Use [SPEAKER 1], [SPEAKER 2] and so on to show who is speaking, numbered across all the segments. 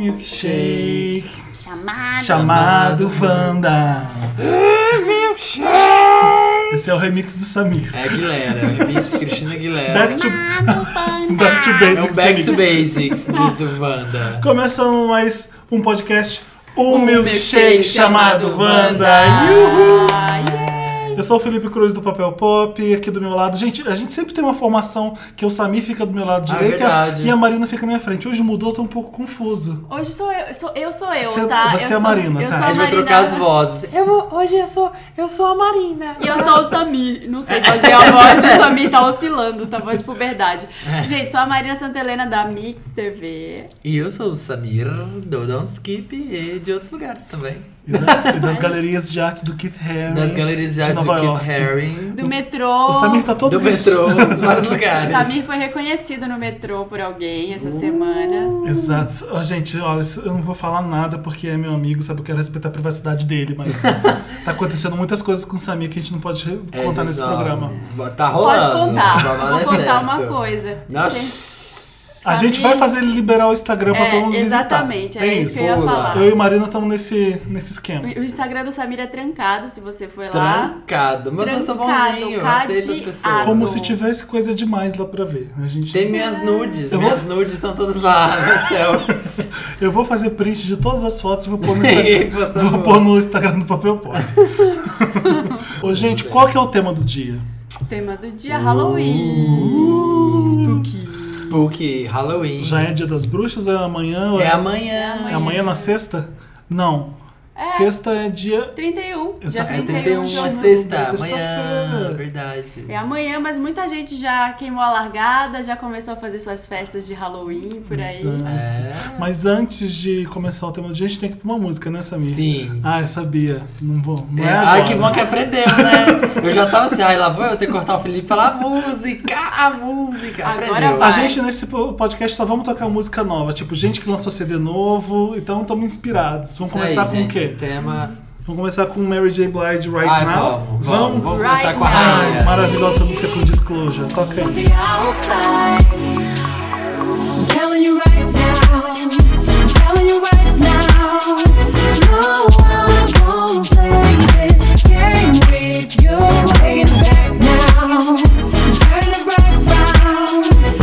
[SPEAKER 1] milkshake
[SPEAKER 2] Chamado.
[SPEAKER 1] chamado Wanda. milkshake! Esse é o remix do Samir.
[SPEAKER 3] É Aguilera, é remix de Cristina Aguilera.
[SPEAKER 1] Back to,
[SPEAKER 2] Chamado Panda.
[SPEAKER 1] back to
[SPEAKER 3] É o
[SPEAKER 1] Basics.
[SPEAKER 3] Back to
[SPEAKER 1] remix.
[SPEAKER 3] Basics do, do Wanda.
[SPEAKER 1] Começamos mais um podcast, um,
[SPEAKER 3] Um
[SPEAKER 1] milkshake
[SPEAKER 3] milkshake
[SPEAKER 1] chamado
[SPEAKER 3] chamado
[SPEAKER 1] Wanda.
[SPEAKER 4] Ah,
[SPEAKER 3] Wanda.
[SPEAKER 1] Uhul! Eu sou o Felipe Cruz do Papel Pop, aqui do meu lado. Gente, a gente sempre tem uma formação que o Samir fica do meu lado
[SPEAKER 3] Ah,
[SPEAKER 1] direito e a-
[SPEAKER 3] verdade.
[SPEAKER 1] e a Marina fica na minha frente. Hoje mudou, tô um pouco confuso.
[SPEAKER 4] Hoje sou eu, sou, eu sou eu,
[SPEAKER 1] Você-
[SPEAKER 4] tá?
[SPEAKER 1] você é
[SPEAKER 4] eu
[SPEAKER 1] a
[SPEAKER 4] sou,
[SPEAKER 1] Marina,
[SPEAKER 4] eu
[SPEAKER 1] tá?
[SPEAKER 4] sou
[SPEAKER 3] A
[SPEAKER 4] a
[SPEAKER 3] gente vai
[SPEAKER 4] Marina.
[SPEAKER 3] trocar as vozes.
[SPEAKER 4] Eu vou, hoje eu sou, eu sou a Marina. E eu sou o Samir. Não sei fazer a voz do Samir, tá oscilando, tá voz de puberdade.
[SPEAKER 3] É.
[SPEAKER 4] Gente, sou a Marina Santelena da Mix TV.
[SPEAKER 3] E eu sou o Samir do Don't Skip e de outros lugares também.
[SPEAKER 1] E, da- e das galerias de arte do Keith Harry.
[SPEAKER 3] Das galerias de
[SPEAKER 1] Uhum. de
[SPEAKER 3] arte do
[SPEAKER 1] Nova
[SPEAKER 3] Kit
[SPEAKER 1] York.
[SPEAKER 3] Haring,
[SPEAKER 4] Do metrô.
[SPEAKER 1] O Samir tá todo
[SPEAKER 3] do
[SPEAKER 1] vestido-
[SPEAKER 3] metrô, de vários
[SPEAKER 4] O
[SPEAKER 3] lugares.
[SPEAKER 4] Samir foi reconhecido no metrô por alguém essa
[SPEAKER 1] Uh.
[SPEAKER 4] semana.
[SPEAKER 1] Exato. Ó, gente, olha, isso- eu não vou falar nada porque é meu amigo, sabe? Eu quero respeitar a privacidade dele, mas tá acontecendo muitas coisas com o Samir que a gente não pode
[SPEAKER 3] É,
[SPEAKER 1] contar
[SPEAKER 3] gente,
[SPEAKER 1] nesse
[SPEAKER 3] ó,
[SPEAKER 1] programa.
[SPEAKER 3] Tá rolando.
[SPEAKER 4] Pode contar.
[SPEAKER 3] o babado
[SPEAKER 4] Vou
[SPEAKER 3] é
[SPEAKER 4] contar
[SPEAKER 3] certo.
[SPEAKER 4] uma coisa.
[SPEAKER 3] Nossa.
[SPEAKER 1] A
[SPEAKER 4] Samir-
[SPEAKER 1] gente vai fazer ele liberar o Instagram pra todo
[SPEAKER 4] É,
[SPEAKER 1] mundo visitar.
[SPEAKER 4] exatamente,
[SPEAKER 1] Tem
[SPEAKER 4] é isso que eu ia
[SPEAKER 3] Boa.
[SPEAKER 4] falar.
[SPEAKER 1] Eu e Marina estamos nesse, nesse esquema.
[SPEAKER 4] O o Instagram do Samir é trancado, se você for lá.
[SPEAKER 3] Trancado. Mas eu sou
[SPEAKER 4] Trancado,
[SPEAKER 3] bonzinho, eu
[SPEAKER 4] cadeado.
[SPEAKER 3] aceito as pessoas.
[SPEAKER 1] Como
[SPEAKER 4] Adoro.
[SPEAKER 1] se tivesse coisa demais lá pra ver. A gente...
[SPEAKER 3] Tem minhas nudes,
[SPEAKER 1] Eu vou-
[SPEAKER 3] minhas nudes estão todas lá no céu.
[SPEAKER 1] Eu vou fazer print de todas as fotos e vou pôr no
[SPEAKER 3] E
[SPEAKER 1] Instagram,
[SPEAKER 3] botar
[SPEAKER 1] vou
[SPEAKER 3] no-
[SPEAKER 1] pôr no Instagram do Papel Pop. Ô, gente, qual que é o tema do dia?
[SPEAKER 4] Tema do dia,
[SPEAKER 1] Uh.
[SPEAKER 4] Halloween.
[SPEAKER 3] Spooky. Spooky, Halloween.
[SPEAKER 1] Já é Dia das Bruxas? É amanhã?
[SPEAKER 3] É amanhã.
[SPEAKER 1] É amanhã na sexta? Não. Sexta é dia...
[SPEAKER 4] 31, dia
[SPEAKER 1] Exato.
[SPEAKER 3] É
[SPEAKER 4] 31,
[SPEAKER 3] 31,
[SPEAKER 4] de
[SPEAKER 3] é
[SPEAKER 4] janeiro.
[SPEAKER 3] sexta,
[SPEAKER 1] Sexta-feira.
[SPEAKER 3] amanhã. Verdade.
[SPEAKER 4] É amanhã, mas muita gente já queimou a largada, já começou a fazer suas festas de Halloween por aí.
[SPEAKER 3] É.
[SPEAKER 1] Mas antes de começar o tema do dia, a gente tem que pôr uma música, né, Samir?
[SPEAKER 3] Sim.
[SPEAKER 1] Ah, eu sabia. Não vou. Não é
[SPEAKER 3] É,
[SPEAKER 1] agora.
[SPEAKER 3] ai, que bom que aprendeu, né? Eu já tava assim, ai, lá vou eu ter que cortar o Felipe pela música, a música.
[SPEAKER 4] Agora
[SPEAKER 3] Aprendeu.
[SPEAKER 1] A
[SPEAKER 4] vai.
[SPEAKER 1] gente nesse po- podcast só vamos tocar música nova, tipo, gente que lançou CD novo, então estamos inspirados. Vamos
[SPEAKER 3] Isso aí,
[SPEAKER 1] começar com
[SPEAKER 3] gente,
[SPEAKER 1] o quê?
[SPEAKER 3] Tema.
[SPEAKER 1] Vamos começar com Mary J. Blige Right
[SPEAKER 3] ai,
[SPEAKER 1] Now?
[SPEAKER 3] vamos, vamos, vamos começar
[SPEAKER 4] Right
[SPEAKER 3] com a
[SPEAKER 4] now.
[SPEAKER 1] Ai,
[SPEAKER 3] rainha.
[SPEAKER 1] maravilhosa música com Disclosure. é? Toca aí.
[SPEAKER 5] outside. I'm telling you right now. I'm telling you right now. No, I won't play this game with you. Take it back now. Turn it right round.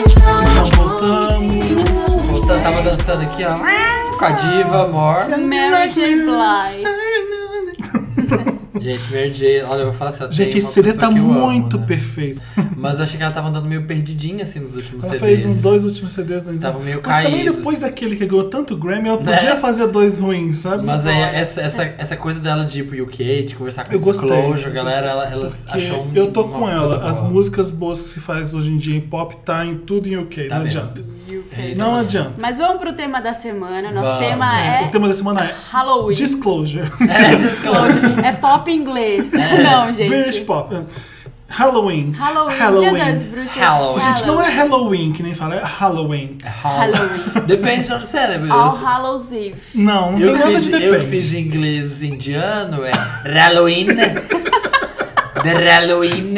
[SPEAKER 5] I
[SPEAKER 1] Então
[SPEAKER 5] know.
[SPEAKER 1] voltamos.
[SPEAKER 3] Eu tá- tava dançando aqui, ó. Com a diva, amor.
[SPEAKER 4] Mary J. Blige.
[SPEAKER 3] Gente, Mary J, olha, eu vou falar assim, ó,
[SPEAKER 1] Gente,
[SPEAKER 3] tem
[SPEAKER 1] esse
[SPEAKER 3] uma
[SPEAKER 1] CD
[SPEAKER 3] pessoa
[SPEAKER 1] tá
[SPEAKER 3] que eu amo,
[SPEAKER 1] muito
[SPEAKER 3] né?
[SPEAKER 1] perfeito.
[SPEAKER 3] Mas eu achei que ela tava andando meio perdidinha, assim, nos últimos
[SPEAKER 1] Ela
[SPEAKER 3] CDs.
[SPEAKER 1] fez uns dois últimos CDs ainda.
[SPEAKER 3] Estavam meio
[SPEAKER 1] Mas também
[SPEAKER 3] caídos.
[SPEAKER 1] depois daquele que ganhou tanto Grammy, ela
[SPEAKER 3] Né?
[SPEAKER 1] podia fazer dois ruins, sabe?
[SPEAKER 3] Mas aí, essa, essa, essa coisa dela de ir pro UK, de conversar com
[SPEAKER 1] é- Eu
[SPEAKER 3] o
[SPEAKER 1] gostei,
[SPEAKER 3] Disclosure,
[SPEAKER 1] eu
[SPEAKER 3] galera,
[SPEAKER 1] gostei,
[SPEAKER 3] ela, ela
[SPEAKER 1] Porque
[SPEAKER 3] achou um,
[SPEAKER 1] eu tô
[SPEAKER 3] uma
[SPEAKER 1] com
[SPEAKER 3] coisa
[SPEAKER 1] ela. As
[SPEAKER 3] boa.
[SPEAKER 1] músicas boas que se faz hoje em dia em pop tá em tudo em UK.
[SPEAKER 3] Tá
[SPEAKER 1] não
[SPEAKER 3] vendo?
[SPEAKER 1] adianta.
[SPEAKER 3] É,
[SPEAKER 1] Não
[SPEAKER 3] tá
[SPEAKER 1] adianta.
[SPEAKER 4] Mas vamos pro tema da semana. Nosso
[SPEAKER 3] Vamos. né? Então,
[SPEAKER 1] O
[SPEAKER 4] tema é
[SPEAKER 1] tema da semana é
[SPEAKER 4] Halloween.
[SPEAKER 1] Disclosure.
[SPEAKER 3] É, Disclosure.
[SPEAKER 4] É pop inglês.
[SPEAKER 3] É.
[SPEAKER 4] Não,
[SPEAKER 1] British
[SPEAKER 4] gente.
[SPEAKER 1] pop. Halloween.
[SPEAKER 4] Halloween, dia das bruxas.
[SPEAKER 3] Halloween.
[SPEAKER 1] Gente, não é Halloween que nem fala, é Halloween.
[SPEAKER 4] Halloween.
[SPEAKER 3] Depende do cérebro.
[SPEAKER 4] All Hallows Eve.
[SPEAKER 1] Não, não
[SPEAKER 3] Eu,
[SPEAKER 1] tem
[SPEAKER 3] que
[SPEAKER 1] nada de
[SPEAKER 3] fiz, eu que
[SPEAKER 1] depende.
[SPEAKER 3] fiz inglês indiano, é Halloween. The Halloween.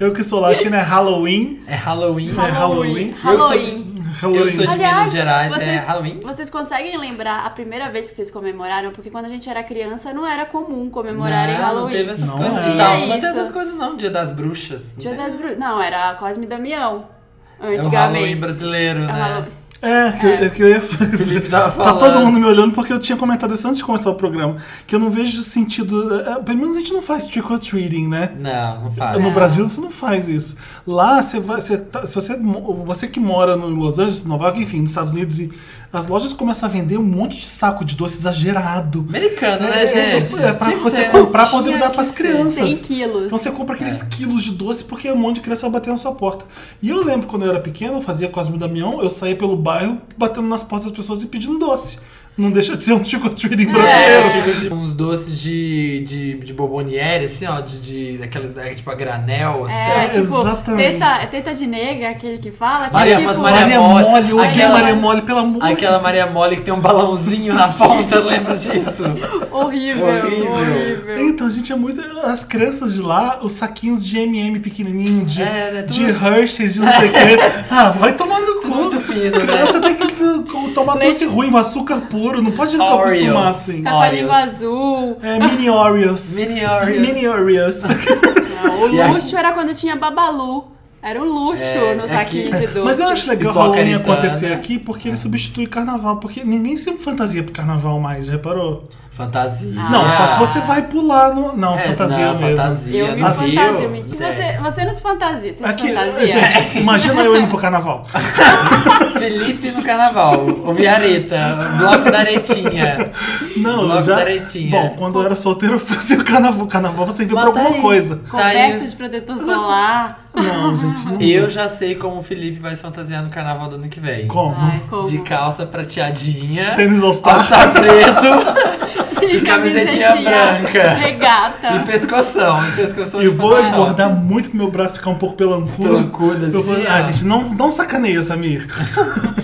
[SPEAKER 1] Eu que sou latina é Halloween.
[SPEAKER 3] É Halloween.
[SPEAKER 1] É Halloween.
[SPEAKER 4] Halloween.
[SPEAKER 3] Eu que sou
[SPEAKER 1] Halloween.
[SPEAKER 3] de Minas Gerais, é
[SPEAKER 4] vocês,
[SPEAKER 3] Halloween.
[SPEAKER 4] vocês conseguem lembrar a primeira vez que vocês comemoraram? Porque quando a gente era criança não era comum comemorar em
[SPEAKER 3] não, não
[SPEAKER 4] Halloween.
[SPEAKER 3] teve essas
[SPEAKER 1] Não
[SPEAKER 3] coisas.
[SPEAKER 1] é.
[SPEAKER 3] Não, não
[SPEAKER 4] Tinha
[SPEAKER 3] teve
[SPEAKER 4] isso.
[SPEAKER 3] essas coisas, não. Dia das bruxas. não
[SPEAKER 4] Dia
[SPEAKER 3] tem.
[SPEAKER 4] das Bruxas. Não, era Cosme e Damião.
[SPEAKER 3] É o Halloween
[SPEAKER 4] Antigamente.
[SPEAKER 3] brasileiro,
[SPEAKER 4] É o
[SPEAKER 3] né?
[SPEAKER 4] Halloween.
[SPEAKER 1] É, que, é que eu ia fazer.
[SPEAKER 3] Felipe tava
[SPEAKER 1] Tá
[SPEAKER 3] falando.
[SPEAKER 1] todo mundo me olhando porque eu tinha comentado isso antes de começar o programa. Que eu não vejo sentido. é, é, Pelo menos a gente não faz trick or treating, né?
[SPEAKER 3] Não, não fala.
[SPEAKER 1] No Brasil você não faz isso. Lá você vai. Você, tá- se você, mo- você que mora no- em Los Angeles, Nova York, enfim, nos Estados Unidos, e as lojas começam a vender um monte de saco de doce exagerado.
[SPEAKER 3] Americano, né,
[SPEAKER 1] É,
[SPEAKER 3] gente?
[SPEAKER 1] é pra
[SPEAKER 3] Tinha que
[SPEAKER 1] você
[SPEAKER 3] ser, né?
[SPEAKER 1] comprar pra poder
[SPEAKER 3] Tinha
[SPEAKER 1] dar
[SPEAKER 3] que
[SPEAKER 1] pras
[SPEAKER 3] ser. É.
[SPEAKER 1] crianças.
[SPEAKER 4] 100 quilos.
[SPEAKER 1] Então você compra aqueles quilos de doce porque um monte de criança vai bater na sua porta. E eu lembro quando eu era pequeno, eu fazia Cosmo e Damião, eu saía pelo bairro batendo nas portas das pessoas e pedindo doce. Não deixa de ser um trick or treating brasileiro.
[SPEAKER 3] É, tipo, tipo, uns doces de, de, de bomboniere, assim, ó, de, de daquelas, é, tipo, a granel, assim.
[SPEAKER 4] É,
[SPEAKER 1] É,
[SPEAKER 4] tipo,
[SPEAKER 1] exatamente.
[SPEAKER 4] teta, é teta de nega, aquele que fala. Que
[SPEAKER 3] Maria-
[SPEAKER 4] é, tipo,
[SPEAKER 3] mas Maria-
[SPEAKER 1] Maria
[SPEAKER 3] Mole.
[SPEAKER 1] Mole, eu odeio
[SPEAKER 3] Aquela-
[SPEAKER 1] Maria Mole, pelo amor de
[SPEAKER 3] Aquela Maria Mole que tem um balãozinho na ponta, lembra disso?
[SPEAKER 4] horrível,
[SPEAKER 3] Horrível.
[SPEAKER 4] horrível.
[SPEAKER 1] Então, gente, é muito. As crianças de lá, os saquinhos de MM pequenininho, de,
[SPEAKER 3] É, né,
[SPEAKER 1] de
[SPEAKER 3] tudo-
[SPEAKER 1] Hershey's, de não sei o quê. Ah, vai tomando
[SPEAKER 3] Tudo muito
[SPEAKER 1] conta.
[SPEAKER 3] fino, né?
[SPEAKER 1] Criança tem que. tomar doce ruim, um açúcar puro. Não pode nunca
[SPEAKER 3] Oreos.
[SPEAKER 1] acostumar assim.
[SPEAKER 3] Ah.
[SPEAKER 4] Capalinho
[SPEAKER 3] Oreos.
[SPEAKER 4] azul.
[SPEAKER 1] É, mini Oreos.
[SPEAKER 3] Mini Oreos.
[SPEAKER 1] Mini Oreos.
[SPEAKER 4] O
[SPEAKER 3] E aí?
[SPEAKER 4] luxo era quando tinha babalu. Era um luxo
[SPEAKER 3] É,
[SPEAKER 4] no
[SPEAKER 3] é
[SPEAKER 4] saquinho
[SPEAKER 3] que-
[SPEAKER 4] de doce.
[SPEAKER 1] Mas eu acho legal
[SPEAKER 3] Pipoca
[SPEAKER 1] Halloween
[SPEAKER 3] aritana.
[SPEAKER 1] acontecer aqui porque ele substitui carnaval. Porque ninguém sempre fantasia pro carnaval mais, já reparou?
[SPEAKER 3] Fantasia.
[SPEAKER 1] Não,
[SPEAKER 4] Ah.
[SPEAKER 1] só se você vai pular no. Não,
[SPEAKER 3] É,
[SPEAKER 1] fantasia
[SPEAKER 3] não,
[SPEAKER 1] mesmo.
[SPEAKER 3] fantasia.
[SPEAKER 4] Eu me
[SPEAKER 3] no
[SPEAKER 4] fantasio,
[SPEAKER 3] Rio, É.
[SPEAKER 4] mentira.
[SPEAKER 3] tem.
[SPEAKER 4] Você, você não se fantasia, você
[SPEAKER 1] Aqui,
[SPEAKER 4] se fantasia.
[SPEAKER 1] gente, imagina eu indo pro carnaval.
[SPEAKER 3] Felipe no carnaval. O Viareta. O bloco da aretinha.
[SPEAKER 1] Não,
[SPEAKER 3] Logo
[SPEAKER 1] já.
[SPEAKER 3] da aretinha.
[SPEAKER 1] Bom, quando eu era solteiro, eu fazia o carnaval. O carnaval você viu pra
[SPEAKER 3] Bota
[SPEAKER 1] alguma
[SPEAKER 3] aí.
[SPEAKER 1] coisa.
[SPEAKER 3] Tá aí.
[SPEAKER 4] Coberto de protetor solar.
[SPEAKER 1] Não, gente, não.
[SPEAKER 3] Eu já sei como o Felipe vai se fantasiar no carnaval do ano que vem.
[SPEAKER 1] Como?
[SPEAKER 4] Ai, como?
[SPEAKER 3] De calça prateadinha.
[SPEAKER 1] Tênis All-Star.
[SPEAKER 3] Costa preto
[SPEAKER 4] E
[SPEAKER 3] camisetinha branca.
[SPEAKER 4] Regata.
[SPEAKER 3] e pescoção. E pescoção
[SPEAKER 1] E
[SPEAKER 3] de
[SPEAKER 1] vou
[SPEAKER 3] fantasma.
[SPEAKER 1] engordar muito pro meu braço ficar um pouco pelancudo.
[SPEAKER 3] Pelancudo,
[SPEAKER 1] Eu vou-
[SPEAKER 3] assim,
[SPEAKER 1] Ah,
[SPEAKER 3] ó.
[SPEAKER 1] gente, não, não sacaneia, Samir.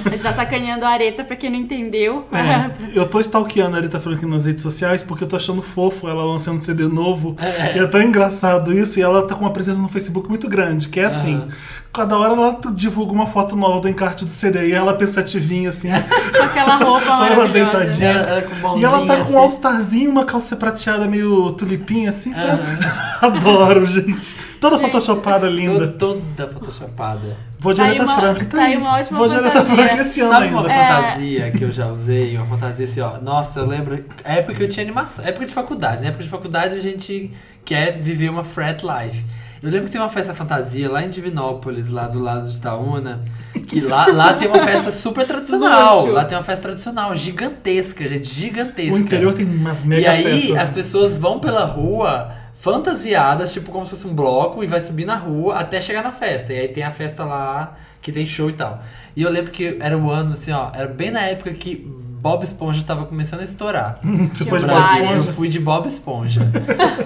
[SPEAKER 4] A gente tá sacaneando a areta pra quem não entendeu.
[SPEAKER 1] É, eu tô stalkeando a Aretha Franklin nas redes sociais porque eu tô achando fofo ela lançando CD novo.
[SPEAKER 3] É.
[SPEAKER 1] E é tão engraçado isso. E ela tá com uma presença no Facebook muito grande, que é assim. Cada hora ela t- divulga uma foto nova do encarte do CD e ela pensativinha
[SPEAKER 3] É,
[SPEAKER 1] assim.
[SPEAKER 4] Com aquela roupa
[SPEAKER 1] ela
[SPEAKER 4] maravilhosa.
[SPEAKER 1] deitadinha.
[SPEAKER 3] Ela, ela com
[SPEAKER 1] e ela
[SPEAKER 3] mãozinha,
[SPEAKER 1] tá com um
[SPEAKER 3] assim.
[SPEAKER 1] all-starzinho, uma calça prateada meio tulipinha assim, sabe? Adoro, gente. Toda photoshopada linda.
[SPEAKER 3] Tô assim, toda photoshopada.
[SPEAKER 1] Vou de
[SPEAKER 4] Tá
[SPEAKER 1] Aretha
[SPEAKER 4] aí uma-
[SPEAKER 1] Franklin.
[SPEAKER 4] tá aí uma ótima
[SPEAKER 1] Vou de Aretha
[SPEAKER 4] fantasia.
[SPEAKER 1] Franklin esse ano
[SPEAKER 3] Sabe uma
[SPEAKER 1] ainda.
[SPEAKER 4] É.
[SPEAKER 3] fantasia que eu já usei? Uma fantasia assim, ó. Nossa, eu lembro. A época que eu tinha animação. Época de faculdade. Na época de faculdade a gente quer viver uma frat life. Eu lembro que tem uma festa fantasia lá em Divinópolis, lá do lado de Itaúna. Que lá, lá tem uma festa super tradicional.
[SPEAKER 4] Luxo.
[SPEAKER 3] Lá tem uma festa tradicional, gigantesca, gente. Gigantesca.
[SPEAKER 1] O interior tem umas mega
[SPEAKER 3] E aí
[SPEAKER 1] festas.
[SPEAKER 3] as pessoas vão pela rua fantasiadas, tipo como se fosse um bloco, e vai subir na rua até chegar na festa. E aí tem a festa lá que tem show e tal. E eu lembro que era o ano, assim, ó, era bem na época que Bob Esponja tava começando a estourar.
[SPEAKER 1] Você foi de
[SPEAKER 4] Brasil.
[SPEAKER 1] Bob
[SPEAKER 3] Eu
[SPEAKER 1] Esponja?
[SPEAKER 3] fui de Bob Esponja.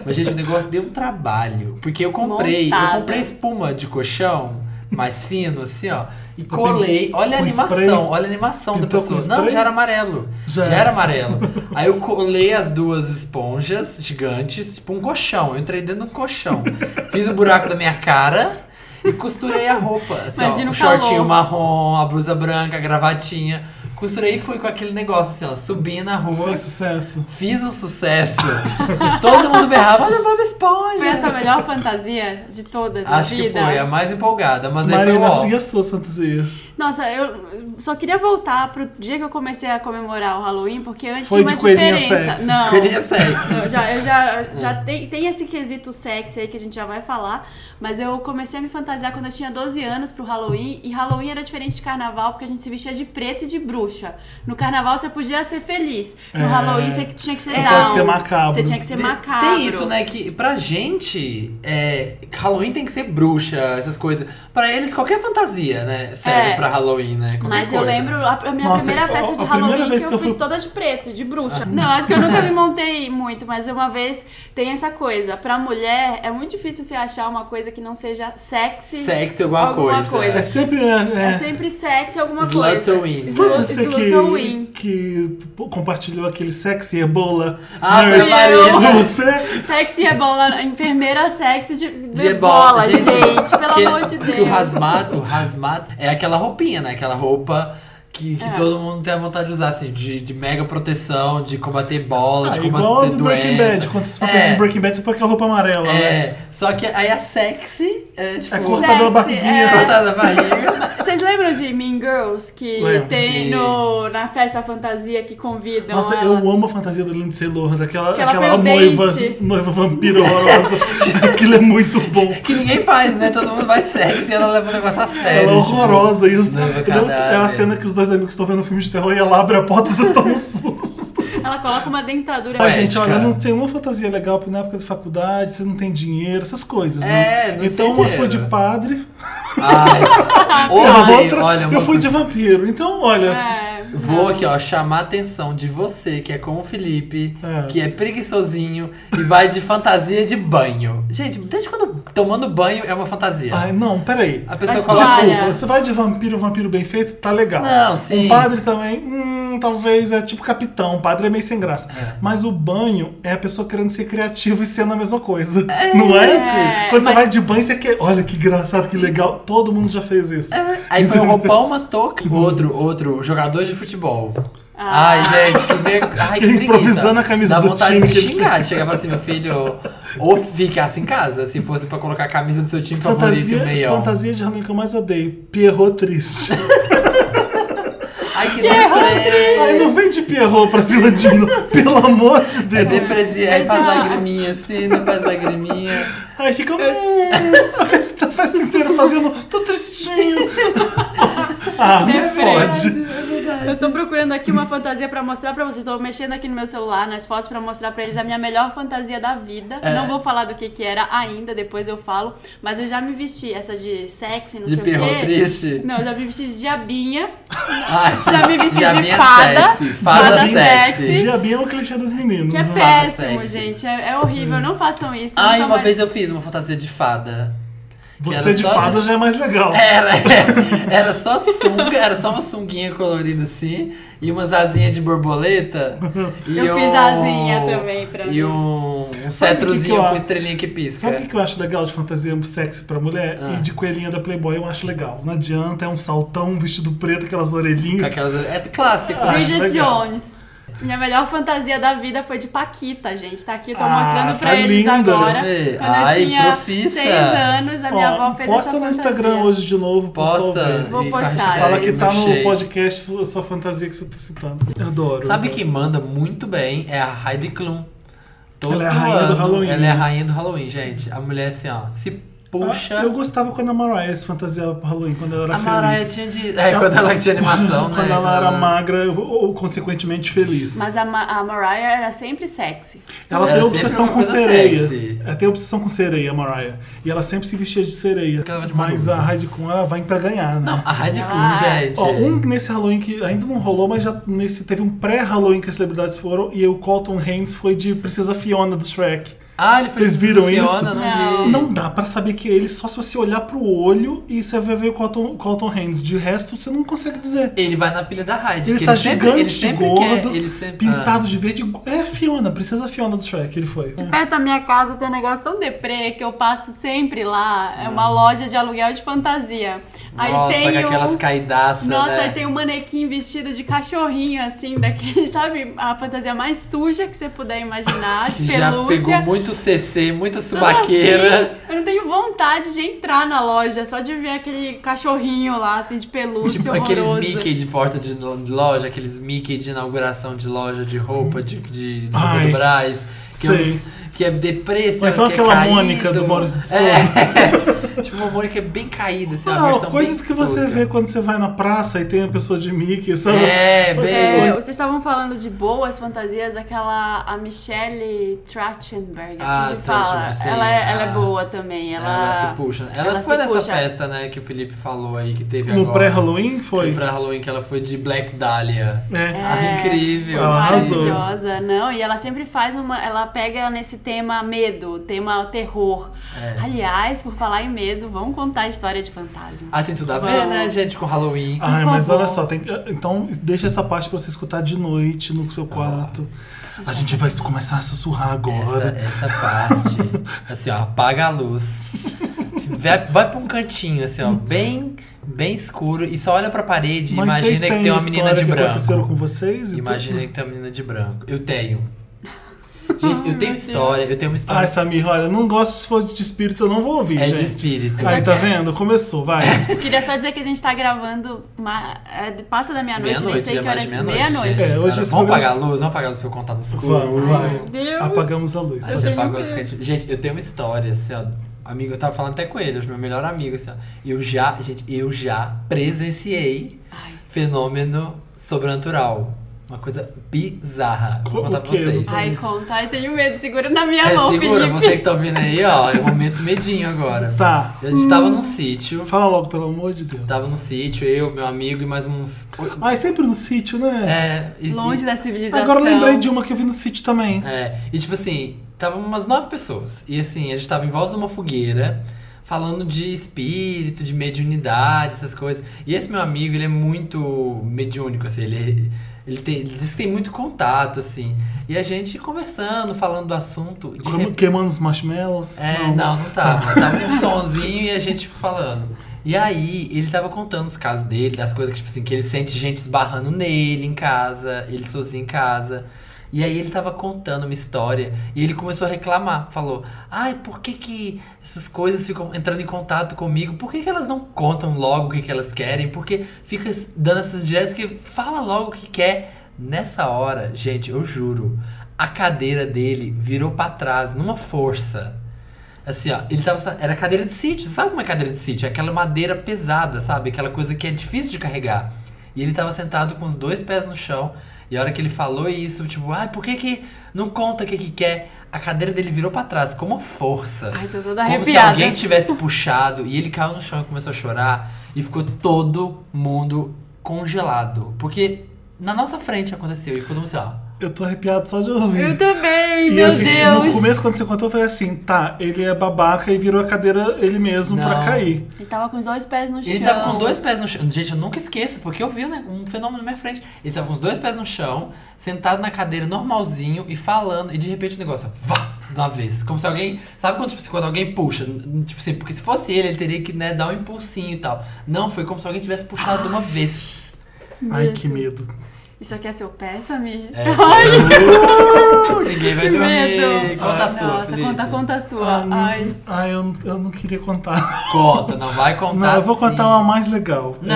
[SPEAKER 3] Mas, gente, o negócio deu um trabalho. Porque eu comprei,
[SPEAKER 4] Montada.
[SPEAKER 3] eu comprei espuma de colchão mais fino, assim, ó. E colei. Olha a
[SPEAKER 1] com
[SPEAKER 3] animação,
[SPEAKER 1] spray?
[SPEAKER 3] olha a animação da
[SPEAKER 1] Pintou com
[SPEAKER 3] pessoa. Não,
[SPEAKER 1] spray?
[SPEAKER 3] já era amarelo.
[SPEAKER 1] Já
[SPEAKER 3] Já,
[SPEAKER 1] era.
[SPEAKER 3] era amarelo. Aí eu colei as duas esponjas gigantes, tipo um colchão. Eu entrei dentro de um colchão. Fiz o buraco da minha cara. E costurei a roupa. Assim, ó,
[SPEAKER 4] Imagina
[SPEAKER 3] um
[SPEAKER 4] o calor.
[SPEAKER 3] shortinho marrom, a blusa branca, a gravatinha. Costurei e fui com aquele negócio assim, ó. Subi na rua.
[SPEAKER 1] Foi um sucesso.
[SPEAKER 3] Fiz um sucesso. Todo mundo berrava, olha o Bob Esponja.
[SPEAKER 4] Foi a sua melhor fantasia de todas na
[SPEAKER 3] Acho que
[SPEAKER 4] vida?
[SPEAKER 3] foi é. a mais empolgada, mas aí foi o ó.
[SPEAKER 1] Marina, e as suas fantasias?
[SPEAKER 4] Nossa, eu só queria voltar pro dia que eu comecei a comemorar o Halloween, porque antes
[SPEAKER 1] Foi
[SPEAKER 4] tinha uma
[SPEAKER 1] de coelhinha
[SPEAKER 4] diferença.
[SPEAKER 1] sexy.
[SPEAKER 4] Não.
[SPEAKER 3] Queria sexo.
[SPEAKER 4] Eu já, eu
[SPEAKER 3] É.
[SPEAKER 4] já, já tem, tem esse quesito sexy aí que a gente já vai falar, mas eu comecei a me fantasiar quando eu tinha 12 anos pro Halloween, e Halloween era diferente de carnaval, porque a gente se vestia de preto e de bruxa. No carnaval você podia ser feliz, no
[SPEAKER 1] É.
[SPEAKER 4] Halloween você tinha que ser
[SPEAKER 1] Você
[SPEAKER 4] down.
[SPEAKER 1] pode ser macabro.
[SPEAKER 4] Você tinha que ser macabro.
[SPEAKER 3] Tem isso, né? Que pra gente, é, Halloween tem que ser bruxa, essas coisas. Pra eles, qualquer fantasia, né? Sério,
[SPEAKER 4] É.
[SPEAKER 3] pra Halloween, né? Qualquer
[SPEAKER 4] Mas eu
[SPEAKER 3] coisa.
[SPEAKER 4] lembro a, a minha
[SPEAKER 1] Nossa,
[SPEAKER 4] primeira
[SPEAKER 1] a-
[SPEAKER 4] festa de
[SPEAKER 1] a primeira
[SPEAKER 4] Halloween
[SPEAKER 1] vez
[SPEAKER 4] que eu,
[SPEAKER 1] que eu
[SPEAKER 4] fui
[SPEAKER 1] fui- Ah.
[SPEAKER 4] toda de preto, de bruxa. Não, acho que eu nunca me montei muito, mas uma vez tem essa coisa. Pra mulher é muito difícil você achar uma coisa que não seja sexy.
[SPEAKER 3] Sexo é alguma,
[SPEAKER 4] Alguma coisa.
[SPEAKER 1] É sempre. É,
[SPEAKER 4] É
[SPEAKER 1] é.
[SPEAKER 4] sempre sexy alguma
[SPEAKER 3] Slutween.
[SPEAKER 4] coisa.
[SPEAKER 1] Foi
[SPEAKER 4] Slu-
[SPEAKER 1] você
[SPEAKER 4] Slutween.
[SPEAKER 1] que, que pô, compartilhou aquele sexy ebola.
[SPEAKER 3] Ah, foi
[SPEAKER 1] nurse?
[SPEAKER 3] a Marina.
[SPEAKER 1] Você? é
[SPEAKER 4] Sexy ebola, enfermeira sexy de, de,
[SPEAKER 3] De
[SPEAKER 4] ebola,
[SPEAKER 3] bola,
[SPEAKER 4] gente. Pelo
[SPEAKER 3] Porque-
[SPEAKER 4] amor de
[SPEAKER 3] porque
[SPEAKER 4] Deus.
[SPEAKER 3] O hazmat, o hazmat é aquela roupinha, né? Aquela roupa que,
[SPEAKER 4] É.
[SPEAKER 3] que todo mundo tem a vontade de usar, assim, de, de mega proteção, de combater bola,
[SPEAKER 1] Ah,
[SPEAKER 3] de
[SPEAKER 1] igual a
[SPEAKER 3] combater
[SPEAKER 1] do Breaking Bad.
[SPEAKER 3] doença.
[SPEAKER 1] Quando vocês fantasiam de Breaking Bad, você põe aquela roupa amarela, né?
[SPEAKER 3] É, só que aí a sexy é tipo.
[SPEAKER 1] É cortador da
[SPEAKER 4] Sexy,
[SPEAKER 1] barriguinha.
[SPEAKER 4] é.
[SPEAKER 3] cortada na barriga.
[SPEAKER 4] Vocês lembram de Mean Girls que
[SPEAKER 1] Lembro.
[SPEAKER 4] tem
[SPEAKER 3] Sim.
[SPEAKER 4] no, na festa fantasia que convidam
[SPEAKER 1] Nossa,
[SPEAKER 4] ela?
[SPEAKER 1] eu amo a fantasia da Lindsay Lohan, daquela
[SPEAKER 4] Que ela
[SPEAKER 1] aquela
[SPEAKER 4] põe o
[SPEAKER 1] noiva,
[SPEAKER 4] dente.
[SPEAKER 1] noiva vampiro horrorosa. Aquilo é muito bom.
[SPEAKER 3] Que ninguém faz, né? Todo mundo vai sexy e ela leva um negócio a sério.
[SPEAKER 1] Ela é
[SPEAKER 3] tipo,
[SPEAKER 1] horrorosa. E os,
[SPEAKER 3] Noiva
[SPEAKER 1] não, é a
[SPEAKER 3] cadáver.
[SPEAKER 1] cena que os dois amigos estão vendo um filme de terror e ela abre a porta e vocês tomam um susto.
[SPEAKER 4] Ela coloca uma dentadura.
[SPEAKER 1] Mas,
[SPEAKER 3] Ué,
[SPEAKER 1] gente,
[SPEAKER 3] É, cara.
[SPEAKER 1] olha, não tem uma fantasia legal, porque na época de faculdade você não tem dinheiro, essas coisas, né?
[SPEAKER 3] É, não
[SPEAKER 1] então
[SPEAKER 3] tem
[SPEAKER 1] uma foi de
[SPEAKER 3] dinheiro.
[SPEAKER 1] padre,
[SPEAKER 3] Ai,
[SPEAKER 1] e a
[SPEAKER 3] olha,
[SPEAKER 1] outra
[SPEAKER 3] olha,
[SPEAKER 1] eu
[SPEAKER 3] uma-
[SPEAKER 1] fui de vampiro. Então, olha,
[SPEAKER 4] É,
[SPEAKER 3] Vou aqui, ó, chamar a atenção de você, que é como o Felipe,
[SPEAKER 1] É.
[SPEAKER 3] que é preguiçosinho e vai de fantasia de banho. Gente, desde quando tomando banho é uma fantasia?
[SPEAKER 1] ai, não, peraí.
[SPEAKER 3] A pessoa
[SPEAKER 4] Mas
[SPEAKER 3] coloca.
[SPEAKER 4] olha-
[SPEAKER 1] Desculpa, você vai de vampiro, vampiro bem feito, tá legal.
[SPEAKER 3] Não, sim.
[SPEAKER 1] Um padre também, hum, hum, talvez é tipo capitão, padre é meio sem graça. Mas o banho é a pessoa querendo ser criativa e sendo a mesma coisa. não é? Ti? Quando você
[SPEAKER 4] mas-
[SPEAKER 1] vai de banho, você quer. Olha que engraçado, que legal. Todo mundo já fez isso.
[SPEAKER 3] Aí foi um roupão, uma touca. Outro, outro, jogador de futebol. Ai, gente, que ver... Ai, que preguiça.
[SPEAKER 1] Improvisando a camisa
[SPEAKER 3] Dá
[SPEAKER 1] do
[SPEAKER 3] vontade
[SPEAKER 1] time
[SPEAKER 3] de
[SPEAKER 1] que ele
[SPEAKER 3] xingar, de chegar e falar assim, meu filho, ou ficasse em casa, se fosse pra colocar a camisa do seu time favorito
[SPEAKER 1] Fantasia,
[SPEAKER 3] meio.
[SPEAKER 1] fantasia de Halloween que eu mais odeio. Pierrot triste.
[SPEAKER 3] Ai, que é deprê.
[SPEAKER 1] Aí não vem de Pierrot pra cima de mim, não. pelo amor de
[SPEAKER 3] É
[SPEAKER 1] Deus.
[SPEAKER 3] depresi, aí
[SPEAKER 4] Eu
[SPEAKER 3] faz
[SPEAKER 4] já-
[SPEAKER 3] lagriminha assim, não faz lagriminha.
[SPEAKER 1] Aí fica hum, a, festa, a festa inteira fazendo, tô tristinho. ah, não
[SPEAKER 4] É
[SPEAKER 1] fode.
[SPEAKER 4] Eu tô procurando aqui uma fantasia pra mostrar pra vocês. Tô mexendo aqui no meu celular, nas fotos, pra mostrar pra eles a minha melhor fantasia da vida.
[SPEAKER 3] É.
[SPEAKER 4] Não vou falar do que que era ainda, depois eu falo. Mas eu já me vesti essa de sexy, não
[SPEAKER 3] De
[SPEAKER 4] sei o
[SPEAKER 3] perro
[SPEAKER 4] quê.
[SPEAKER 3] triste.
[SPEAKER 4] Não, eu já me vesti de diabinha.
[SPEAKER 3] Ai,
[SPEAKER 4] Já me vesti
[SPEAKER 3] e a
[SPEAKER 4] de
[SPEAKER 3] minha
[SPEAKER 4] fada.
[SPEAKER 3] sexy, Fada,
[SPEAKER 4] Fada
[SPEAKER 3] sexy.
[SPEAKER 4] sexy.
[SPEAKER 1] Diabinha é o clichê dos meninos.
[SPEAKER 4] Que é
[SPEAKER 1] né?
[SPEAKER 3] Fada
[SPEAKER 4] péssimo,
[SPEAKER 3] sexy.
[SPEAKER 4] gente. É, é horrível. Não façam isso.
[SPEAKER 3] Ai,
[SPEAKER 4] nunca
[SPEAKER 3] uma
[SPEAKER 4] mais.
[SPEAKER 3] vez eu fiz uma fantasia de fada. que era
[SPEAKER 1] Você de
[SPEAKER 3] só
[SPEAKER 1] fada
[SPEAKER 3] de-
[SPEAKER 1] já é mais legal.
[SPEAKER 3] Era, era só sunga, era só uma sunguinha colorida assim, e umas asinhas de borboleta. E
[SPEAKER 4] Eu fiz
[SPEAKER 3] um-
[SPEAKER 4] asinha também pra mim.
[SPEAKER 3] E um, um
[SPEAKER 1] Sabe o que que
[SPEAKER 3] cetrozinho
[SPEAKER 1] eu
[SPEAKER 3] com
[SPEAKER 1] acho?
[SPEAKER 3] estrelinha que pisca.
[SPEAKER 1] Sabe o que que eu acho legal de fantasia sexy pra mulher? E de coelhinha da Playboy eu acho legal. Não adianta, é um saltão, um vestido preto, aquelas
[SPEAKER 3] Com
[SPEAKER 1] orelhinhas.
[SPEAKER 3] aquelas- É clássico.
[SPEAKER 1] Ah,
[SPEAKER 4] Bridget
[SPEAKER 1] legal.
[SPEAKER 4] Jones. Minha melhor fantasia da vida foi de Paquita, gente. Tá aqui, eu tô
[SPEAKER 1] Ah,
[SPEAKER 4] mostrando pra
[SPEAKER 1] tá
[SPEAKER 4] eles
[SPEAKER 1] linda.
[SPEAKER 4] agora.
[SPEAKER 3] Deixa eu ver.
[SPEAKER 4] Quando
[SPEAKER 3] Ai,
[SPEAKER 4] eu tinha
[SPEAKER 3] profissa.
[SPEAKER 4] seis anos, a minha
[SPEAKER 1] Ó,
[SPEAKER 4] avó fez
[SPEAKER 1] posta
[SPEAKER 4] essa
[SPEAKER 1] no
[SPEAKER 4] fantasia.
[SPEAKER 1] Instagram hoje de novo, pro pessoal
[SPEAKER 3] Posta. É,
[SPEAKER 1] ver.
[SPEAKER 4] Vou
[SPEAKER 3] e
[SPEAKER 4] postar.
[SPEAKER 3] hashtag
[SPEAKER 1] Fala que tá no
[SPEAKER 3] milkshake.
[SPEAKER 1] podcast sua, sua fantasia que você tá citando. Eu adoro.
[SPEAKER 3] Sabe quem manda muito bem é a Heidi Klum. Todo
[SPEAKER 1] Ela é a rainha do
[SPEAKER 3] ano,
[SPEAKER 1] Halloween.
[SPEAKER 3] Ela é a rainha do Halloween, gente. A mulher assim, ó, se puxa.
[SPEAKER 1] Ah, eu gostava quando a Mariah se fantasiava pro Halloween, quando ela era
[SPEAKER 3] A Mariah
[SPEAKER 1] feliz.
[SPEAKER 3] tinha de. É, quando ela tinha animação, né?
[SPEAKER 1] Quando ela era magra ou, ou consequentemente feliz.
[SPEAKER 4] Mas a, Ma- a Mariah era sempre sexy.
[SPEAKER 1] Ela
[SPEAKER 3] Era
[SPEAKER 1] tem
[SPEAKER 3] É, sempre
[SPEAKER 1] obsessão
[SPEAKER 3] uma
[SPEAKER 1] com
[SPEAKER 3] coisa
[SPEAKER 1] sereia.
[SPEAKER 3] sexy.
[SPEAKER 1] Ela tem obsessão com sereia, a Mariah. E ela sempre se vestia de sereia.
[SPEAKER 3] Porque ela vai de
[SPEAKER 1] Mas
[SPEAKER 3] maluca.
[SPEAKER 1] a Heidi Klum, ela vai pra ganhar, né?
[SPEAKER 3] Não, a Heidi Klum,
[SPEAKER 4] Ah.
[SPEAKER 3] gente.
[SPEAKER 1] Ó, um nesse Halloween que ainda não rolou, mas já nesse teve um pré-Halloween que as celebridades foram e o Colton Haynes foi de Princesa Fiona do Shrek.
[SPEAKER 3] Ah, ele fez
[SPEAKER 1] Vocês viram
[SPEAKER 3] Fiona,
[SPEAKER 1] isso?
[SPEAKER 3] Não, vi.
[SPEAKER 1] Não dá pra saber que é ele só se você olhar pro olho e você vai ver o Colton, o Colton Haynes. De resto, você não consegue dizer.
[SPEAKER 3] Ele vai na pilha da Heidi.
[SPEAKER 1] Ele
[SPEAKER 3] que
[SPEAKER 1] tá
[SPEAKER 3] sempre- ele
[SPEAKER 1] gigante,
[SPEAKER 3] sempre
[SPEAKER 1] gordo,
[SPEAKER 3] quer- ele sempre- Ah.
[SPEAKER 1] pintado de verde. É a Fiona, Princesa Fiona do Shrek, ele foi.
[SPEAKER 4] Perto da minha casa tem um negócio tão deprê que eu passo sempre lá. É uma loja de aluguel de fantasia.
[SPEAKER 3] Ah.
[SPEAKER 4] Aí
[SPEAKER 3] Hum. Nossa,
[SPEAKER 4] tem
[SPEAKER 3] com
[SPEAKER 4] o-
[SPEAKER 3] aquelas caidaças.
[SPEAKER 4] Nossa,
[SPEAKER 3] né?
[SPEAKER 4] aí tem um manequim vestido de cachorrinho, assim, daquele, sabe? A fantasia mais suja que você puder imaginar, de
[SPEAKER 3] Já
[SPEAKER 4] um pelúcia.
[SPEAKER 3] pegou muito CC, muita
[SPEAKER 4] Tudo
[SPEAKER 3] subaqueira.
[SPEAKER 4] assim, eu não tenho vontade de entrar na loja, só de ver aquele cachorrinho lá, assim, de pelúcia
[SPEAKER 3] Tipo aqueles
[SPEAKER 4] horroroso.
[SPEAKER 3] Mickey de porta de lo- de loja, aqueles Mickey de inauguração de loja de roupa, de, de, de roupa
[SPEAKER 1] Ai,
[SPEAKER 3] do Brás. Que, é
[SPEAKER 1] sei.
[SPEAKER 3] uns- que é depressa.
[SPEAKER 1] Ou então
[SPEAKER 3] que
[SPEAKER 1] aquela
[SPEAKER 3] é caído.
[SPEAKER 1] Mônica do Boris de Souza.
[SPEAKER 3] É. tipo uma Mônica bem caída, assim, uma
[SPEAKER 1] Não,
[SPEAKER 3] versão
[SPEAKER 1] coisas
[SPEAKER 3] bem
[SPEAKER 1] que você
[SPEAKER 3] tosca.
[SPEAKER 1] vê quando você vai na praça e tem a pessoa de Mickey, sabe?
[SPEAKER 3] É, bem.
[SPEAKER 4] É, vocês estavam falando de boas fantasias, aquela a Michelle Trachtenberg, assim
[SPEAKER 3] Ah,
[SPEAKER 4] que fala.
[SPEAKER 3] Trachtenberg, sim,
[SPEAKER 4] ela, é, ela é
[SPEAKER 3] ah.
[SPEAKER 4] boa também,
[SPEAKER 3] Ela, se puxa. Ela,
[SPEAKER 4] ela
[SPEAKER 3] foi
[SPEAKER 4] se
[SPEAKER 3] nessa
[SPEAKER 4] puxa.
[SPEAKER 3] festa, né, que o Felipe falou aí que teve
[SPEAKER 1] No
[SPEAKER 3] agora.
[SPEAKER 1] pré-Halloween foi?
[SPEAKER 3] No pré-Halloween que ela foi de Black Dahlia.
[SPEAKER 1] É.
[SPEAKER 3] Ah, incrível.
[SPEAKER 1] Ela arrasou.
[SPEAKER 4] Maravilhosa, não? E ela sempre faz uma. Ela pega nesse tema medo, tema terror.
[SPEAKER 3] É.
[SPEAKER 4] Aliás, por falar em medo, vamos contar a história de fantasma.
[SPEAKER 3] Ah, tem tudo a ver,
[SPEAKER 4] Bom.
[SPEAKER 3] né, gente, com Halloween.
[SPEAKER 1] Ai,
[SPEAKER 4] Por
[SPEAKER 1] mas
[SPEAKER 4] favor.
[SPEAKER 1] olha só, tem- então deixa essa parte pra você escutar de noite no seu quarto. a gente vai começar a sussurrar agora.
[SPEAKER 3] Ah. Essa, essa parte, assim, ó, apaga a luz. Vai, vai pra um cantinho, assim, ó, bem, bem escuro e só olha pra parede e
[SPEAKER 1] Mas vocês
[SPEAKER 3] imagina que
[SPEAKER 1] têm
[SPEAKER 3] tem uma
[SPEAKER 1] história
[SPEAKER 3] menina de
[SPEAKER 1] que aconteceram
[SPEAKER 3] branco.
[SPEAKER 1] com vocês? e
[SPEAKER 3] Imagina
[SPEAKER 1] tudo?
[SPEAKER 3] que tem uma menina de branco. Eu tenho. Gente, eu tenho história, eu tenho uma história.
[SPEAKER 1] Ai, Samir, olha, não gosto se fosse de espírito, eu não vou ouvir,
[SPEAKER 3] é
[SPEAKER 1] Ah, gente.
[SPEAKER 3] de espírito.
[SPEAKER 1] Aí, tá vendo? Começou, vai.
[SPEAKER 4] Eu queria só dizer que a gente tá gravando. uma- é, passa da meia-noite, nem
[SPEAKER 3] Meia-noite,
[SPEAKER 4] sei
[SPEAKER 3] já
[SPEAKER 4] que
[SPEAKER 3] mais
[SPEAKER 4] horas.
[SPEAKER 3] de meia-noite.
[SPEAKER 4] Meia-noite.
[SPEAKER 1] É,
[SPEAKER 3] gente.
[SPEAKER 1] hoje
[SPEAKER 3] Cara,
[SPEAKER 1] esse
[SPEAKER 3] Vamos
[SPEAKER 1] programa-
[SPEAKER 3] apagar a luz, vamos apagar a luz pra eu contar no escuro.
[SPEAKER 1] Vamos, vai.
[SPEAKER 4] Deus.
[SPEAKER 1] Apagamos a luz.
[SPEAKER 3] Aí
[SPEAKER 1] pode
[SPEAKER 3] você
[SPEAKER 1] ir.
[SPEAKER 3] apagou, fica tipo- Gente, eu tenho uma história, assim, ó. Amigo, eu tava falando até com ele, hoje, meu melhor amigo, assim, ó. Eu já, gente, eu já presenciei
[SPEAKER 4] Ai.
[SPEAKER 3] fenômeno sobrenatural. Uma coisa bizarra. Vou
[SPEAKER 1] O
[SPEAKER 3] contar pra
[SPEAKER 1] quê?
[SPEAKER 3] vocês.
[SPEAKER 4] Ai, conta. Ai, tenho medo. Segura na minha
[SPEAKER 3] É,
[SPEAKER 4] mão,
[SPEAKER 3] segura,
[SPEAKER 4] Felipe.
[SPEAKER 3] você que tá ouvindo aí, ó, é o momento medinho agora.
[SPEAKER 1] Tá.
[SPEAKER 3] A gente tava num sítio,
[SPEAKER 1] Fala logo, pelo amor de Deus.
[SPEAKER 3] tava num sítio, eu, meu amigo e mais uns.
[SPEAKER 1] Ai, sempre no sítio, né?
[SPEAKER 3] É, e-
[SPEAKER 4] Longe da civilização.
[SPEAKER 1] Agora eu lembrei de uma que eu vi no sítio também.
[SPEAKER 3] É, e tipo assim, tava umas nove pessoas. E assim, a gente tava em volta de uma fogueira, falando de espírito, de mediunidade, essas coisas. E esse meu amigo, ele é muito mediúnico, assim, ele, ele, tem, ele diz que tem muito contato, assim. E a gente conversando, falando do assunto. de
[SPEAKER 1] Como-
[SPEAKER 3] rep-
[SPEAKER 1] Queimando os marshmallows.
[SPEAKER 3] é, não, não, tava. Tava um sonzinho e a gente tipo, falando. E aí, ele tava contando os casos dele, das coisas que, tipo assim, que ele sente gente esbarrando nele em casa, ele sozinho em casa. E aí ele tava contando uma história e ele começou a reclamar. Falou, ai, por que que essas coisas ficam entrando em contato comigo? Por que que elas não contam logo o que que elas querem? Porque fica dando essas diretas que fala logo o que quer. Nessa hora, gente, eu juro, a cadeira dele virou pra trás numa força. Assim, ó, ele tava. sa- Era cadeira de sítio, sabe como é cadeira de sítio? É Aquela madeira pesada, sabe? Aquela coisa que é difícil de carregar. E ele tava sentado com os dois pés no chão. E a hora que ele falou isso, tipo, ai, por que que não conta o que que quer? A cadeira dele virou pra trás, com uma força.
[SPEAKER 4] Ai, tô toda
[SPEAKER 3] Como se
[SPEAKER 4] arrepiada.
[SPEAKER 3] alguém tivesse puxado e ele caiu no chão e começou a chorar. E ficou todo mundo congelado. Porque na nossa frente aconteceu. E ficou todo mundo assim, ó.
[SPEAKER 1] Eu tô arrepiado só de ouvir.
[SPEAKER 4] Eu também,
[SPEAKER 1] E
[SPEAKER 4] meu
[SPEAKER 1] assim, No
[SPEAKER 4] Deus.
[SPEAKER 1] começo, quando você contou, eu falei assim: tá, ele é babaca e virou a cadeira ele mesmo
[SPEAKER 3] Não.
[SPEAKER 1] pra cair.
[SPEAKER 4] Ele tava com os dois pés no chão.
[SPEAKER 3] Ele tava com os dois pés no chão. Gente, eu nunca esqueço, porque eu vi né, um fenômeno na minha frente. Ele tava com os dois pés no chão, sentado na cadeira normalzinho e falando, e de repente o negócio, ó, vá! De uma vez. Como se alguém. Sabe quando, tipo, assim, quando alguém puxa? N- n- Tipo assim, porque se fosse ele, ele teria que né, dar um impulsinho e tal. Não, foi como se alguém tivesse puxado de uma vez.
[SPEAKER 1] Ai, que medo.
[SPEAKER 4] Isso aqui é seu pé, Samir?
[SPEAKER 3] É,
[SPEAKER 4] Ai,
[SPEAKER 3] Ninguém vai
[SPEAKER 4] que
[SPEAKER 3] dormir.
[SPEAKER 4] medo.
[SPEAKER 3] Conta a sua.
[SPEAKER 4] Nossa,
[SPEAKER 3] Felipe.
[SPEAKER 4] conta, conta a sua.
[SPEAKER 1] Ah, não-
[SPEAKER 4] Ai.
[SPEAKER 1] Ai, eu, eu não queria contar.
[SPEAKER 3] Conta, não vai contar.
[SPEAKER 1] não, eu vou
[SPEAKER 3] assim.
[SPEAKER 1] contar uma mais legal.
[SPEAKER 3] Não!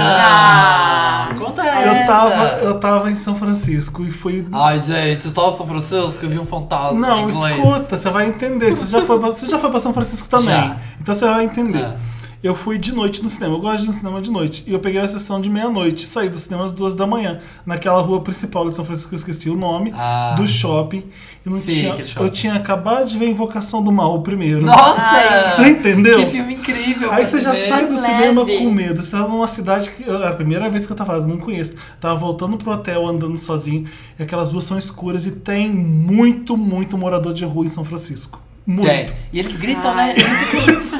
[SPEAKER 3] Conta
[SPEAKER 4] Ah!
[SPEAKER 1] Eu
[SPEAKER 3] essa.
[SPEAKER 1] tava, eu tava em São Francisco e fui.
[SPEAKER 3] Ai, gente, eu tava em São Francisco, eu vi um fantasma em
[SPEAKER 1] não,
[SPEAKER 3] inglês.
[SPEAKER 1] escuta, você vai entender. Você já foi pra, você já foi pra São Francisco também.
[SPEAKER 3] Já.
[SPEAKER 1] Então você vai entender.
[SPEAKER 3] É.
[SPEAKER 1] Eu fui de noite no cinema. Eu gosto de ir no cinema de noite. E eu peguei a sessão de meia-noite. Saí do cinema às duas da manhã. Naquela rua principal de São Francisco, que eu esqueci o nome.
[SPEAKER 3] Ah.
[SPEAKER 1] Do shopping. Eu, não
[SPEAKER 3] Sim,
[SPEAKER 1] tinha,
[SPEAKER 3] aquele shopping.
[SPEAKER 1] eu tinha acabado de ver Invocação do Mal, o primeiro.
[SPEAKER 3] Nossa! é.
[SPEAKER 1] Você entendeu?
[SPEAKER 3] Que filme incrível!
[SPEAKER 1] Aí você já
[SPEAKER 3] brasileiro.
[SPEAKER 1] sai do
[SPEAKER 4] Leve.
[SPEAKER 1] cinema com medo. Você tava numa cidade que. Era a primeira vez que eu tava, eu não conheço. Tava voltando pro hotel andando sozinho. E aquelas ruas são escuras e tem muito, muito morador de rua em São Francisco. Muito.
[SPEAKER 3] Tem. É, E eles gritam, né? Eles...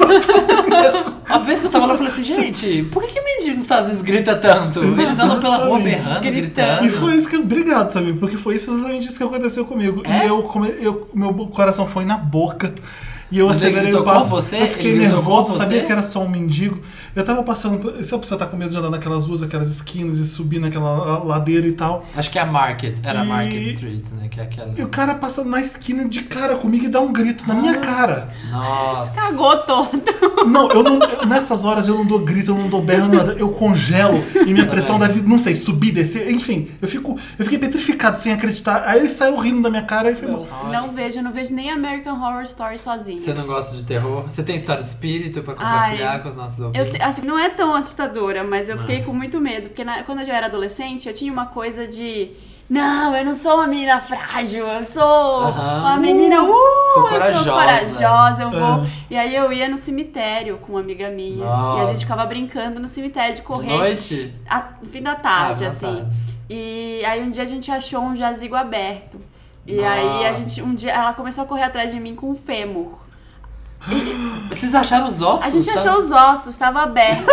[SPEAKER 3] Uma vez que eu tava lá, eu falei assim, gente, por que que mendigo nos Estados Unidos grita tanto? Eles andam pela rua
[SPEAKER 1] Exatamente.
[SPEAKER 3] berrando,
[SPEAKER 4] Gritando.
[SPEAKER 3] gritando.
[SPEAKER 1] E foi isso que eu. Obrigado, sabe? Porque foi isso exatamente isso que aconteceu comigo. E
[SPEAKER 3] É?
[SPEAKER 1] eu, come- eu- Meu coração foi na boca. E eu
[SPEAKER 3] Mas ele
[SPEAKER 1] acelerei o
[SPEAKER 3] gritou com
[SPEAKER 1] passo.
[SPEAKER 3] você?
[SPEAKER 1] Eu fiquei
[SPEAKER 3] Ele gritou
[SPEAKER 1] nervoso,
[SPEAKER 3] com
[SPEAKER 1] eu sabia
[SPEAKER 3] você?
[SPEAKER 1] que era só um mendigo. Eu tava passando. por- Se a pessoa tá com medo de andar naquelas ruas, aquelas esquinas e subir naquela ladeira e tal.
[SPEAKER 3] Acho que é a Market, era a
[SPEAKER 1] E-
[SPEAKER 3] Market Street, né? Que é aquela.
[SPEAKER 1] E o cara passa na esquina de cara comigo e dá um grito na minha cara.
[SPEAKER 3] Nossa.
[SPEAKER 4] Cagou todo.
[SPEAKER 1] Não, eu não. eu- nessas horas eu não dou grito, eu não dou berro, nada. Eu congelo e minha pressão da vida, não sei, subir, descer, enfim. Eu, fico, eu fiquei petrificado sem acreditar. Aí ele saiu rindo da minha cara e foi embora.
[SPEAKER 4] Não vejo, não vejo nem American Horror Story sozinha.
[SPEAKER 3] Você não gosta de terror? Você tem história de espírito pra compartilhar com os nossos
[SPEAKER 4] Eu,
[SPEAKER 3] ouvintes?
[SPEAKER 4] te- assim, não é tão assustadora, mas eu
[SPEAKER 3] Ah.
[SPEAKER 4] fiquei com muito medo. Porque na- quando eu era adolescente, eu tinha uma coisa de. Não, eu não sou uma menina frágil, eu sou
[SPEAKER 3] Aham.
[SPEAKER 4] uma menina. Uh,
[SPEAKER 3] Sou
[SPEAKER 4] eu
[SPEAKER 3] corajosa." Ah.
[SPEAKER 4] sou corajosa, eu vou.
[SPEAKER 1] É.
[SPEAKER 4] E aí eu ia no cemitério com uma amiga minha. E a
[SPEAKER 3] Nossa.
[SPEAKER 4] gente ficava brincando no cemitério de correr.
[SPEAKER 3] De noite?
[SPEAKER 4] a- no fim da tarde,
[SPEAKER 3] Ah, na
[SPEAKER 4] assim.
[SPEAKER 3] tarde.
[SPEAKER 4] E aí um dia a gente achou um jazigo aberto. E
[SPEAKER 3] Nossa.
[SPEAKER 4] aí a gente. Um dia ela começou a correr atrás de mim com um fêmur.
[SPEAKER 3] Vocês acharam os ossos?
[SPEAKER 4] A gente
[SPEAKER 3] tá?
[SPEAKER 4] achou os ossos, tava aberto.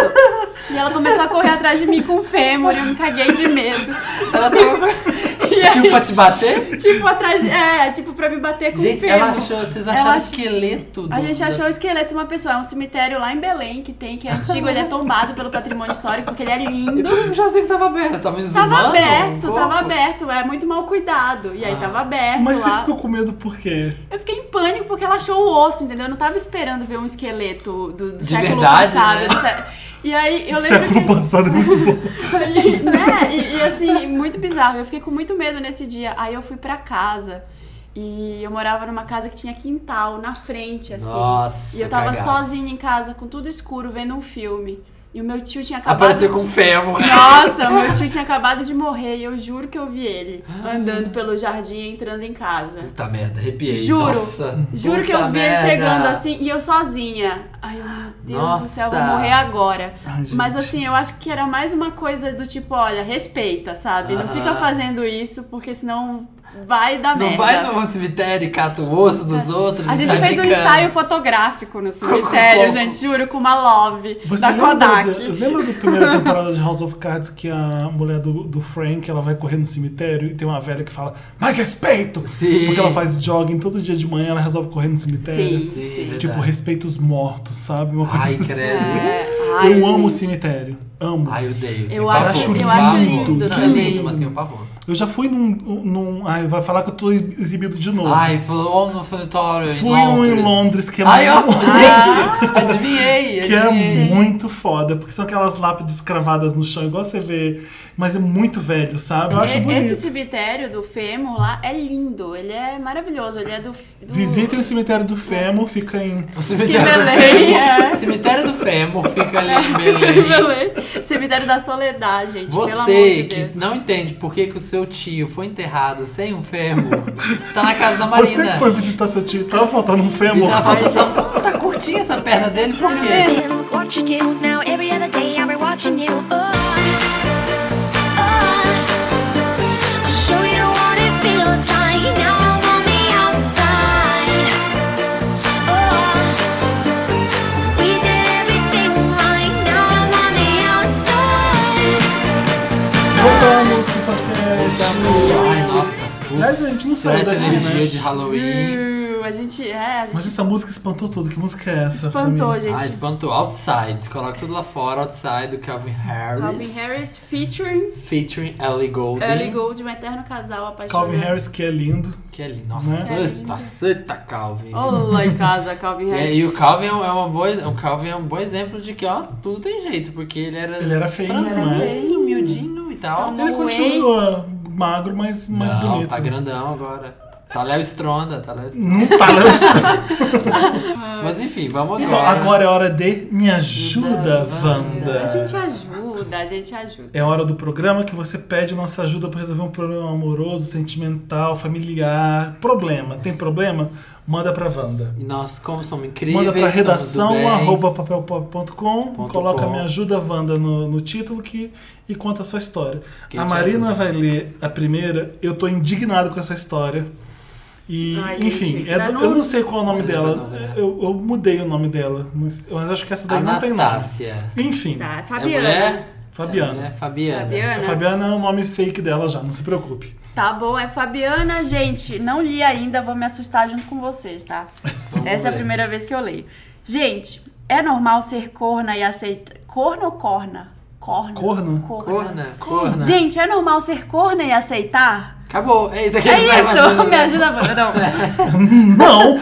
[SPEAKER 4] e ela começou a correr atrás de mim com fêmur, e eu me caguei de medo.
[SPEAKER 3] Ela tava.
[SPEAKER 4] E aí,
[SPEAKER 3] Tipo, pra te bater?
[SPEAKER 4] Tipo, atrás de. É, tipo, pra me bater com
[SPEAKER 3] Gente,
[SPEAKER 4] fêmur.
[SPEAKER 3] ela achou. Vocês
[SPEAKER 4] Ela
[SPEAKER 3] acharam o
[SPEAKER 4] ach-
[SPEAKER 3] esqueleto do.
[SPEAKER 4] A gente
[SPEAKER 3] da-
[SPEAKER 4] achou o esqueleto de uma pessoa. É um cemitério lá em Belém que tem, que é antigo, ele é tombado pelo patrimônio histórico, porque ele é
[SPEAKER 3] E
[SPEAKER 4] lindo.
[SPEAKER 3] por que o jazigo tava aberto? Tava exumando?
[SPEAKER 4] Tava
[SPEAKER 3] um
[SPEAKER 4] aberto,
[SPEAKER 3] pouco?
[SPEAKER 4] tava aberto, é muito mal cuidado. E aí
[SPEAKER 3] Ah.
[SPEAKER 4] tava aberto
[SPEAKER 1] Mas você
[SPEAKER 4] É, lá.
[SPEAKER 1] ficou com medo por quê?
[SPEAKER 4] Eu fiquei em pânico porque ela achou o osso, entendeu? Eu não tava esperando ver um esqueleto do, do
[SPEAKER 3] De
[SPEAKER 4] século
[SPEAKER 3] verdade,
[SPEAKER 4] passado.
[SPEAKER 3] né?
[SPEAKER 4] do sé- E aí eu lembro
[SPEAKER 1] Século
[SPEAKER 4] que.
[SPEAKER 1] passado é muito bom.
[SPEAKER 4] E, né? E, e, assim, muito bizarro. Eu fiquei com muito medo nesse dia. Aí eu fui pra casa. E eu morava numa casa que tinha quintal na frente, assim.
[SPEAKER 3] Nossa,
[SPEAKER 4] e eu tava
[SPEAKER 3] cagaço.
[SPEAKER 4] sozinha em casa, com tudo escuro, vendo um filme. E o meu tio tinha acabado.
[SPEAKER 3] Apareceu com ferro.
[SPEAKER 4] Nossa, meu tio tinha acabado de morrer e eu juro que eu vi ele andando pelo jardim, entrando em casa.
[SPEAKER 3] Puta merda, arrepiei.
[SPEAKER 4] Juro.
[SPEAKER 3] Nossa,
[SPEAKER 4] Juro que
[SPEAKER 3] puta
[SPEAKER 4] eu vi ele
[SPEAKER 3] merda.
[SPEAKER 4] chegando assim e eu sozinha. Ai, meu Deus do céu, eu vou
[SPEAKER 3] Nossa.
[SPEAKER 4] morrer agora.
[SPEAKER 1] Ai, gente.
[SPEAKER 4] Mas assim, eu acho que era mais uma coisa do tipo, olha, respeita, sabe? Não
[SPEAKER 3] Aham.
[SPEAKER 4] fica fazendo isso porque senão vai dar
[SPEAKER 3] Não
[SPEAKER 4] merda. É.
[SPEAKER 3] vai no cemitério e cata o osso dos outros.
[SPEAKER 4] A
[SPEAKER 3] e
[SPEAKER 4] gente
[SPEAKER 3] sai
[SPEAKER 4] fez um
[SPEAKER 3] brincando.
[SPEAKER 4] ensaio fotográfico no
[SPEAKER 3] Com-
[SPEAKER 4] cemitério,
[SPEAKER 3] com-
[SPEAKER 4] gente, juro, com uma love
[SPEAKER 1] Você
[SPEAKER 4] da
[SPEAKER 1] lembra
[SPEAKER 4] Kodak.
[SPEAKER 1] da- lembra da primeira temporada de House of Cards que a mulher do, do Frank ela vai correr no cemitério e tem uma velha que fala mais respeito?
[SPEAKER 3] Sim.
[SPEAKER 1] Porque ela faz jogging todo dia de manhã, ela resolve correr no cemitério.
[SPEAKER 4] Sim,
[SPEAKER 3] Sim,
[SPEAKER 4] sim.
[SPEAKER 3] verdade.
[SPEAKER 1] Tipo, respeita os mortos, sabe? Uma coisa
[SPEAKER 3] Ai,
[SPEAKER 1] assim.
[SPEAKER 3] credo.
[SPEAKER 4] É, Ai,
[SPEAKER 1] eu amo o
[SPEAKER 4] gente.
[SPEAKER 1] cemitério. Amo.
[SPEAKER 3] Ai, eu odeio.
[SPEAKER 4] Eu
[SPEAKER 3] tenho
[SPEAKER 4] acho- né?
[SPEAKER 3] pavor.
[SPEAKER 1] eu acho
[SPEAKER 3] Pavor.
[SPEAKER 1] lindo
[SPEAKER 3] Não, é lindo,
[SPEAKER 4] também.
[SPEAKER 3] mas tem um pavor.
[SPEAKER 1] Eu já fui num, num. Ai, vai falar que eu tô exibido de novo.
[SPEAKER 3] Ai, falou no sanatório em
[SPEAKER 1] Fui um
[SPEAKER 3] Londres.
[SPEAKER 1] em Londres que é
[SPEAKER 3] Ai, ó,
[SPEAKER 1] muito-
[SPEAKER 3] gente, adivinhei.
[SPEAKER 1] Que é
[SPEAKER 3] adivinhei.
[SPEAKER 1] muito foda, porque são aquelas lápides cravadas no chão, igual você vê, mas é muito velho, sabe? Eu acho
[SPEAKER 4] E-
[SPEAKER 1] bonito.
[SPEAKER 4] É, Esse tipo- cemitério do Fêmur lá é lindo, ele é maravilhoso, ele é do. do...
[SPEAKER 1] Visitem o cemitério do Fêmur, fica em.
[SPEAKER 3] O cemitério
[SPEAKER 4] Que
[SPEAKER 3] do
[SPEAKER 4] Belém,
[SPEAKER 3] Fêmur.
[SPEAKER 4] é.
[SPEAKER 3] Cemitério do Fêmur fica ali em Belém.
[SPEAKER 4] Belém. cemitério da Soledade, gente, pelo amor
[SPEAKER 3] Você
[SPEAKER 4] de
[SPEAKER 3] que
[SPEAKER 4] Deus.
[SPEAKER 3] não entende por que, que o seu tio foi enterrado sem um fêmur, tá na casa da
[SPEAKER 1] Você
[SPEAKER 3] Marina.
[SPEAKER 1] que foi visitar seu tio, tava faltando um Fêmur.
[SPEAKER 3] Tá, faltando- tá curtinha essa perna dele, por quê?
[SPEAKER 4] É.
[SPEAKER 5] Listen, what you do now every other day I'll be watching you. Oh, oh. I'll show you what it feels like. Now I'm on the outside. Oh, we did everything right. Now I'm on the outside.
[SPEAKER 1] Voltamos pro podcast.
[SPEAKER 3] Ai, nossa.
[SPEAKER 1] Aliás, a gente não
[SPEAKER 3] Será
[SPEAKER 1] saiu
[SPEAKER 3] essa
[SPEAKER 1] daqui,
[SPEAKER 3] energia
[SPEAKER 1] É né?
[SPEAKER 3] de Halloween?
[SPEAKER 4] Uh, a gente. É, a gente
[SPEAKER 1] Mas essa música espantou tudo. Que música é essa?
[SPEAKER 4] espantou,
[SPEAKER 1] Samir?
[SPEAKER 4] gente.
[SPEAKER 3] Ah, espantou. Outside. Coloca tudo lá fora. Outside do Calvin Harris.
[SPEAKER 4] Calvin Harris featuring
[SPEAKER 3] Featuring Ellie Goulding.
[SPEAKER 4] Ellie Gold, um eterno casal apaixonado.
[SPEAKER 1] Calvin Harris, que é lindo.
[SPEAKER 3] Que é lindo. Nossa,
[SPEAKER 1] Né?
[SPEAKER 4] É lindo.
[SPEAKER 3] nossa, eita, Calvin.
[SPEAKER 4] Olá em casa, Calvin
[SPEAKER 3] É,
[SPEAKER 4] Harris.
[SPEAKER 3] e o Calvin é uma boa, o Calvin é um bom exemplo de que, ó, tudo tem jeito, porque ele era.
[SPEAKER 1] Ele era feinho,
[SPEAKER 3] franzino,
[SPEAKER 1] né?
[SPEAKER 3] miudinho e tal. né?
[SPEAKER 4] Tá
[SPEAKER 1] Ele
[SPEAKER 4] Way.
[SPEAKER 1] continua magro, mas mais
[SPEAKER 3] Não,
[SPEAKER 1] bonito.
[SPEAKER 3] tá grandão agora. Tá Léo Stronda, tá Léo Stronda.
[SPEAKER 1] Não tá, não.
[SPEAKER 3] Mas enfim, vamos
[SPEAKER 1] Então,
[SPEAKER 3] agora.
[SPEAKER 1] agora é hora de Me Ajuda, Wanda.
[SPEAKER 4] A gente ajuda, a gente ajuda.
[SPEAKER 1] É a hora do programa que você pede nossa ajuda para resolver um problema amoroso, sentimental, familiar. Problema. Tem problema? Manda pra Wanda.
[SPEAKER 3] E nós, como somos incríveis,
[SPEAKER 1] Manda pra
[SPEAKER 3] somos do bem.
[SPEAKER 1] redação arroba papelpop.com,
[SPEAKER 3] Ponto
[SPEAKER 1] coloca
[SPEAKER 3] com.
[SPEAKER 1] Me Ajuda Wanda no, no título que, e conta a sua história.
[SPEAKER 3] Quem
[SPEAKER 1] a
[SPEAKER 3] te
[SPEAKER 1] Marina
[SPEAKER 3] ajuda?
[SPEAKER 1] vai ler a primeira. Eu tô indignado com essa história. E,
[SPEAKER 4] Ai, gente,
[SPEAKER 1] enfim, é
[SPEAKER 4] dá
[SPEAKER 1] do-
[SPEAKER 4] no-
[SPEAKER 1] eu não sei qual é o nome
[SPEAKER 3] Olha,
[SPEAKER 1] dela.
[SPEAKER 3] não, né?
[SPEAKER 1] Eu, eu mudei o nome dela, mas, mas acho que essa daí não tem nome.
[SPEAKER 3] Anastácia.
[SPEAKER 1] Enfim,
[SPEAKER 4] Tá,
[SPEAKER 3] É mulher?
[SPEAKER 4] Fabiana.
[SPEAKER 1] Fabiana.
[SPEAKER 3] É mulher? Fabiana.
[SPEAKER 1] a
[SPEAKER 4] Fabiana.
[SPEAKER 1] Fabiana é o nome fake dela já, não se preocupe.
[SPEAKER 4] Tá bom, é Fabiana, gente. Não li ainda, vou me assustar junto com vocês, tá?
[SPEAKER 3] Vamos
[SPEAKER 4] Essa é a
[SPEAKER 3] ver.
[SPEAKER 4] primeira vez que eu leio. Gente, é normal ser corna e aceitar. Corna ou corna? Corna.
[SPEAKER 1] Corna?
[SPEAKER 3] Corna. Corna.
[SPEAKER 4] Gente, é normal ser corna e aceitar?
[SPEAKER 3] Acabou. É isso aqui.
[SPEAKER 4] É isso, me ajuda, Wanda.
[SPEAKER 3] É.
[SPEAKER 4] Não.
[SPEAKER 1] Não!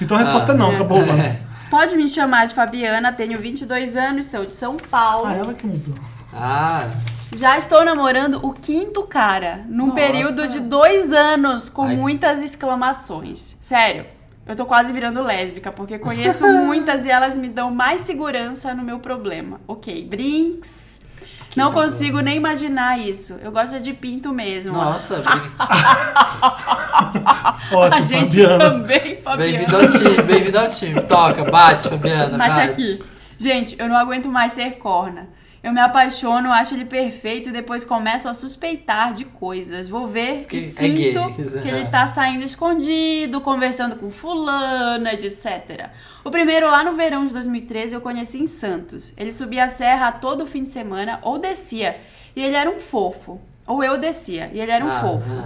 [SPEAKER 1] Então a resposta
[SPEAKER 3] Ah,
[SPEAKER 1] é não, acabou, mano.
[SPEAKER 4] Pode me chamar de Fabiana, tenho 22 anos, sou de São Paulo.
[SPEAKER 1] Ah, ela que mudou.
[SPEAKER 3] Ah,
[SPEAKER 4] Já estou namorando o quinto cara, num
[SPEAKER 3] Nossa.
[SPEAKER 4] período de dois anos, com
[SPEAKER 3] Ai.
[SPEAKER 4] muitas exclamações. Sério, eu tô quase virando lésbica, porque conheço muitas e elas me dão mais segurança no meu problema. Ok, brinks. Não
[SPEAKER 3] legal.
[SPEAKER 4] consigo nem imaginar isso. Eu gosto de pinto mesmo.
[SPEAKER 3] nossa.
[SPEAKER 1] Ótimo,
[SPEAKER 4] A gente
[SPEAKER 1] Fabiana.
[SPEAKER 4] também,
[SPEAKER 3] Bem-vindo
[SPEAKER 4] Fabiana.
[SPEAKER 3] ao time. Bem-vindo ao time. Toca, bate, Fabiana.
[SPEAKER 4] Bate aqui. Gente, eu não aguento mais ser corna. Eu me apaixono, acho ele perfeito e depois começo a suspeitar de coisas. Vou ver
[SPEAKER 3] Que
[SPEAKER 4] e
[SPEAKER 3] é
[SPEAKER 4] sinto
[SPEAKER 3] gay.
[SPEAKER 4] que ele tá saindo escondido, conversando com fulana, etc. O primeiro lá no verão de 2013 eu conheci em Santos. Ele subia a serra todo fim de semana ou descia. E ele era um fofo. Ou eu descia e ele era um
[SPEAKER 3] Ah,
[SPEAKER 4] fofo.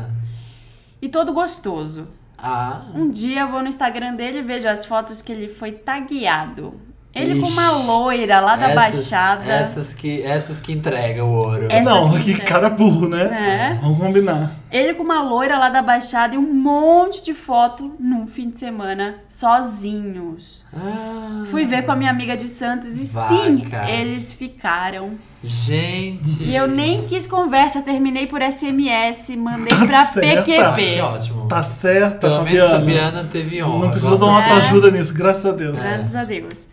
[SPEAKER 4] E todo gostoso.
[SPEAKER 3] Ah. ah.
[SPEAKER 4] Um dia eu vou no Instagram dele e vejo as fotos que ele foi tagueado. Ele com
[SPEAKER 3] Ixi,
[SPEAKER 4] uma loira lá da
[SPEAKER 3] Essas-
[SPEAKER 4] Baixada.
[SPEAKER 3] Essas que, essas que entregam o ouro.
[SPEAKER 4] É. Essas
[SPEAKER 1] Não,
[SPEAKER 4] que
[SPEAKER 1] que
[SPEAKER 4] tem.
[SPEAKER 1] cara burro, né?
[SPEAKER 4] É.
[SPEAKER 1] Vamos combinar.
[SPEAKER 4] Ele com uma loira lá da Baixada e um monte de foto num fim de semana sozinhos.
[SPEAKER 3] Ah,
[SPEAKER 4] Fui ver com a minha amiga de Santos e
[SPEAKER 3] Vaca.
[SPEAKER 4] sim, eles ficaram.
[SPEAKER 3] Gente.
[SPEAKER 4] E eu nem quis conversa, terminei por SMS, mandei pra
[SPEAKER 1] certa.
[SPEAKER 3] Que
[SPEAKER 4] PQP.
[SPEAKER 3] ótimo.
[SPEAKER 1] Tá certa,
[SPEAKER 3] Pelo menos tá
[SPEAKER 1] Fabiana.
[SPEAKER 3] Fabiana teve honra.
[SPEAKER 1] Não precisou da
[SPEAKER 3] Gosto
[SPEAKER 1] nossa
[SPEAKER 4] É.
[SPEAKER 1] ajuda nisso, graças a Deus.
[SPEAKER 4] Graças a Deus.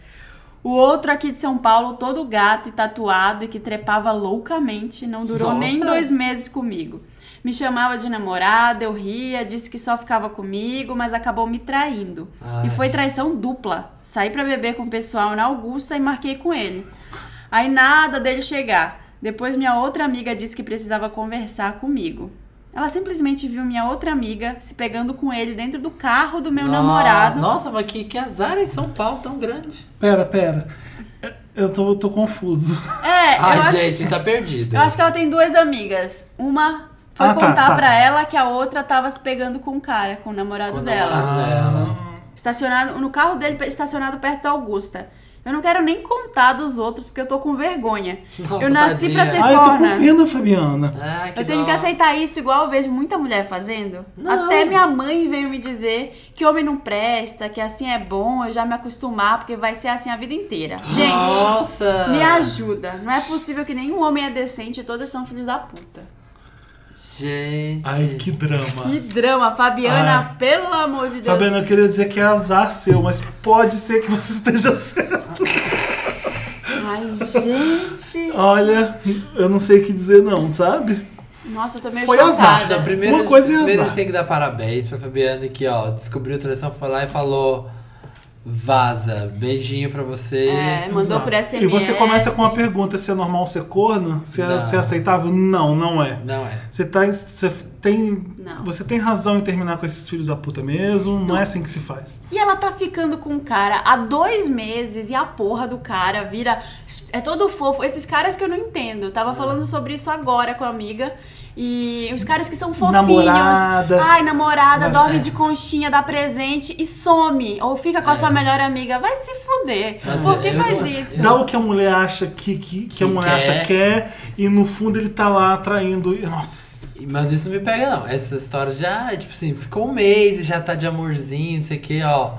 [SPEAKER 4] O outro aqui de São Paulo, todo gato e tatuado e que trepava loucamente, não durou
[SPEAKER 3] Nossa.
[SPEAKER 4] nem dois meses comigo. Me chamava de namorada, eu ria, disse que só ficava comigo, mas acabou me traindo.
[SPEAKER 3] Ai.
[SPEAKER 4] E foi traição dupla. Saí pra beber com o pessoal na Augusta e marquei com ele. Aí nada dele chegar. Depois minha outra amiga disse que precisava conversar comigo. Ela simplesmente viu minha outra amiga se pegando com ele dentro do carro do é, meu
[SPEAKER 3] No-
[SPEAKER 4] namorado.
[SPEAKER 3] Ah, Nossa, mas que, que azar em São Paulo tão grande.
[SPEAKER 1] Pera, pera. Eu tô, tô confuso.
[SPEAKER 4] É,
[SPEAKER 3] Ai,
[SPEAKER 4] eu acho
[SPEAKER 3] gente, tá perdido.
[SPEAKER 4] Eu acho que ela tem duas amigas. Uma foi
[SPEAKER 1] Ah, tá,
[SPEAKER 4] contar
[SPEAKER 1] tá.
[SPEAKER 4] pra ela que a outra tava se pegando com o cara, com é o namorado
[SPEAKER 3] Com o
[SPEAKER 4] dela.
[SPEAKER 3] namorado dela.
[SPEAKER 4] Estacionado no carro dele, estacionado perto da Augusta. Eu não quero nem contar dos outros, porque eu tô com vergonha.
[SPEAKER 3] Nossa,
[SPEAKER 4] eu nasci pra ser
[SPEAKER 3] tadinha.
[SPEAKER 1] Ai, eu tô com
[SPEAKER 4] corna.
[SPEAKER 1] pena, Fabiana.
[SPEAKER 3] Ah,
[SPEAKER 4] Eu tenho
[SPEAKER 3] dó.
[SPEAKER 4] que aceitar isso, igual eu vejo muita mulher fazendo.
[SPEAKER 3] Não.
[SPEAKER 4] Até minha mãe veio me dizer que homem não presta, que assim é bom, eu já me acostumar, porque vai ser assim a vida inteira. Gente,
[SPEAKER 3] Nossa!
[SPEAKER 4] me ajuda. Não é possível que nenhum homem é decente e todos são filhos da puta.
[SPEAKER 3] Gente.
[SPEAKER 1] Ai, que drama.
[SPEAKER 4] Que drama, Fabiana,
[SPEAKER 1] Ai.
[SPEAKER 4] pelo amor de Deus.
[SPEAKER 1] Fabiana, eu queria dizer que é azar seu, mas pode ser que você esteja certo.
[SPEAKER 4] Ai, gente.
[SPEAKER 1] Olha, eu não sei o que dizer não, sabe?
[SPEAKER 4] Nossa, eu tô meio
[SPEAKER 1] Foi
[SPEAKER 4] chocada.
[SPEAKER 1] azar,
[SPEAKER 3] Não, primeiro,
[SPEAKER 1] Uma coisa é
[SPEAKER 3] primeiro a gente
[SPEAKER 1] azar.
[SPEAKER 3] tem que dar parabéns pra Fabiana que, ó, descobriu a traição, foi lá e falou. Vaza, beijinho pra você.
[SPEAKER 4] É, mandou por SMS.
[SPEAKER 1] E você começa com uma pergunta: se é normal ser corno? Se é,
[SPEAKER 3] Não.
[SPEAKER 1] se é aceitável? Não, não é.
[SPEAKER 3] Não é.
[SPEAKER 1] Você, tá, você, tem,
[SPEAKER 4] Não.
[SPEAKER 1] você tem razão em terminar com esses filhos da puta mesmo, não, é assim que se faz.
[SPEAKER 4] E ela tá ficando com o cara há dois meses e a porra do cara vira. É todo fofo. Esses caras que eu não entendo. Eu
[SPEAKER 1] É.
[SPEAKER 4] tava falando sobre isso agora com a amiga. E os caras que são fofinhos.
[SPEAKER 1] Namorada.
[SPEAKER 4] Ai, namorada,
[SPEAKER 1] Vai-
[SPEAKER 4] dorme
[SPEAKER 1] é.
[SPEAKER 4] de conchinha, dá presente e some. Ou fica com a sua melhor amiga. Vai se fuder.
[SPEAKER 3] Mas
[SPEAKER 4] Por
[SPEAKER 1] é,
[SPEAKER 4] que
[SPEAKER 3] eu-
[SPEAKER 4] faz
[SPEAKER 3] eu-
[SPEAKER 4] isso?
[SPEAKER 1] Dá o que a mulher acha que, que, que a
[SPEAKER 3] Que
[SPEAKER 1] mulher
[SPEAKER 3] quer.
[SPEAKER 1] acha quer, e no fundo ele tá lá traindo. e- Nossa.
[SPEAKER 3] Mas isso não me pega, não. Essa história já, tipo assim, ficou um mês e já tá de amorzinho, não sei o que, ó.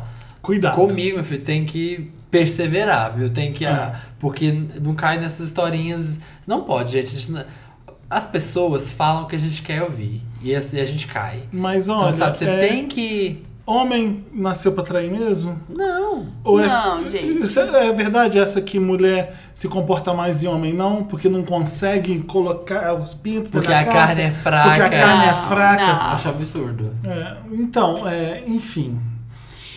[SPEAKER 1] Cuidado.
[SPEAKER 3] Comigo, meu filho, tem que perseverar, viu? Tem que. ah,
[SPEAKER 1] É.
[SPEAKER 3] porque não cai nessas historinhas. Não pode, gente. A gente não- as pessoas falam o que a gente quer ouvir. E assim, a, e a gente cai.
[SPEAKER 1] Mas
[SPEAKER 3] Então,
[SPEAKER 1] olha,
[SPEAKER 3] sabe, você
[SPEAKER 1] é,
[SPEAKER 3] tem que.
[SPEAKER 1] homem nasceu pra trair mesmo?
[SPEAKER 3] Não.
[SPEAKER 1] Ou é-
[SPEAKER 4] Não, gente.
[SPEAKER 1] Isso é, é verdade essa que mulher se comporta mais e homem não? Porque não consegue colocar os pintos
[SPEAKER 3] Porque
[SPEAKER 1] na
[SPEAKER 3] a carne é fraca.
[SPEAKER 1] Porque a carne é
[SPEAKER 4] Não,
[SPEAKER 1] fraca.
[SPEAKER 3] Acho absurdo.
[SPEAKER 1] É, então, é, enfim.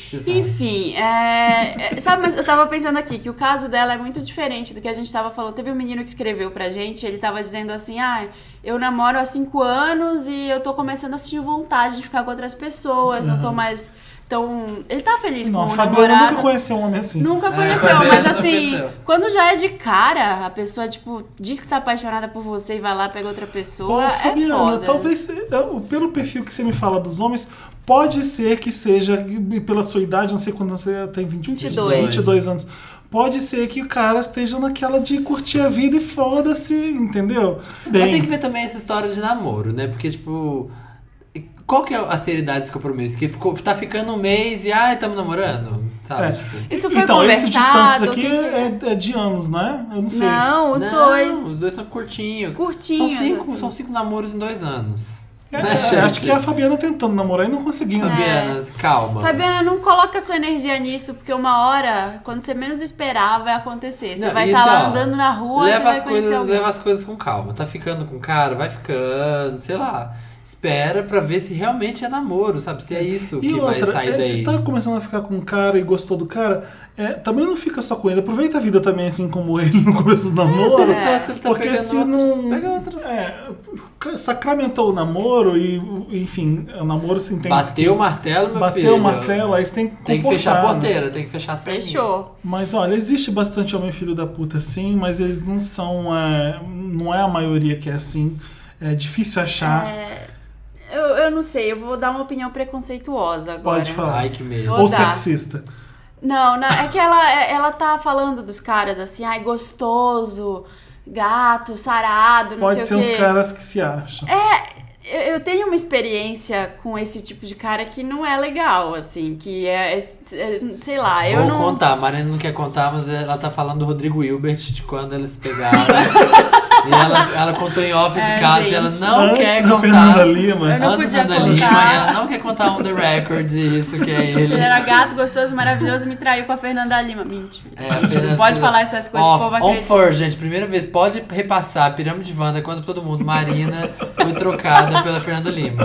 [SPEAKER 3] Você
[SPEAKER 1] Tá.
[SPEAKER 3] sabe.
[SPEAKER 4] Enfim, é, é, sabe, mas eu tava pensando aqui que o caso dela é muito diferente do que a gente tava falando. Teve um menino que escreveu pra gente, ele tava dizendo assim: ah, eu namoro há cinco anos e eu tô começando a sentir vontade de ficar com outras pessoas, não tô mais tão. Ele tá feliz
[SPEAKER 1] Não, a
[SPEAKER 4] com o
[SPEAKER 1] Fabiana
[SPEAKER 4] namorado.
[SPEAKER 1] nunca conheceu um homem assim.
[SPEAKER 4] Nunca
[SPEAKER 3] É,
[SPEAKER 4] conheceu,
[SPEAKER 3] Fabiana
[SPEAKER 4] mas
[SPEAKER 3] nunca
[SPEAKER 4] assim,
[SPEAKER 3] conheceu.
[SPEAKER 4] quando já é de cara, a pessoa, tipo, diz que tá apaixonada por você e vai lá, pega outra
[SPEAKER 1] Ô,
[SPEAKER 4] pessoa. é
[SPEAKER 1] Fabiana,
[SPEAKER 4] foda.
[SPEAKER 1] talvez eu- pelo perfil que você me fala dos homens, pode ser que seja, e pela sua idade, não sei quando você tem 20,
[SPEAKER 4] 22.
[SPEAKER 1] 22 anos. Pode ser que o cara esteja naquela de curtir a vida e foda-se, entendeu?
[SPEAKER 3] Mas tem que
[SPEAKER 1] Bem,
[SPEAKER 3] ver também essa história de namoro, né? Porque, tipo. Qual que é a seriedade desse compromisso? Que ficou, tá ficando um mês e, ai, tamo namorando? Sabe?
[SPEAKER 1] É.
[SPEAKER 3] Tipo,
[SPEAKER 4] Isso foi
[SPEAKER 1] então, esse de Santos
[SPEAKER 4] conversado. o
[SPEAKER 1] aqui
[SPEAKER 4] que que-
[SPEAKER 1] é, é de anos, né? Eu não sei.
[SPEAKER 4] Não, os
[SPEAKER 3] não,
[SPEAKER 4] dois.
[SPEAKER 3] Os dois são curtinhos.
[SPEAKER 4] Curtinhos,
[SPEAKER 3] São cinco,
[SPEAKER 4] assim.
[SPEAKER 3] são cinco namoros em dois anos.
[SPEAKER 1] É,
[SPEAKER 3] Né,
[SPEAKER 1] é,
[SPEAKER 3] gente?
[SPEAKER 1] acho que é a Fabiana tentando namorar e não conseguindo.
[SPEAKER 3] Fabiana, calma.
[SPEAKER 4] É. Fabiana, não coloca sua energia nisso, porque uma hora, quando você menos esperar, vai acontecer. Você
[SPEAKER 3] Não,
[SPEAKER 4] vai
[SPEAKER 3] isso,
[SPEAKER 4] estar lá
[SPEAKER 3] ó,
[SPEAKER 4] andando na rua, você
[SPEAKER 3] leva
[SPEAKER 4] vai
[SPEAKER 3] as
[SPEAKER 4] conhecer
[SPEAKER 3] coisas,
[SPEAKER 4] alguém.
[SPEAKER 3] leva as coisas com calma. Tá ficando com cara, vai ficando, sei lá. Espera pra ver se realmente é namoro, sabe? Se é isso
[SPEAKER 1] E
[SPEAKER 3] que
[SPEAKER 1] outra,
[SPEAKER 3] vai sair
[SPEAKER 1] é,
[SPEAKER 3] daí.
[SPEAKER 1] se tá começando a ficar com o cara e gostou do cara, é, também não fica só com ele. Aproveita a vida também, assim como ele no começo do
[SPEAKER 4] É,
[SPEAKER 3] Se
[SPEAKER 1] namoro.
[SPEAKER 3] ele tá, se ele tá
[SPEAKER 1] Porque
[SPEAKER 3] pegando
[SPEAKER 1] se
[SPEAKER 3] outros,
[SPEAKER 1] não.
[SPEAKER 3] pega outros.
[SPEAKER 1] É, sacramentou o namoro e, enfim, o namoro se entende.
[SPEAKER 3] Bateu o martelo, meu
[SPEAKER 1] bateu
[SPEAKER 3] filho.
[SPEAKER 1] o martelo, aí você tem que
[SPEAKER 3] Tem que
[SPEAKER 1] comportar,
[SPEAKER 3] fechar a
[SPEAKER 1] né?
[SPEAKER 3] porteira, tem que fechar as perninhas.
[SPEAKER 4] Fechou.
[SPEAKER 1] Mas olha, existe bastante homem filho da puta, sim, mas eles não são. é, não é a maioria que é assim. É difícil achar.
[SPEAKER 4] É, Eu, eu não sei, eu vou dar uma opinião preconceituosa agora.
[SPEAKER 1] Pode falar.
[SPEAKER 3] Ai, que medo.
[SPEAKER 1] Ou
[SPEAKER 4] vou dar.
[SPEAKER 1] sexista.
[SPEAKER 4] Não, não, é que ela, é- ela tá falando dos caras assim, ai, gostoso, gato, sarado, não
[SPEAKER 1] Pode ser
[SPEAKER 4] sei o
[SPEAKER 1] uns
[SPEAKER 4] quê. É,
[SPEAKER 1] caras que se acham.
[SPEAKER 4] Eu, eu tenho uma experiência com esse tipo de cara que não é legal, assim, que é, é- é- sei lá, eu
[SPEAKER 3] Vou
[SPEAKER 4] não...
[SPEAKER 3] contar, a Marina não quer contar, mas ela tá falando do Rodrigo Hilbert de quando eles pegaram. E ela, ela contou em office
[SPEAKER 4] É,
[SPEAKER 3] em casa
[SPEAKER 4] gente.
[SPEAKER 3] e ela não
[SPEAKER 1] Antes
[SPEAKER 3] quer
[SPEAKER 1] da
[SPEAKER 3] contar.
[SPEAKER 1] Fernanda Lima.
[SPEAKER 4] Eu não
[SPEAKER 3] Antes da
[SPEAKER 4] podia
[SPEAKER 3] Fernanda Lima,
[SPEAKER 4] contar.
[SPEAKER 3] e ela não quer contar on the record isso que é ele.
[SPEAKER 4] Ele era gato, gostoso, maravilhoso, me traiu com a Fernanda Lima. Mentira.
[SPEAKER 3] É, apenas-
[SPEAKER 4] Não pode falar essas coisas,
[SPEAKER 3] Ó,
[SPEAKER 4] o povo
[SPEAKER 3] On
[SPEAKER 4] acredita.
[SPEAKER 3] Fur, gente, primeira vez, pode repassar. Pirâmide Wanda, conta pra todo mundo. Marina foi trocada pela Fernanda Lima.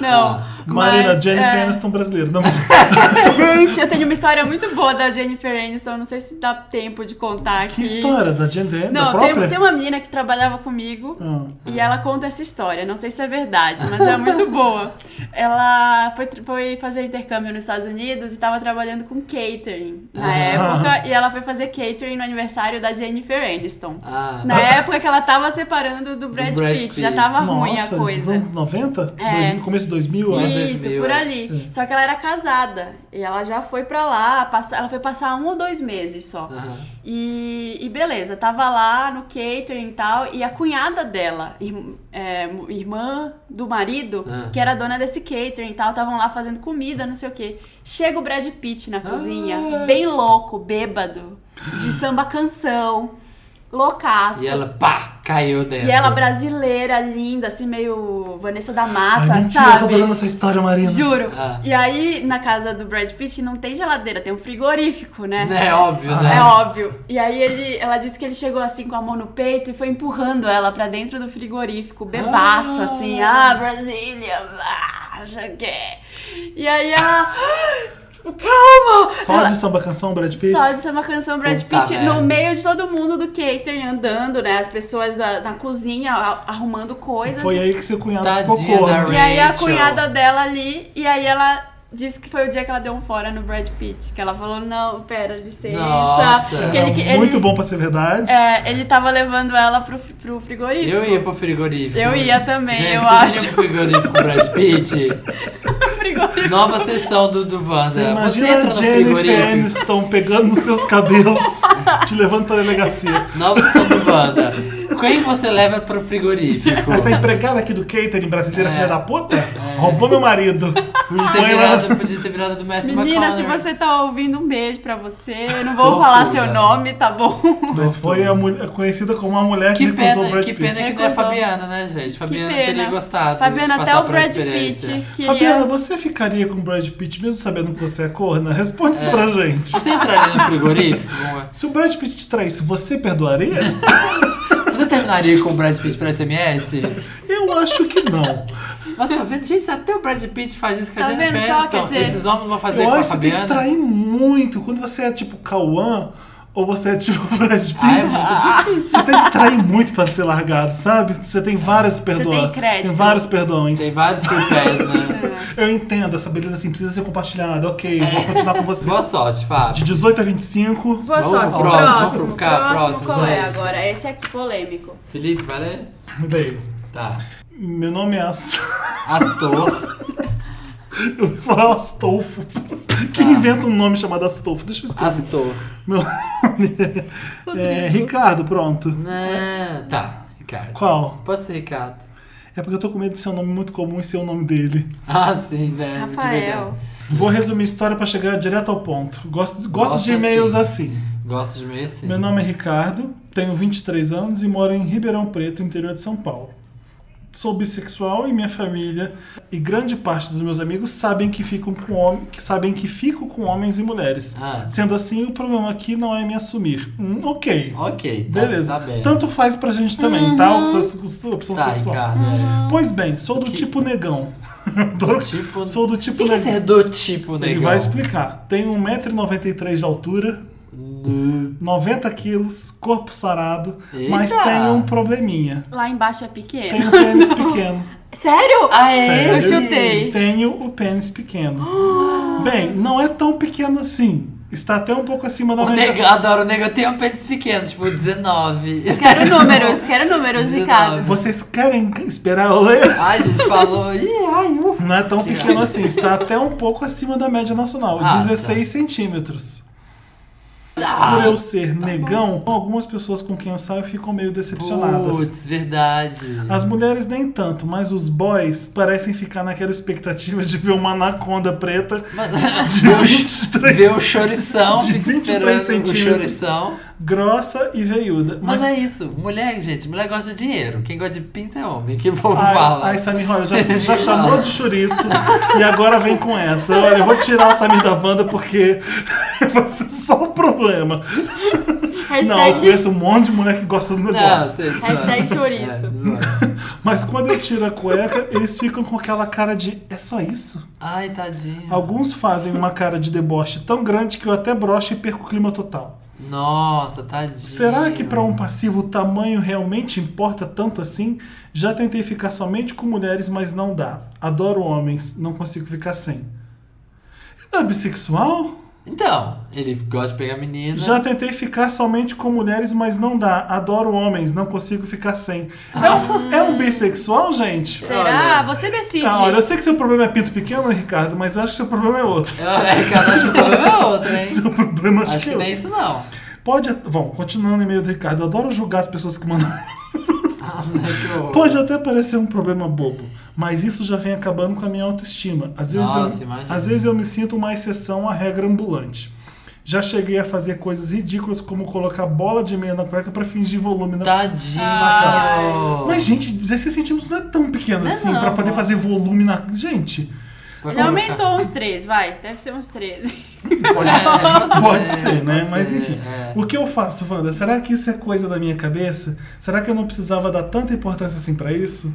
[SPEAKER 4] Não.
[SPEAKER 1] Marina,
[SPEAKER 4] mas,
[SPEAKER 1] Jennifer
[SPEAKER 4] é,
[SPEAKER 1] Aniston brasileira. um Não, mas-
[SPEAKER 4] Gente, eu tenho uma história muito boa da Jennifer Aniston. Não sei se dá tempo de contar aqui.
[SPEAKER 1] que história da Jennifer? da
[SPEAKER 4] Não,
[SPEAKER 1] própria?
[SPEAKER 4] tem, tem uma menina que trabalhava comigo
[SPEAKER 1] Ah.
[SPEAKER 4] e ela conta essa história. Não sei se é verdade, mas é muito boa. Ela foi, tr- foi fazer intercâmbio nos Estados Unidos e estava trabalhando com catering na
[SPEAKER 3] Ah.
[SPEAKER 4] época. E ela foi fazer catering no aniversário da Jennifer Aniston.
[SPEAKER 3] Ah,
[SPEAKER 4] Na época que ela tava separando do Brad,
[SPEAKER 3] Brad
[SPEAKER 4] Pitt,
[SPEAKER 3] Pitt.
[SPEAKER 4] já tava tá ruim a
[SPEAKER 1] Ah, Nossa, dos
[SPEAKER 4] coisa.
[SPEAKER 1] anos 90?
[SPEAKER 4] É.
[SPEAKER 1] 2000, começo de 2000? acho.
[SPEAKER 3] Mas
[SPEAKER 4] Isso,
[SPEAKER 3] 2000,
[SPEAKER 4] por
[SPEAKER 3] é.
[SPEAKER 4] ali. Só que ela era casada. E ela já foi pra lá. passa- Ela foi passar um ou dois meses só.
[SPEAKER 3] aham.
[SPEAKER 4] E, e beleza, tava lá no catering e tal, e a cunhada dela, ir- é, mu- irmã do marido,
[SPEAKER 3] Ah.
[SPEAKER 4] que era dona desse catering e tal, estavam lá fazendo comida, não sei o quê. Chega o Brad Pitt na cozinha, bem louco, bêbado, de samba canção, loucaço.
[SPEAKER 3] E ela, pá, caiu dentro.
[SPEAKER 4] E ela brasileira, linda, assim, meio Vanessa da
[SPEAKER 1] Ai,
[SPEAKER 4] Mata,
[SPEAKER 1] mentira, eu tô
[SPEAKER 4] sabe?
[SPEAKER 1] adorando essa história, Marina.
[SPEAKER 4] Juro.
[SPEAKER 3] Ah.
[SPEAKER 4] E aí, na casa do Brad Pitt, não tem geladeira, tem um frigorífico, né?
[SPEAKER 3] É óbvio, né?
[SPEAKER 4] É óbvio. E aí ele, ela disse que ele chegou assim com a mão no peito e foi empurrando ela pra dentro do frigorífico, bebaço,
[SPEAKER 3] Ah.
[SPEAKER 4] assim, ah, Brasília, ah, não sei o quê. E aí ela, "Ah, tipo, calma!
[SPEAKER 1] Só
[SPEAKER 4] ela,
[SPEAKER 1] de samba canção, Brad Pitt?
[SPEAKER 4] só de ser uma canção Brad
[SPEAKER 3] Puta
[SPEAKER 4] Pitt
[SPEAKER 3] merda.
[SPEAKER 4] no meio de todo mundo do catering andando, né? As pessoas da, na cozinha a- arrumando coisas.
[SPEAKER 1] Foi aí que seu cunhado
[SPEAKER 3] Tadinha
[SPEAKER 1] ficou corno.
[SPEAKER 3] da
[SPEAKER 4] E aí a
[SPEAKER 3] Rachel.
[SPEAKER 4] cunhada dela ali, e aí ela disse que foi o dia que ela deu um fora no Brad Pitt. Que ela falou, não, pera, licença.
[SPEAKER 3] Nossa.
[SPEAKER 4] Porque
[SPEAKER 1] Era
[SPEAKER 4] ele, que-
[SPEAKER 1] muito
[SPEAKER 4] ele-
[SPEAKER 1] bom pra ser verdade.
[SPEAKER 4] É, ele tava levando ela pro, pro frigorífico.
[SPEAKER 3] Eu ia pro frigorífico.
[SPEAKER 4] Eu ia também,
[SPEAKER 3] Gente,
[SPEAKER 4] eu
[SPEAKER 3] vocês
[SPEAKER 4] acho.
[SPEAKER 3] iam pro frigorífico Brad Pitt?
[SPEAKER 4] pro frigorífico.
[SPEAKER 3] Nova sessão do, do Wanda.
[SPEAKER 1] Você imagina
[SPEAKER 3] é, entra
[SPEAKER 1] a
[SPEAKER 3] no
[SPEAKER 1] Jennifer
[SPEAKER 3] frigorífico.
[SPEAKER 1] Aniston pegando nos seus cabelos, te levando pra delegacia.
[SPEAKER 3] Nova sessão do Wanda. Quem você leva pro frigorífico?
[SPEAKER 1] Essa empregada aqui do catering brasileira,
[SPEAKER 3] É.
[SPEAKER 1] filha da puta, roubou meu marido.
[SPEAKER 3] Podia ter
[SPEAKER 1] Põe lá-
[SPEAKER 3] virado, podia ter virado do Matthew
[SPEAKER 4] Menina, se
[SPEAKER 3] McConaughey.
[SPEAKER 4] você tá ouvindo, um beijo pra você. Eu não vou falar
[SPEAKER 3] Sortuda.
[SPEAKER 4] seu nome, tá bom?
[SPEAKER 1] Mas foi a mulher- conhecida como a mulher que,
[SPEAKER 3] Que
[SPEAKER 1] recusou o
[SPEAKER 3] pena,
[SPEAKER 1] Brad
[SPEAKER 3] que
[SPEAKER 1] Pitt.
[SPEAKER 3] pena que não é
[SPEAKER 4] Recusou.
[SPEAKER 3] Fabiana, né, gente?
[SPEAKER 4] Que
[SPEAKER 3] Fabiana teria
[SPEAKER 4] pena.
[SPEAKER 3] gostado.
[SPEAKER 4] Fabiana,
[SPEAKER 3] de
[SPEAKER 4] até
[SPEAKER 3] passar
[SPEAKER 4] o
[SPEAKER 3] por
[SPEAKER 4] Brad
[SPEAKER 3] experiência.
[SPEAKER 4] Pitt
[SPEAKER 1] Fabiana,
[SPEAKER 4] queria...
[SPEAKER 1] você ficaria com o Brad Pitt mesmo sabendo que você é corna? Responde isso pra gente.
[SPEAKER 3] Você entraria no frigorífico?
[SPEAKER 1] Se o Brad Pitt te traísse, você perdoaria?
[SPEAKER 3] Você terminaria com o Brad Pitt por SMS?
[SPEAKER 1] Eu acho que não.
[SPEAKER 3] Nossa, tá vendo? Gente, até o Brad Pitt faz isso com a
[SPEAKER 4] Tá
[SPEAKER 3] Jennifer
[SPEAKER 4] vendo só?
[SPEAKER 3] Aniston.
[SPEAKER 4] Quer dizer,
[SPEAKER 3] Esses homens vão fazer
[SPEAKER 1] Eu
[SPEAKER 3] com a
[SPEAKER 1] acho que você tem que
[SPEAKER 3] Fabiana.
[SPEAKER 1] trair muito. Quando você é tipo Cauã, ou você é tipo Brad Pitt,
[SPEAKER 3] Ah, é muito difícil.
[SPEAKER 1] você tem que trair muito pra ser largado, sabe? Você tem vários perdões.
[SPEAKER 4] tem crédito.
[SPEAKER 1] vários perdões.
[SPEAKER 3] Tem vários free pass, né?
[SPEAKER 1] Eu entendo, essa beleza assim precisa ser compartilhada. Ok, eu
[SPEAKER 3] É.
[SPEAKER 1] vou continuar com
[SPEAKER 4] É.
[SPEAKER 1] você.
[SPEAKER 3] Boa sorte,
[SPEAKER 1] De
[SPEAKER 3] Fábio.
[SPEAKER 1] 18 a 25.
[SPEAKER 4] Boa
[SPEAKER 3] Vamos
[SPEAKER 4] sorte.
[SPEAKER 3] pro próximo, vamos
[SPEAKER 4] Próximo,
[SPEAKER 3] pro cá,
[SPEAKER 4] próximo.
[SPEAKER 3] próximo,
[SPEAKER 4] Qual é
[SPEAKER 3] gente.
[SPEAKER 4] agora? Esse aqui, polêmico.
[SPEAKER 3] Felipe, vai ler?
[SPEAKER 1] Me dei.
[SPEAKER 3] Tá.
[SPEAKER 1] Meu nome é As-
[SPEAKER 3] Astor.
[SPEAKER 1] Eu ia falar Astolfo. Quem inventa um nome chamado Astolfo? Deixa eu escrever.
[SPEAKER 3] Astor.
[SPEAKER 1] Meu nome é- é Ricardo, pronto.
[SPEAKER 3] Né? Tá, Ricardo.
[SPEAKER 1] Qual?
[SPEAKER 3] Pode ser Ricardo.
[SPEAKER 1] É porque eu tô com medo de ser um nome muito comum e ser o nome dele.
[SPEAKER 3] Ah, sim, né? De
[SPEAKER 4] Rafael.
[SPEAKER 3] verdade.
[SPEAKER 1] Vou resumir a história pra chegar direto ao ponto. Gosto, gosto
[SPEAKER 3] Gosto
[SPEAKER 1] de e-mails assim.
[SPEAKER 3] Gosto de meio assim.
[SPEAKER 1] Meu nome é Ricardo, tenho 23 anos e moro em Ribeirão Preto, interior de São Paulo. Sou bissexual e minha família e grande parte dos meus amigos sabem que ficam com homem, que sabem que fico com homens e mulheres.
[SPEAKER 3] Ah.
[SPEAKER 1] Sendo assim, o problema aqui não é me assumir. Hum, ok.
[SPEAKER 3] Ok, tá
[SPEAKER 1] Beleza.
[SPEAKER 3] sabendo.
[SPEAKER 1] Tanto faz pra gente também, tá?
[SPEAKER 3] Uhum.
[SPEAKER 1] Opção, opção
[SPEAKER 3] Tá,
[SPEAKER 1] sexual.
[SPEAKER 3] Ricardo.
[SPEAKER 1] Pois bem, sou do
[SPEAKER 3] Que-
[SPEAKER 1] tipo negão. Adoro-
[SPEAKER 3] Tipo...
[SPEAKER 1] Sou do
[SPEAKER 3] O
[SPEAKER 1] tipo
[SPEAKER 3] que, que é
[SPEAKER 1] negão.
[SPEAKER 3] ser do tipo, negão?
[SPEAKER 1] Ele vai explicar. um Tem 1,93m de altura,
[SPEAKER 3] Nu.
[SPEAKER 1] 90 quilos, corpo sarado,
[SPEAKER 3] Eita!
[SPEAKER 1] mas tem um probleminha.
[SPEAKER 4] Lá embaixo é pequeno.
[SPEAKER 1] Tenho o pênis pequeno.
[SPEAKER 4] Sério?
[SPEAKER 3] Ah, é?
[SPEAKER 1] Sério?
[SPEAKER 4] Eu chutei.
[SPEAKER 1] Tenho o pênis pequeno. Bem, não é tão pequeno assim. Está até um pouco acima da
[SPEAKER 3] O
[SPEAKER 1] média.
[SPEAKER 3] negão, adoro o negão. Eu tenho um pênis pequeno, tipo 19.
[SPEAKER 4] Quero números, quero números,
[SPEAKER 3] Dezenove.
[SPEAKER 4] Ricardo.
[SPEAKER 1] Vocês querem esperar eu ler?
[SPEAKER 3] Ai, gente, falou. Ih, ai, uh.
[SPEAKER 1] Não é tão
[SPEAKER 3] Que
[SPEAKER 1] pequeno
[SPEAKER 3] graça. tá.
[SPEAKER 1] assim. Está até um pouco acima da média nacional.
[SPEAKER 3] Ah, tá.
[SPEAKER 1] 16 centímetros.
[SPEAKER 3] Ah,
[SPEAKER 1] Por eu ser negão, algumas pessoas com quem eu saio ficam meio decepcionadas.
[SPEAKER 3] Putz, verdade.
[SPEAKER 1] As mulheres nem tanto, mas os boys parecem ficar naquela expectativa de ver uma anaconda preta de 23
[SPEAKER 3] Vê o chorição,
[SPEAKER 1] De
[SPEAKER 3] fica
[SPEAKER 1] 23
[SPEAKER 3] esperando o
[SPEAKER 1] centímetros.
[SPEAKER 3] chorição.
[SPEAKER 1] grossa e veiuda.
[SPEAKER 3] Mas,
[SPEAKER 1] Mas,
[SPEAKER 3] é isso, mulher, gente, mulher gosta de dinheiro. Quem gosta de pinta é homem, que o povo
[SPEAKER 1] Ai,
[SPEAKER 3] fala.
[SPEAKER 1] ai, Samir, olha, já, já chamou de chouriço e agora vem com essa. Olha, eu vou tirar o Samir da banda porque vai ser só um problema. Não, eu
[SPEAKER 4] Hashtag,
[SPEAKER 1] conheço um monte de mulher que gosta do
[SPEAKER 3] não,
[SPEAKER 1] negócio.
[SPEAKER 3] sei,
[SPEAKER 4] hashtag
[SPEAKER 3] zoa. É,
[SPEAKER 4] chouriço.
[SPEAKER 3] zoa.
[SPEAKER 1] Mas quando eu tiro a cueca, eles ficam com aquela cara de é só isso?
[SPEAKER 3] Ai, tadinho.
[SPEAKER 1] Alguns fazem uma cara de deboche tão grande que eu até brocho e perco o clima total.
[SPEAKER 3] Nossa, tadinho.
[SPEAKER 1] Será que pra um passivo o tamanho realmente importa tanto assim? Já tentei ficar somente com mulheres, mas não dá. Adoro homens, não consigo ficar sem. Não é bissexual?
[SPEAKER 3] Então, ele gosta de pegar menina.
[SPEAKER 1] Já tentei ficar somente com mulheres, mas não dá. Adoro homens, não consigo ficar sem. É um, é um bissexual, gente?
[SPEAKER 4] Será?
[SPEAKER 3] Olha.
[SPEAKER 4] Você decide.
[SPEAKER 1] Ah, olha, eu sei que seu problema é pinto pequeno, Ricardo, mas eu acho que seu problema é outro.
[SPEAKER 3] Eu, é, cara, acho que o problema é outro, hein?
[SPEAKER 1] Seu problema acho,
[SPEAKER 3] Acho que
[SPEAKER 1] é
[SPEAKER 3] não é
[SPEAKER 1] outro.
[SPEAKER 3] isso, não.
[SPEAKER 1] Pode. Bom, continuando em meio do Ricardo, eu adoro julgar as pessoas que mandam
[SPEAKER 3] Ah, não é que eu-
[SPEAKER 1] Pode até parecer um problema bobo, mas isso já vem acabando com a minha autoestima. Às vezes,
[SPEAKER 3] Nossa,
[SPEAKER 1] eu,
[SPEAKER 3] imagina.
[SPEAKER 1] às vezes eu me sinto uma exceção à regra ambulante. Já cheguei a fazer coisas ridículas como colocar bola de meia na cueca pra fingir volume
[SPEAKER 3] Tá
[SPEAKER 1] na
[SPEAKER 3] Tadinho.
[SPEAKER 4] Ah,
[SPEAKER 1] Mas, gente, 16 centímetros não é tão pequeno
[SPEAKER 3] Não é
[SPEAKER 1] assim
[SPEAKER 3] não,
[SPEAKER 1] pra poder
[SPEAKER 3] não.
[SPEAKER 1] fazer volume na. Gente,
[SPEAKER 3] Pra
[SPEAKER 4] Ele
[SPEAKER 3] colocar-
[SPEAKER 1] tá.
[SPEAKER 4] aumentou uns 13, vai. Deve ser uns 13.
[SPEAKER 3] Pode,
[SPEAKER 1] pode ser, né?
[SPEAKER 3] pode
[SPEAKER 1] Mas
[SPEAKER 3] ser,
[SPEAKER 1] enfim.
[SPEAKER 3] é.
[SPEAKER 1] O que eu faço, Wanda? Será que isso é coisa da minha cabeça? Será que eu não precisava dar tanta importância assim pra isso?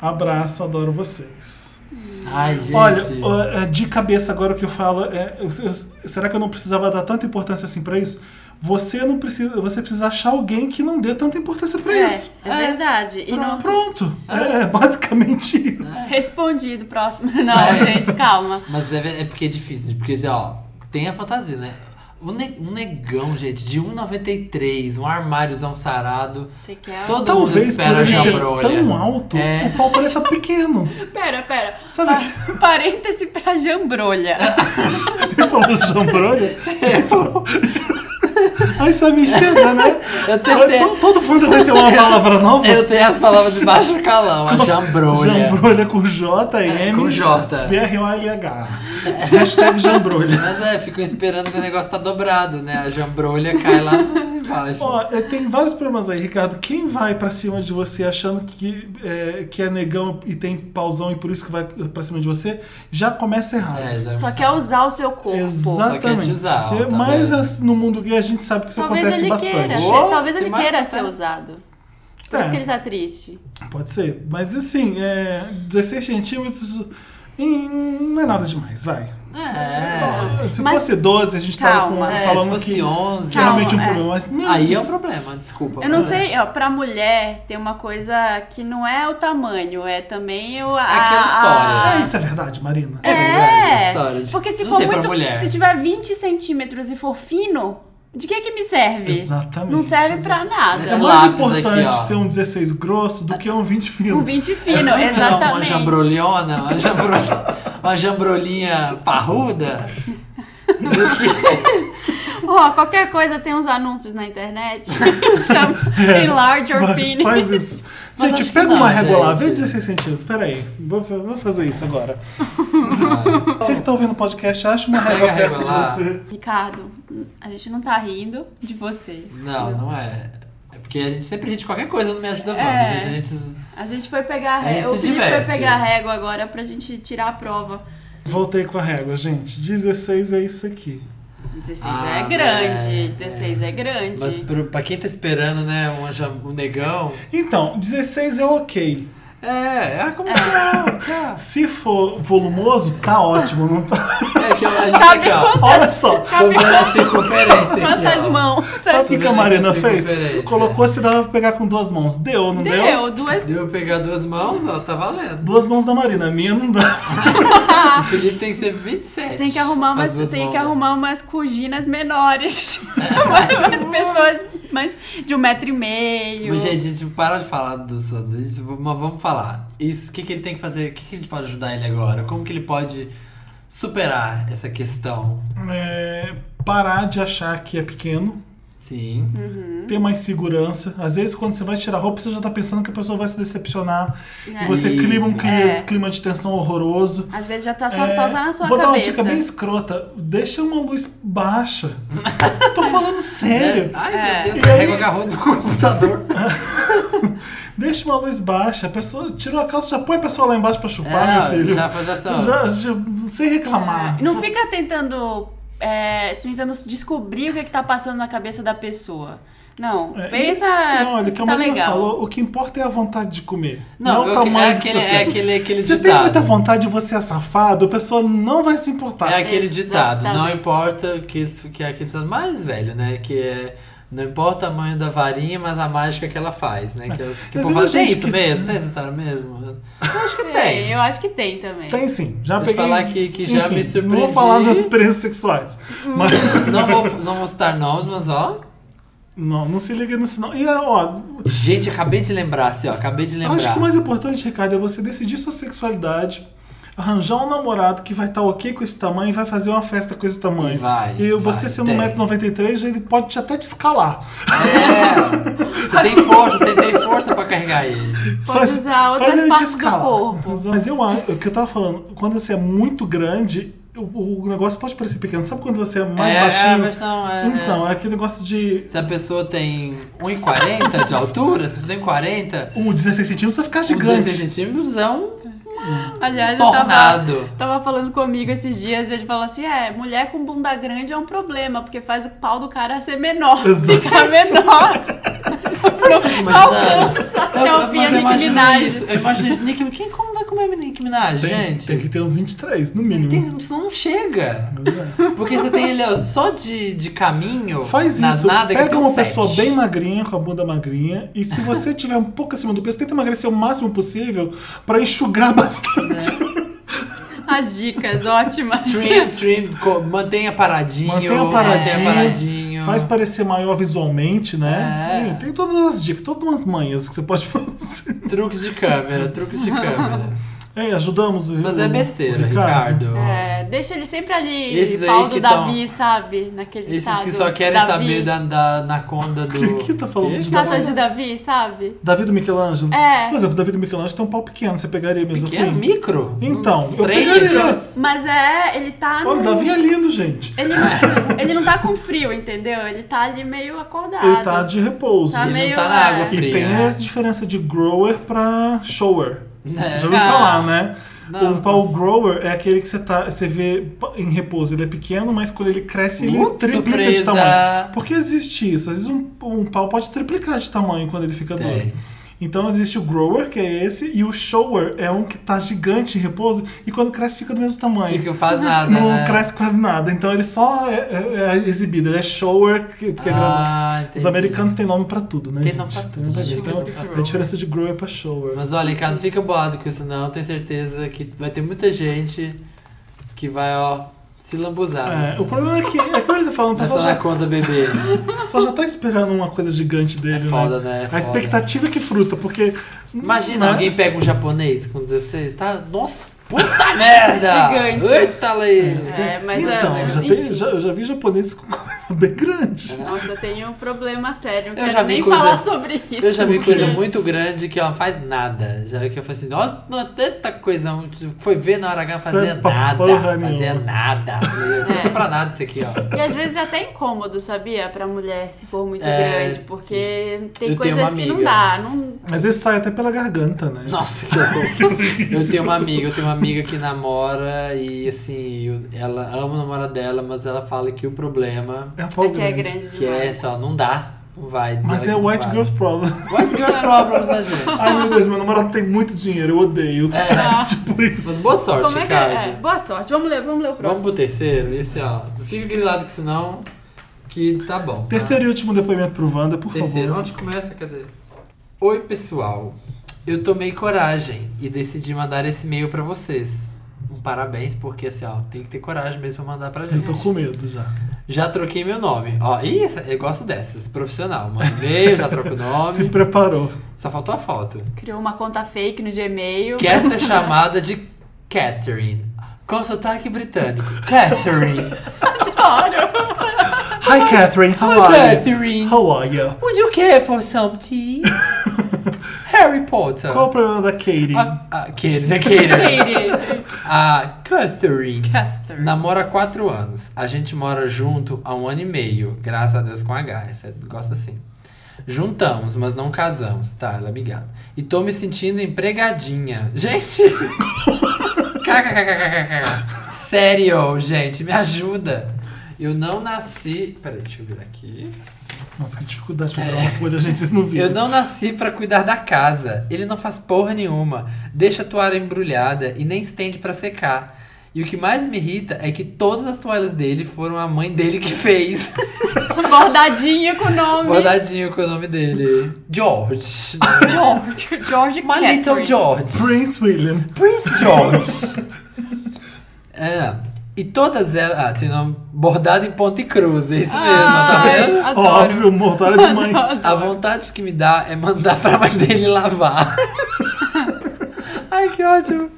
[SPEAKER 1] Abraço, adoro vocês.
[SPEAKER 3] Ai, gente.
[SPEAKER 1] Olha, ó, é, de cabeça agora o que eu falo é, eu- eu- será que eu não precisava dar tanta importância assim pra isso? Você não precisa, você precisa achar alguém que não dê tanta importância pra isso.
[SPEAKER 4] É, é verdade. E não...
[SPEAKER 1] Pronto,
[SPEAKER 3] Ah.
[SPEAKER 1] é, é basicamente isso.
[SPEAKER 4] Respondido, próximo. Não, gente, calma.
[SPEAKER 3] Mas é, é porque é difícil, porque assim, ó, tem a fantasia, né? Um, ne- um negão, gente, de 1,93, um armáriozão sarado.
[SPEAKER 4] Você quer... um?
[SPEAKER 3] Todo mundo
[SPEAKER 1] Talvez
[SPEAKER 3] espera
[SPEAKER 1] por
[SPEAKER 3] a
[SPEAKER 1] ele ser
[SPEAKER 3] jambrolha.
[SPEAKER 1] tão alto,
[SPEAKER 3] É. Tá.
[SPEAKER 1] o pau pareça pequeno.
[SPEAKER 4] Pera, pera.
[SPEAKER 1] Sabe
[SPEAKER 4] Pa- Parêntese pra jambrolha.
[SPEAKER 1] Ele falou jambrolha?
[SPEAKER 3] É.
[SPEAKER 1] Aí só me enxerga, né?
[SPEAKER 3] Eu tentei-
[SPEAKER 1] Todo- Todo fundo vai ter uma palavra nova.
[SPEAKER 3] Eu tenho as palavras de baixo calão, a jambrolha.
[SPEAKER 1] Jambrolha com J, M,
[SPEAKER 3] É, Com J.
[SPEAKER 1] B-R-O-L-H. Hashtag jambrolha.
[SPEAKER 3] Mas é, ficam esperando que o negócio tá dobrado, né? A jambrolha cai lá embaixo.
[SPEAKER 1] Ó, eh, tem vários problemas aí, Ricardo. Quem vai pra cima de você achando que é, que é negão e tem pauzão e por isso que vai pra cima de você, já começa errado.
[SPEAKER 3] É, já...
[SPEAKER 4] Só quer usar o seu corpo.
[SPEAKER 3] É,
[SPEAKER 1] Exatamente.
[SPEAKER 3] Só quer te usar,
[SPEAKER 1] Porque-
[SPEAKER 3] tá
[SPEAKER 1] mas
[SPEAKER 3] vendo?
[SPEAKER 1] assim, no mundo gay a gente sabe que isso
[SPEAKER 4] Talvez
[SPEAKER 1] acontece
[SPEAKER 4] ele
[SPEAKER 1] bastante.
[SPEAKER 4] queira. ser-
[SPEAKER 3] Uou,
[SPEAKER 4] talvez
[SPEAKER 3] se
[SPEAKER 4] ele queira
[SPEAKER 3] machucar.
[SPEAKER 4] ser usado. Por isso
[SPEAKER 1] É.
[SPEAKER 4] que ele tá triste.
[SPEAKER 1] Pode ser. Mas assim, é, 16 centímetros hum, não é nada demais, vai.
[SPEAKER 3] É.
[SPEAKER 1] Se
[SPEAKER 4] Mas-
[SPEAKER 1] fosse 12, a gente tava com-
[SPEAKER 4] Calma.
[SPEAKER 3] É, se
[SPEAKER 1] falando
[SPEAKER 3] fosse
[SPEAKER 1] que,
[SPEAKER 3] 11,
[SPEAKER 1] que é realmente um
[SPEAKER 4] Calma, é.
[SPEAKER 1] problema. Mas mesmo
[SPEAKER 3] Aí
[SPEAKER 1] se
[SPEAKER 3] é um problema, desculpa.
[SPEAKER 4] Eu não
[SPEAKER 3] mas é.
[SPEAKER 4] sei, ó, pra mulher tem uma coisa que não é o tamanho, é também o. A,
[SPEAKER 3] Aquela história. né?
[SPEAKER 1] Ah,
[SPEAKER 4] a-
[SPEAKER 1] isso é verdade, Marina.
[SPEAKER 3] É verdade, a história de-
[SPEAKER 4] porque se
[SPEAKER 3] não
[SPEAKER 4] for
[SPEAKER 3] sei pra
[SPEAKER 4] muito.
[SPEAKER 3] mulher.
[SPEAKER 4] Se tiver 20 centímetros e for fino, de que que me serve?
[SPEAKER 1] Exatamente.
[SPEAKER 4] Não serve pra nada.
[SPEAKER 1] É
[SPEAKER 3] Esse
[SPEAKER 1] mais
[SPEAKER 3] lápis
[SPEAKER 1] importante
[SPEAKER 3] aqui, ó.
[SPEAKER 1] ser um 16 grosso do que um 20 fino.
[SPEAKER 4] Um 20 fino,
[SPEAKER 3] Não, Uma
[SPEAKER 4] exatamente.
[SPEAKER 3] jambrolhona, uma, jambro... uma jambrolinha parruda.
[SPEAKER 4] Ó, qualquer coisa tem uns anúncios na internet que chamam Enlarge Your
[SPEAKER 1] É. Vai,
[SPEAKER 4] Penis.
[SPEAKER 1] faz isso.
[SPEAKER 3] Mas
[SPEAKER 1] gente,
[SPEAKER 3] acho que
[SPEAKER 1] pega
[SPEAKER 3] não,
[SPEAKER 1] uma régua lá,
[SPEAKER 3] gente.
[SPEAKER 1] vê 16 centímetros. Peraí, vou, vou fazer isso agora. Você que tá ouvindo o podcast, acha uma
[SPEAKER 3] Pega
[SPEAKER 1] régua
[SPEAKER 3] a régua
[SPEAKER 1] perto de
[SPEAKER 3] lá.
[SPEAKER 1] você.
[SPEAKER 4] Ricardo, a gente não tá rindo de você.
[SPEAKER 3] Não, não é. É porque a gente sempre ri de qualquer coisa no Me Ajuda Vanda,
[SPEAKER 4] É.
[SPEAKER 3] gente. A gente...
[SPEAKER 4] A gente foi pegar a
[SPEAKER 3] Aí
[SPEAKER 4] régua. O
[SPEAKER 3] se
[SPEAKER 4] Felipe
[SPEAKER 3] diverte.
[SPEAKER 4] foi pegar a régua agora pra gente tirar a prova.
[SPEAKER 1] Voltei com a régua, gente. 16 é isso aqui.
[SPEAKER 4] 16
[SPEAKER 3] Ah,
[SPEAKER 4] é grande,
[SPEAKER 3] né?
[SPEAKER 4] 16 é, grande.
[SPEAKER 3] Mas pro- pra quem tá esperando, né, uma jam- um negão...
[SPEAKER 1] Então, 16 é ok.
[SPEAKER 3] É, é como é.
[SPEAKER 1] Se for volumoso, tá ótimo. Não tá...
[SPEAKER 3] É que a gente tá
[SPEAKER 4] Sabe
[SPEAKER 3] aqui, ó.
[SPEAKER 4] quantas,
[SPEAKER 1] Olha só.
[SPEAKER 3] Tô vendo a circunferência aqui,
[SPEAKER 4] quantas
[SPEAKER 3] ó.
[SPEAKER 4] mãos?
[SPEAKER 1] Sabe o que a
[SPEAKER 3] vendo
[SPEAKER 1] Marina
[SPEAKER 3] essa
[SPEAKER 1] fez?
[SPEAKER 3] diferença?
[SPEAKER 1] Colocou se dava pra pegar com duas mãos. Deu, não deu?
[SPEAKER 4] Deu, duas.
[SPEAKER 3] Se eu pegar duas mãos, ó, tá valendo.
[SPEAKER 1] Duas mãos da Marina, a minha não dá.
[SPEAKER 3] O Felipe tem que ser 27.
[SPEAKER 4] Ah. Você tem que arrumar
[SPEAKER 3] As
[SPEAKER 4] umas,
[SPEAKER 3] duas
[SPEAKER 4] tem
[SPEAKER 3] mãos.
[SPEAKER 4] que arrumar umas cuginas menores. umas pessoas mais de um metro e meio.
[SPEAKER 3] Mas, gente, a gente para de falar do sanduíche, mas vamos falar. Isso, o que, que ele tem que fazer? O que, que a gente pode ajudar ele agora? Como que ele pode superar essa questão?
[SPEAKER 1] É, parar de achar que é pequeno,
[SPEAKER 3] Sim.
[SPEAKER 1] ter mais segurança. Às vezes, quando você vai tirar roupa, você já tá pensando que a pessoa vai se decepcionar.
[SPEAKER 4] É.
[SPEAKER 1] E você
[SPEAKER 3] Isso.
[SPEAKER 1] cria um cli-
[SPEAKER 4] É.
[SPEAKER 1] clima de tensão horroroso.
[SPEAKER 4] Às vezes já tá só
[SPEAKER 1] É,
[SPEAKER 4] tá usando na sua
[SPEAKER 1] vou dar uma
[SPEAKER 4] cabeça.
[SPEAKER 1] dica bem escrota. Deixa uma luz baixa. Tô falando sério.
[SPEAKER 3] Ai,
[SPEAKER 4] É.
[SPEAKER 3] meu Deus,
[SPEAKER 1] E
[SPEAKER 3] carrega
[SPEAKER 1] aí-
[SPEAKER 3] o garrão no computador.
[SPEAKER 1] Deixa uma luz baixa. A pessoa tirou a calça, já põe a pessoa lá embaixo pra chupar,
[SPEAKER 3] É,
[SPEAKER 1] meu filho.
[SPEAKER 3] já- já só-
[SPEAKER 1] Já- já- sem reclamar.
[SPEAKER 4] Não fica tentando, é, tentando descobrir o que, é que tá passando na cabeça da pessoa. Não,
[SPEAKER 1] É, e-
[SPEAKER 4] pensa
[SPEAKER 1] e olha, o que a
[SPEAKER 4] tá
[SPEAKER 1] Marina
[SPEAKER 4] legal.
[SPEAKER 1] falou, o que importa é a vontade de comer.
[SPEAKER 3] Não,
[SPEAKER 1] o
[SPEAKER 3] eu-
[SPEAKER 1] tamanho
[SPEAKER 3] é
[SPEAKER 1] que
[SPEAKER 3] aquele,
[SPEAKER 1] você
[SPEAKER 3] é aquele, aquele
[SPEAKER 1] Se tem
[SPEAKER 3] ditado.
[SPEAKER 1] muita vontade e você é safado, a pessoa não vai se importar.
[SPEAKER 3] É aquele ditado, não
[SPEAKER 4] Exatamente.
[SPEAKER 3] importa que, que é aquele ditado mais velho, né? Que é. Não importa o tamanho da varinha, mas a mágica que ela faz, né? Que, eu- que o
[SPEAKER 1] Mas
[SPEAKER 3] povo
[SPEAKER 1] ainda
[SPEAKER 3] fala, tem
[SPEAKER 1] gente
[SPEAKER 3] isso
[SPEAKER 1] que-
[SPEAKER 3] mesmo? Tem essa história mesmo? Eu acho que
[SPEAKER 4] É,
[SPEAKER 3] tem.
[SPEAKER 4] eu acho que tem também.
[SPEAKER 1] Tem sim, já
[SPEAKER 3] Deixa eu
[SPEAKER 1] peguei.
[SPEAKER 3] falar que- que já
[SPEAKER 1] enfim,
[SPEAKER 3] me surpreendi. Uhum.
[SPEAKER 1] Não vou falar das experiências sexuais. Mas.
[SPEAKER 3] Não vou, não vou citar nomes, mas ó.
[SPEAKER 1] não, não se liga nisso não. E ó,
[SPEAKER 3] Gente, acabei de lembrar, assim, ó. Acabei de lembrar.
[SPEAKER 1] acho que o mais importante, Ricardo, é você decidir sua sexualidade. Arranjar um namorado que vai estar ok com esse tamanho e vai fazer uma festa com esse tamanho.
[SPEAKER 3] Vai,
[SPEAKER 1] e você
[SPEAKER 3] vai,
[SPEAKER 1] sendo
[SPEAKER 3] tem.
[SPEAKER 1] 1,93m, ele pode te até te escalar.
[SPEAKER 3] É! Você tem força, você tem força pra carregar ele.
[SPEAKER 4] Pode usar outras
[SPEAKER 1] ele te
[SPEAKER 4] partes do
[SPEAKER 1] escalar.
[SPEAKER 4] corpo.
[SPEAKER 1] Mas eu acho, o que eu tava falando, quando você é muito grande, o, o negócio pode parecer pequeno. Sabe quando você é mais
[SPEAKER 3] é, é a
[SPEAKER 1] baixinho?
[SPEAKER 3] versão. É, é.
[SPEAKER 1] Então, é aquele negócio de
[SPEAKER 3] Se a pessoa tem 1,40 de altura, se você tem 40,
[SPEAKER 1] o 16 centímetros vai ficar
[SPEAKER 3] o 16
[SPEAKER 1] gigante.
[SPEAKER 3] centímetros é um
[SPEAKER 4] Aliás, eu tava,
[SPEAKER 3] tornado.
[SPEAKER 4] tava falando comigo esses dias, ele falou assim: é, mulher com bunda grande é um problema, porque faz o pau do cara ser menor,
[SPEAKER 1] Exato.
[SPEAKER 4] fica menor. Não alcança até
[SPEAKER 3] Eu-
[SPEAKER 4] o fim a
[SPEAKER 3] mas eu
[SPEAKER 4] Nicki
[SPEAKER 3] imagino
[SPEAKER 4] Minaj.
[SPEAKER 3] tá isso, Eu imagino isso. Nicki Minaj. Quem como vai comer Nicki Minaj,
[SPEAKER 1] Tem,
[SPEAKER 3] gente?
[SPEAKER 1] tem que ter uns 23, no mínimo.
[SPEAKER 3] Tem- isso não chega.
[SPEAKER 1] Mas é.
[SPEAKER 3] Porque você tem ele ó, só de, de caminho.
[SPEAKER 1] Faz
[SPEAKER 3] nas
[SPEAKER 1] isso,
[SPEAKER 3] nádegas,
[SPEAKER 1] pega
[SPEAKER 3] tem
[SPEAKER 1] uma
[SPEAKER 3] um
[SPEAKER 1] pessoa
[SPEAKER 3] sete.
[SPEAKER 1] bem magrinha, com a bunda magrinha, e se você tiver um pouco acima do peso, tenta emagrecer o máximo possível pra enxugar bastante.
[SPEAKER 4] As dicas, ótimas.
[SPEAKER 3] Trim, trim, co- mantenha paradinho.
[SPEAKER 1] Mantenha
[SPEAKER 3] Mantenha
[SPEAKER 1] paradinho,
[SPEAKER 3] paradinho.
[SPEAKER 1] Faz parecer maior visualmente, né?
[SPEAKER 3] É.
[SPEAKER 1] E Tem todas as dicas, todas as manhas que você pode fazer.
[SPEAKER 3] Truques de câmera, truques de câmera.
[SPEAKER 1] É, ajudamos. o-
[SPEAKER 3] Mas é besteira,
[SPEAKER 1] o
[SPEAKER 3] Ricardo.
[SPEAKER 4] É, deixa ele sempre ali,
[SPEAKER 3] Esses aí
[SPEAKER 4] pau do
[SPEAKER 3] que
[SPEAKER 4] Davi, sabe? Naquele
[SPEAKER 3] Esses
[SPEAKER 4] estado.
[SPEAKER 3] que só querem
[SPEAKER 4] Davi.
[SPEAKER 3] saber da, da anaconda do.
[SPEAKER 1] Que que tá falando?
[SPEAKER 3] Quê?
[SPEAKER 4] Estátua de Davi, sabe?
[SPEAKER 1] Davi do Michelangelo.
[SPEAKER 4] É.
[SPEAKER 1] Por exemplo, Davi do Michelangelo tem um pau pequeno, você pegaria mesmo
[SPEAKER 3] Que é
[SPEAKER 1] assim?
[SPEAKER 3] micro?
[SPEAKER 1] Então, eu
[SPEAKER 3] Três
[SPEAKER 1] pegaria.
[SPEAKER 3] centímetros?
[SPEAKER 4] Mas é, ele tá.
[SPEAKER 1] Olha, o
[SPEAKER 4] no-
[SPEAKER 1] Davi é lindo, gente.
[SPEAKER 4] Ele, ele não tá com frio, entendeu? Ele tá ali meio acordado.
[SPEAKER 1] Ele tá de repouso.
[SPEAKER 4] Tá
[SPEAKER 3] Ele
[SPEAKER 4] meio,
[SPEAKER 3] não tá na água
[SPEAKER 4] é.
[SPEAKER 1] E
[SPEAKER 3] fria.
[SPEAKER 1] tem
[SPEAKER 3] né?
[SPEAKER 1] essa diferença de grower pra shower.
[SPEAKER 3] É.
[SPEAKER 1] Já ouviu
[SPEAKER 4] Ah.
[SPEAKER 1] falar, né?
[SPEAKER 3] Não.
[SPEAKER 1] um pau grower é aquele que você, tá, você vê em repouso. Ele é pequeno, mas quando ele cresce, ele
[SPEAKER 3] Uh,
[SPEAKER 1] triplica de
[SPEAKER 3] surpresa.
[SPEAKER 1] tamanho. Por que existe isso? Às vezes um, um pau pode triplicar de tamanho quando ele fica
[SPEAKER 3] Tem.
[SPEAKER 1] duro. Então existe o grower, que é esse, e o shower é um que tá gigante em repouso e quando cresce fica do mesmo tamanho.
[SPEAKER 3] Fica, faz nada.
[SPEAKER 1] Não
[SPEAKER 3] né?
[SPEAKER 1] cresce quase nada. Então ele só é, é- é exibido. Ele é shower, que, porque é grandão.
[SPEAKER 3] Ah, entendi.
[SPEAKER 1] Os americanos têm nome pra tudo, né?
[SPEAKER 3] Tem
[SPEAKER 1] gente?
[SPEAKER 3] nome pra tudo,
[SPEAKER 1] Tem,
[SPEAKER 3] gente.
[SPEAKER 1] tem-
[SPEAKER 3] Nome pra
[SPEAKER 1] tem
[SPEAKER 3] tudo.
[SPEAKER 1] diferença de grower pra é. shower.
[SPEAKER 3] Mas olha, cara, não fica bolado com isso, não. Tenho certeza que vai ter muita gente que vai, ó, se lambuzar.
[SPEAKER 1] É, o problema é que, é como ele tá falando, o
[SPEAKER 3] Essa
[SPEAKER 1] pessoal já,
[SPEAKER 3] anaconda bebê.
[SPEAKER 1] o pessoal já tá esperando uma coisa gigante dele,
[SPEAKER 3] É foda, né? É
[SPEAKER 1] A
[SPEAKER 3] foda.
[SPEAKER 1] expectativa é que frustra, porque.
[SPEAKER 3] Imagina,
[SPEAKER 1] né?
[SPEAKER 3] alguém pega um japonês com 16, tá? Nossa, puta merda!
[SPEAKER 4] Gigante.
[SPEAKER 3] Eita, lei!
[SPEAKER 4] É, mas
[SPEAKER 1] então,
[SPEAKER 4] é.
[SPEAKER 1] já
[SPEAKER 4] enfim.
[SPEAKER 1] tem- já- eu já vi japoneses com coisa bem
[SPEAKER 3] É, né?
[SPEAKER 1] grande.
[SPEAKER 4] Nossa, eu tenho um problema sério. Não
[SPEAKER 3] Eu
[SPEAKER 4] quero
[SPEAKER 3] já vi
[SPEAKER 4] nem
[SPEAKER 3] coisa-
[SPEAKER 4] falar sobre isso.
[SPEAKER 3] Eu já vi coisa muito grande que ela não faz nada. Já que eu falei assim, ó, não, tanta coisa. um, Foi ver na hora H fazer
[SPEAKER 1] Sem pa-
[SPEAKER 3] nada.
[SPEAKER 1] porra
[SPEAKER 3] Fazer
[SPEAKER 1] nenhuma.
[SPEAKER 3] nada. Tenta
[SPEAKER 4] É.
[SPEAKER 3] pra nada isso aqui, ó.
[SPEAKER 4] E às vezes é até incômodo, sabia? Pra mulher, se for muito
[SPEAKER 3] É,
[SPEAKER 4] grande. Porque tem
[SPEAKER 3] Eu tenho
[SPEAKER 4] coisas
[SPEAKER 3] uma
[SPEAKER 4] que não
[SPEAKER 3] amiga.
[SPEAKER 4] dá. Não... é
[SPEAKER 1] Às vezes sai até pela garganta, né?
[SPEAKER 3] Nossa, que horror. Eu tenho uma amiga, eu tenho uma amiga que namora e assim, eu- ela ama o namorado dela, mas ela fala que o problema
[SPEAKER 1] É, um pau
[SPEAKER 4] É que é grande
[SPEAKER 3] que é
[SPEAKER 4] demais.
[SPEAKER 3] só, não dá, não vai. diz
[SPEAKER 1] Mas
[SPEAKER 3] ela
[SPEAKER 1] é
[SPEAKER 3] que não
[SPEAKER 1] white
[SPEAKER 3] vai.
[SPEAKER 1] girl's problem.
[SPEAKER 3] White girl problems, né, gente?
[SPEAKER 1] Ai meu Deus, meu namorado tem muito dinheiro, eu odeio.
[SPEAKER 3] É.
[SPEAKER 1] tipo isso.
[SPEAKER 3] Mas boa sorte,
[SPEAKER 4] Como é que é?
[SPEAKER 3] Ricardo.
[SPEAKER 4] é? Boa sorte. Vamos ler, vamos ler o
[SPEAKER 3] Vamos
[SPEAKER 4] próximo.
[SPEAKER 3] pro terceiro, esse ó. Não fica grilado com isso não, que tá bom. tá?
[SPEAKER 1] Terceiro e último depoimento pro Wanda, por
[SPEAKER 3] Terceiro,
[SPEAKER 1] favor.
[SPEAKER 3] onde começa? Cadê? Oi, pessoal. Eu tomei coragem e decidi mandar esse e-mail pra vocês. Um parabéns, porque assim, ó, tem que ter coragem mesmo pra mandar pra
[SPEAKER 1] Eu
[SPEAKER 3] gente.
[SPEAKER 1] tô com medo já.
[SPEAKER 3] Já troquei meu nome. Ó, ih, essa- eu gosto dessas. Profissional. Manda e-mail, já troca o
[SPEAKER 1] Se
[SPEAKER 3] nome.
[SPEAKER 1] preparou.
[SPEAKER 3] Só faltou a foto.
[SPEAKER 4] Criou uma conta fake no Gmail.
[SPEAKER 3] Quer ser chamada de Catherine. Com sotaque britânico. Catherine.
[SPEAKER 4] Adoro!
[SPEAKER 1] Hi, Catherine. How
[SPEAKER 3] Hi,
[SPEAKER 1] are
[SPEAKER 3] Catherine.
[SPEAKER 1] you? How are you?
[SPEAKER 3] Would you care for some tea? Harry Potter. Ah,
[SPEAKER 1] Qual o problema da Katie?
[SPEAKER 3] A, a Katie, Katie. A Catherine.
[SPEAKER 4] Catherine.
[SPEAKER 3] Namora há quatro anos. A gente mora junto há um ano e meio. Graças a Deus com H. Você gosta assim. Juntamos, mas não casamos. Tá, ela é amigada. E tô me sentindo empregadinha. Gente! KKKKKK. Sério, gente, me ajuda. Eu não nasci. Peraí, deixa eu vir aqui.
[SPEAKER 1] Nossa, que dificuldade pra pegar uma folha, gente. Vocês não viram.
[SPEAKER 3] É. Eu não nasci pra cuidar da casa. Ele não faz porra nenhuma. Deixa a toalha embrulhada e nem estende pra secar. E o que mais me irrita é que todas as toalhas dele foram a mãe dele que fez.
[SPEAKER 4] Bordadinha com o nome.
[SPEAKER 3] Bordadinho com o nome dele. George.
[SPEAKER 4] George. George
[SPEAKER 3] My little
[SPEAKER 4] Catherine.
[SPEAKER 3] George.
[SPEAKER 1] Prince William.
[SPEAKER 3] Prince George. é. E todas elas. Ah, tem nome bordado em ponta e cruz, é isso
[SPEAKER 4] Ah,
[SPEAKER 3] mesmo, tá vendo?
[SPEAKER 4] eu adoro.
[SPEAKER 1] Óbvio, mortalha de mãe.
[SPEAKER 3] A vontade que me dá é mandar pra mãe dele lavar. Ai, que ótimo.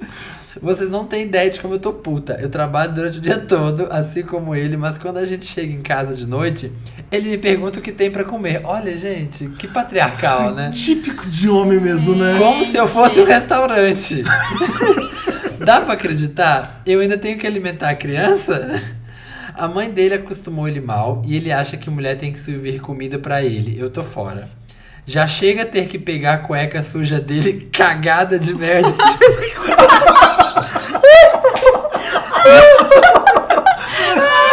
[SPEAKER 3] Vocês não têm ideia de como eu tô puta. Eu trabalho durante o dia todo, assim como ele, mas quando a gente chega em casa de noite, ele me pergunta o que tem pra comer. Olha, gente, que patriarcal, né?
[SPEAKER 1] Típico de homem mesmo, né?
[SPEAKER 3] Como se eu fosse um restaurante. Dá pra acreditar? Eu ainda tenho que alimentar a criança? A mãe dele acostumou ele mal e ele acha que mulher tem que servir comida pra ele. Eu tô fora. Já chega a ter que pegar a cueca suja dele cagada de merda.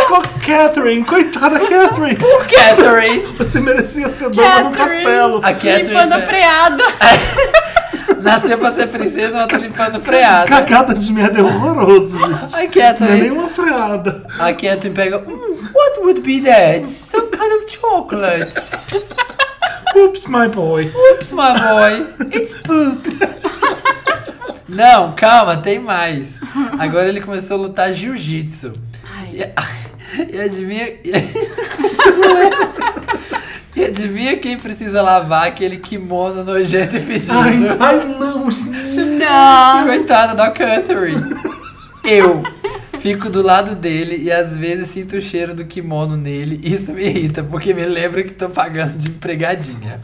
[SPEAKER 1] Com a Catherine. Coitada da Catherine.
[SPEAKER 3] Tipo Catherine!
[SPEAKER 1] Você merecia ser dona do
[SPEAKER 4] Catherine.
[SPEAKER 1] castelo.
[SPEAKER 3] A Catherine é-
[SPEAKER 4] Limpando a freada.
[SPEAKER 3] nasceu pra ser princesa, mas tá limpando freada.
[SPEAKER 1] Cagada de merda é horroroso, gente.
[SPEAKER 3] A
[SPEAKER 1] Não é
[SPEAKER 3] Catherine.
[SPEAKER 1] nenhuma freada.
[SPEAKER 3] A Catherine pega. "Hum, what would be that? Some kind of chocolate.
[SPEAKER 1] Oops, my boy.
[SPEAKER 3] Oops, my boy. It's poop. Não, calma, tem mais. Agora ele começou a lutar jiu-jitsu. E, e adivinha. E adivinha quem precisa lavar aquele kimono nojento e
[SPEAKER 1] Ai,
[SPEAKER 3] fedido?
[SPEAKER 1] ai, não, gente.
[SPEAKER 4] Não.
[SPEAKER 3] Coitada da Catherine. Eu fico do lado dele e às vezes sinto o cheiro do kimono nele. Isso me irrita, porque me lembra que tô pagando de empregadinha.